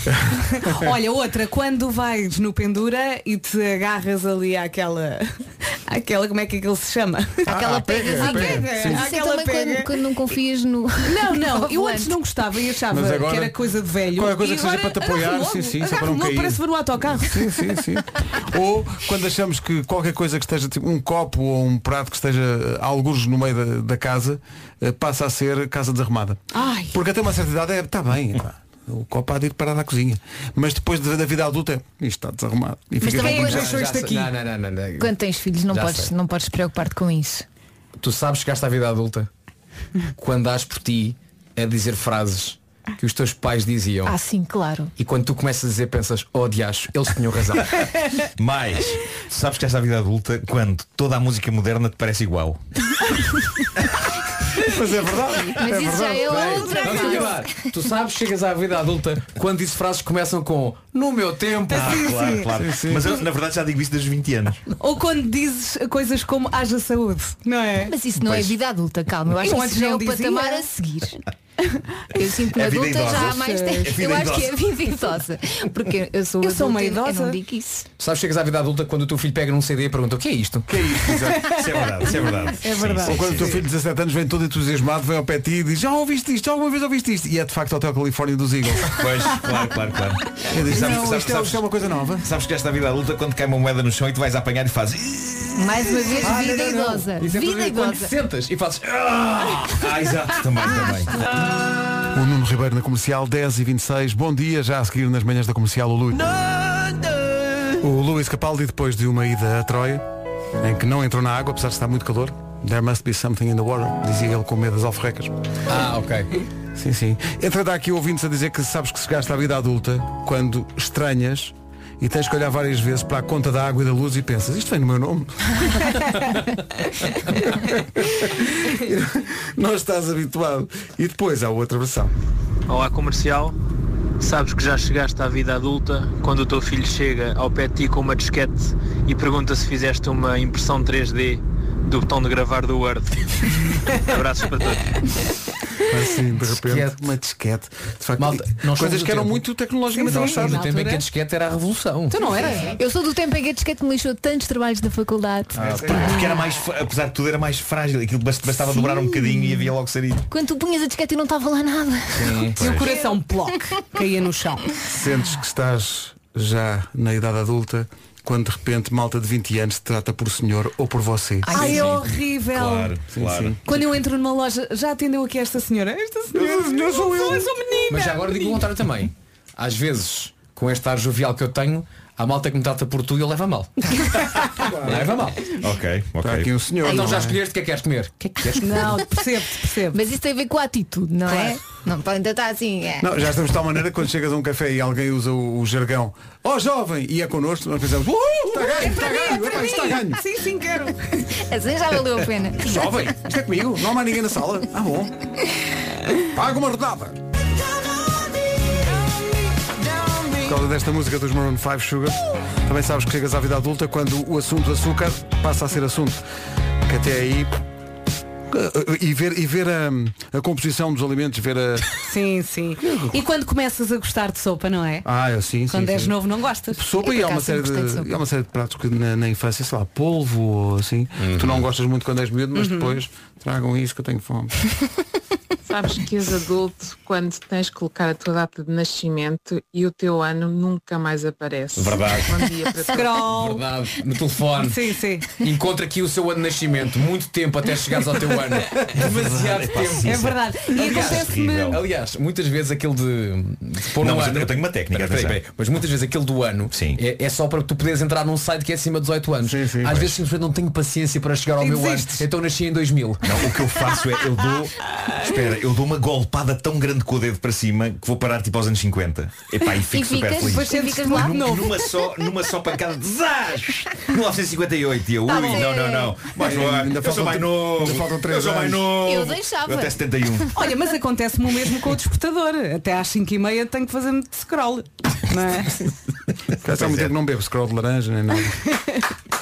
[SPEAKER 4] Olha, outra, quando vais no pendura e te agarras ali àquela. àquela, como é que aquilo se chama?
[SPEAKER 2] Ah,
[SPEAKER 5] Aquela pegazinha.
[SPEAKER 4] pega. Sim.
[SPEAKER 5] Isso é
[SPEAKER 4] Aquela
[SPEAKER 5] também
[SPEAKER 4] pega.
[SPEAKER 5] quando, quando não confias no.
[SPEAKER 4] Não,
[SPEAKER 5] no
[SPEAKER 4] não, eu
[SPEAKER 5] volante.
[SPEAKER 4] antes não gostava e achava
[SPEAKER 2] Mas agora-
[SPEAKER 4] que era coisa de velho.
[SPEAKER 2] Qualquer coisa
[SPEAKER 4] E
[SPEAKER 2] que seja
[SPEAKER 4] agora
[SPEAKER 2] para te apoiar,
[SPEAKER 4] agarro
[SPEAKER 2] sim,
[SPEAKER 4] logo,
[SPEAKER 2] sim, só para
[SPEAKER 4] agarro
[SPEAKER 2] não
[SPEAKER 4] logo,
[SPEAKER 2] cair.
[SPEAKER 4] Parece ver o autocarro.
[SPEAKER 2] é. Sim, sim, sim. ou quando achamos que qualquer coisa que esteja, tipo um copo ou um prato que esteja eh, algures no meio da, da casa, eh, passa a ser casa desarrumada.
[SPEAKER 4] Ai.
[SPEAKER 2] Porque até uma certa idade é, está bem, pá, o copo há de ir parar na cozinha. Mas depois da da vida adulta, é, isto está desarrumado. E
[SPEAKER 5] Mas também
[SPEAKER 2] com-
[SPEAKER 5] depois
[SPEAKER 2] Já-
[SPEAKER 5] deixou
[SPEAKER 2] já
[SPEAKER 5] isto
[SPEAKER 2] sei.
[SPEAKER 5] aqui.
[SPEAKER 2] Não, não, não, não, não.
[SPEAKER 5] Quando tens filhos não
[SPEAKER 7] Já
[SPEAKER 5] podes,
[SPEAKER 7] sei.
[SPEAKER 5] não podes preocupar-te com isso.
[SPEAKER 7] Tu sabes que chegaste à vida adulta quando dás por ti a dizer frases que os teus pais diziam.
[SPEAKER 5] Ah, sim, claro.
[SPEAKER 7] E quando tu começas a dizer, pensas, oh diacho, eles tinham razão.
[SPEAKER 3] Mas sabes que esta vida adulta, quando toda a música moderna te parece igual.
[SPEAKER 2] Mas é verdade.
[SPEAKER 5] Mas
[SPEAKER 2] é
[SPEAKER 5] isso já
[SPEAKER 2] verdade.
[SPEAKER 5] é outra
[SPEAKER 7] Vamos continuar. Tu sabes que chegas à vida adulta quando dizes frases que começam com no meu tempo.
[SPEAKER 3] Ah, claro, claro. Mas eu, na verdade já digo isso desde 20 anos.
[SPEAKER 4] Ou quando dizes coisas como haja saúde, não é?
[SPEAKER 5] Mas isso não é
[SPEAKER 3] Pois.
[SPEAKER 5] vida adulta, calma. Eu acho
[SPEAKER 4] Eu
[SPEAKER 5] que
[SPEAKER 4] antes
[SPEAKER 5] isso já é
[SPEAKER 4] não
[SPEAKER 5] o
[SPEAKER 4] dizia.
[SPEAKER 5] patamar a seguir. Eu sinto-me
[SPEAKER 3] É vida
[SPEAKER 5] adulta
[SPEAKER 3] idosa.
[SPEAKER 5] já há mais
[SPEAKER 3] É
[SPEAKER 5] tempo.
[SPEAKER 3] vida
[SPEAKER 5] eu acho
[SPEAKER 3] idosa.
[SPEAKER 5] que é vida idosa. Porque eu sou
[SPEAKER 4] Eu sou uma
[SPEAKER 5] adulta e eu
[SPEAKER 4] idosa.
[SPEAKER 5] não digo isso.
[SPEAKER 7] Sabes que chegas à vida adulta quando o teu filho pega num CD e pergunta o que é isto?
[SPEAKER 2] Que é isto, exato.
[SPEAKER 3] Isso é verdade, isso é verdade.
[SPEAKER 4] É verdade.
[SPEAKER 3] Sim,
[SPEAKER 2] Ou
[SPEAKER 3] sim,
[SPEAKER 2] quando
[SPEAKER 3] sim.
[SPEAKER 2] o teu filho de 17 anos vem todo entusiasmado, vem ao pé de ti e diz, já ouviste isto, já alguma vez ouviste isto? E é de facto o Hotel Califórnia dos Eagles.
[SPEAKER 3] Pois, claro, claro, claro.
[SPEAKER 2] Eu digo,
[SPEAKER 3] Sabes-
[SPEAKER 2] não,
[SPEAKER 3] sabes-
[SPEAKER 2] isto, é,
[SPEAKER 3] sabes-
[SPEAKER 2] isto é uma coisa nova.
[SPEAKER 3] Sabes que esta vida adulta quando cai uma moeda no chão e tu vais apanhar e fazes.
[SPEAKER 5] Mais uma vez, vida idosa.
[SPEAKER 7] Isso é
[SPEAKER 5] Vida
[SPEAKER 7] tudo quando
[SPEAKER 5] idosa.
[SPEAKER 7] sentas e fazes.
[SPEAKER 3] Ah, exato, também, também.
[SPEAKER 2] O Nuno Ribeiro na comercial 10 e 26. Bom dia, já a seguir nas manhãs da comercial o Luís. O Luís Capaldi, depois de uma ida a Troia, em que não entrou na água, apesar de estar muito calor. There must be something in the water, dizia ele com medo das alforrecas.
[SPEAKER 7] Ah, ok.
[SPEAKER 2] Sim, sim. Entra dá aqui ouvintes a dizer que sabes que se gasta a vida adulta quando estranhas e tens que olhar várias vezes para a conta da água e da luz e pensas, isto vem no meu nome. não estás habituado. E depois há outra versão.
[SPEAKER 14] Olá comercial, sabes que já chegaste à vida adulta quando o teu filho chega ao pé de ti com uma disquete e pergunta se fizeste uma impressão 3D do botão de gravar do Word. Abraços para todos.
[SPEAKER 2] Assim, de repente,
[SPEAKER 7] Disquete.
[SPEAKER 2] uma disquete. De facto,
[SPEAKER 7] Malta, nós somos
[SPEAKER 2] coisas
[SPEAKER 7] do
[SPEAKER 2] que eram
[SPEAKER 7] tempo.
[SPEAKER 2] muito tecnologicamente
[SPEAKER 4] Sim, sim.
[SPEAKER 2] avançadas.
[SPEAKER 4] Na
[SPEAKER 7] No tempo em
[SPEAKER 4] altura-
[SPEAKER 7] que a disquete era a revolução.
[SPEAKER 4] Tu não era?
[SPEAKER 5] Eu sou do tempo em que a disquete me lixou tantos trabalhos da faculdade.
[SPEAKER 4] Ah,
[SPEAKER 3] Porque era mais, fra- apesar de tudo, era mais frágil. Aquilo bast- bastava dobrar um bocadinho e havia logo saído.
[SPEAKER 5] Quando tu punhas a disquete e não estava lá nada.
[SPEAKER 4] E o coração ploc caía no chão.
[SPEAKER 2] Sentes que estás já na idade adulta quando de repente malta de 20 anos te trata por senhor ou por você.
[SPEAKER 4] Ai, é horrível.
[SPEAKER 3] Claro, claro.
[SPEAKER 4] Quando eu entro numa loja, já atendeu aqui esta senhora? Esta senhora, senhora sou eu. Sou menina.
[SPEAKER 7] Mas já agora digo o contrário também. Às vezes, com este ar jovial que eu tenho, há malta que me trata por tu e eu levo a mal. leva a mal.
[SPEAKER 3] Ok,
[SPEAKER 2] Está aqui
[SPEAKER 3] ok.
[SPEAKER 2] um senhor.
[SPEAKER 7] Então
[SPEAKER 2] não
[SPEAKER 7] já
[SPEAKER 2] é?
[SPEAKER 7] escolheste o que é que queres comer? O que é que queres comer?
[SPEAKER 4] Não, percebo-te, percebo.
[SPEAKER 5] Mas isso tem a ver com a atitude, não é? Não podem tratar assim. É.
[SPEAKER 2] Não, já estamos de tal maneira que quando chegas a um café e alguém usa o, o jargão ó jovem e é connosco, nós pensamos, uh,
[SPEAKER 7] É
[SPEAKER 2] está ganho, está ganho, epá, isto está ganho.
[SPEAKER 4] Sim, sim, quero.
[SPEAKER 5] Assim já valeu a pena.
[SPEAKER 2] Jovem, isto é comigo, não há mais ninguém na sala. Ah bom. Paga uma rodada. Por causa desta música dos Maroon 5 Sugar, também sabes que chegas à vida adulta quando o assunto açúcar passa a ser assunto. Que até aí. eh, E ver, e ver a, a composição dos alimentos, ver a.
[SPEAKER 4] Sim, sim. E quando começas a gostar de sopa, não é?
[SPEAKER 2] Ah, eu sim, sim,
[SPEAKER 4] Quando
[SPEAKER 2] sim.
[SPEAKER 4] és novo não gostas.
[SPEAKER 2] Sopa e há uma, série de, e há uma série de pratos que na, na infância, sei lá, polvo ou assim, que tu não gostas muito quando és miúdo, mas
[SPEAKER 16] Uhum.
[SPEAKER 2] depois tragam isso que eu tenho fome.
[SPEAKER 16] Sabes que os adultos, quando tens que colocar a tua data de nascimento e o teu ano nunca mais aparece.
[SPEAKER 7] Verdade.
[SPEAKER 16] Bom dia para todos.
[SPEAKER 7] Verdade. No telefone.
[SPEAKER 4] Sim, sim.
[SPEAKER 7] Encontra aqui o seu ano de nascimento. Muito tempo até chegares ao teu ano. Demasiado
[SPEAKER 3] É pá,
[SPEAKER 7] tempo.
[SPEAKER 3] sim, É sim. verdade. E acontece-me-
[SPEAKER 7] Aliás, aliás, muitas vezes aquele de, de pôr
[SPEAKER 3] Não,
[SPEAKER 7] um
[SPEAKER 3] mas eu
[SPEAKER 7] ano.
[SPEAKER 3] tenho- eu tenho uma técnica,
[SPEAKER 7] Peraí, peraí,
[SPEAKER 3] atenção.
[SPEAKER 7] peraí. Mas muitas vezes aquele do ano é, é só para tu poderes entrar num site que é acima de 18 anos. Às vezes simplesmente não tenho paciência para chegar ao meu ano.
[SPEAKER 3] Desistes.
[SPEAKER 7] Então nasci em 2000.
[SPEAKER 3] Não, o que eu faço é, eu dou. Espera, eu dou uma golpada tão grande com o dedo para cima que vou parar tipo aos anos 50. Epá, e fico
[SPEAKER 11] E
[SPEAKER 3] super
[SPEAKER 11] ficas,
[SPEAKER 3] feliz.
[SPEAKER 11] depois sentes lá de
[SPEAKER 3] Num-
[SPEAKER 11] novo.
[SPEAKER 3] Numa só, numa só pancada de zás! 1958 e eu, ui, não, não, não. Mas
[SPEAKER 2] Ainda
[SPEAKER 3] ainda eu
[SPEAKER 2] faltam
[SPEAKER 3] sou mais
[SPEAKER 2] tre- ainda
[SPEAKER 3] novo.
[SPEAKER 2] faltam três
[SPEAKER 3] Eu sou mais
[SPEAKER 2] anos.
[SPEAKER 3] novo.
[SPEAKER 4] Eu deixava.
[SPEAKER 3] Eu até 71.
[SPEAKER 4] Olha, mas acontece-me o mesmo com o despertador. Até às 5h30 tenho que fazer-me de scroll. Não é?
[SPEAKER 2] Parece há muito tempo que não bebo scroll de laranja nem nada.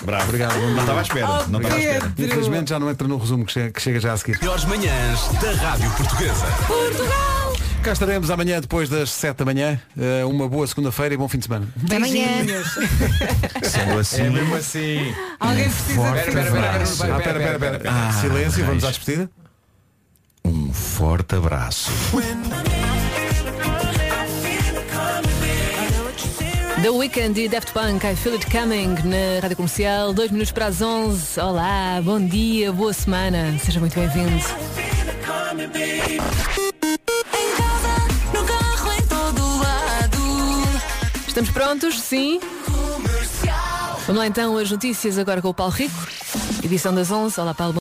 [SPEAKER 3] Bravo.
[SPEAKER 2] Obrigado.
[SPEAKER 3] Não estava à espera.
[SPEAKER 2] Obrigado.
[SPEAKER 3] Não estava à espera.
[SPEAKER 4] Pedro.
[SPEAKER 2] Infelizmente já não entra no resumo que chega, que chega já a seguir.
[SPEAKER 10] Melhores manhãs da Rádio Portuguesa.
[SPEAKER 4] Portugal!
[SPEAKER 2] Cá estaremos amanhã depois das 7 da manhã. Eh, uma boa segunda-feira e bom fim de semana.
[SPEAKER 5] Até amanhã.
[SPEAKER 3] Sendo assim.
[SPEAKER 7] É mesmo assim.
[SPEAKER 4] Alguém precisa
[SPEAKER 2] Forte
[SPEAKER 7] Pera, pera, pera,
[SPEAKER 2] abraço.
[SPEAKER 7] pera,
[SPEAKER 2] Ah,
[SPEAKER 7] pera,
[SPEAKER 2] pera, pera, pera. Silêncio, vamos à despedida.
[SPEAKER 3] Um forte abraço.
[SPEAKER 17] The Weekend e Daft Punk, I Feel It Coming na Rádio Comercial, dois minutos para as 11. Olá, bom dia, boa semana, seja muito bem-vindo.
[SPEAKER 11] No carro em todo lado.
[SPEAKER 17] Estamos prontos? Sim? Vamos lá então, as notícias agora com o Paulo Rico, edição das 11. Olá, Paulo.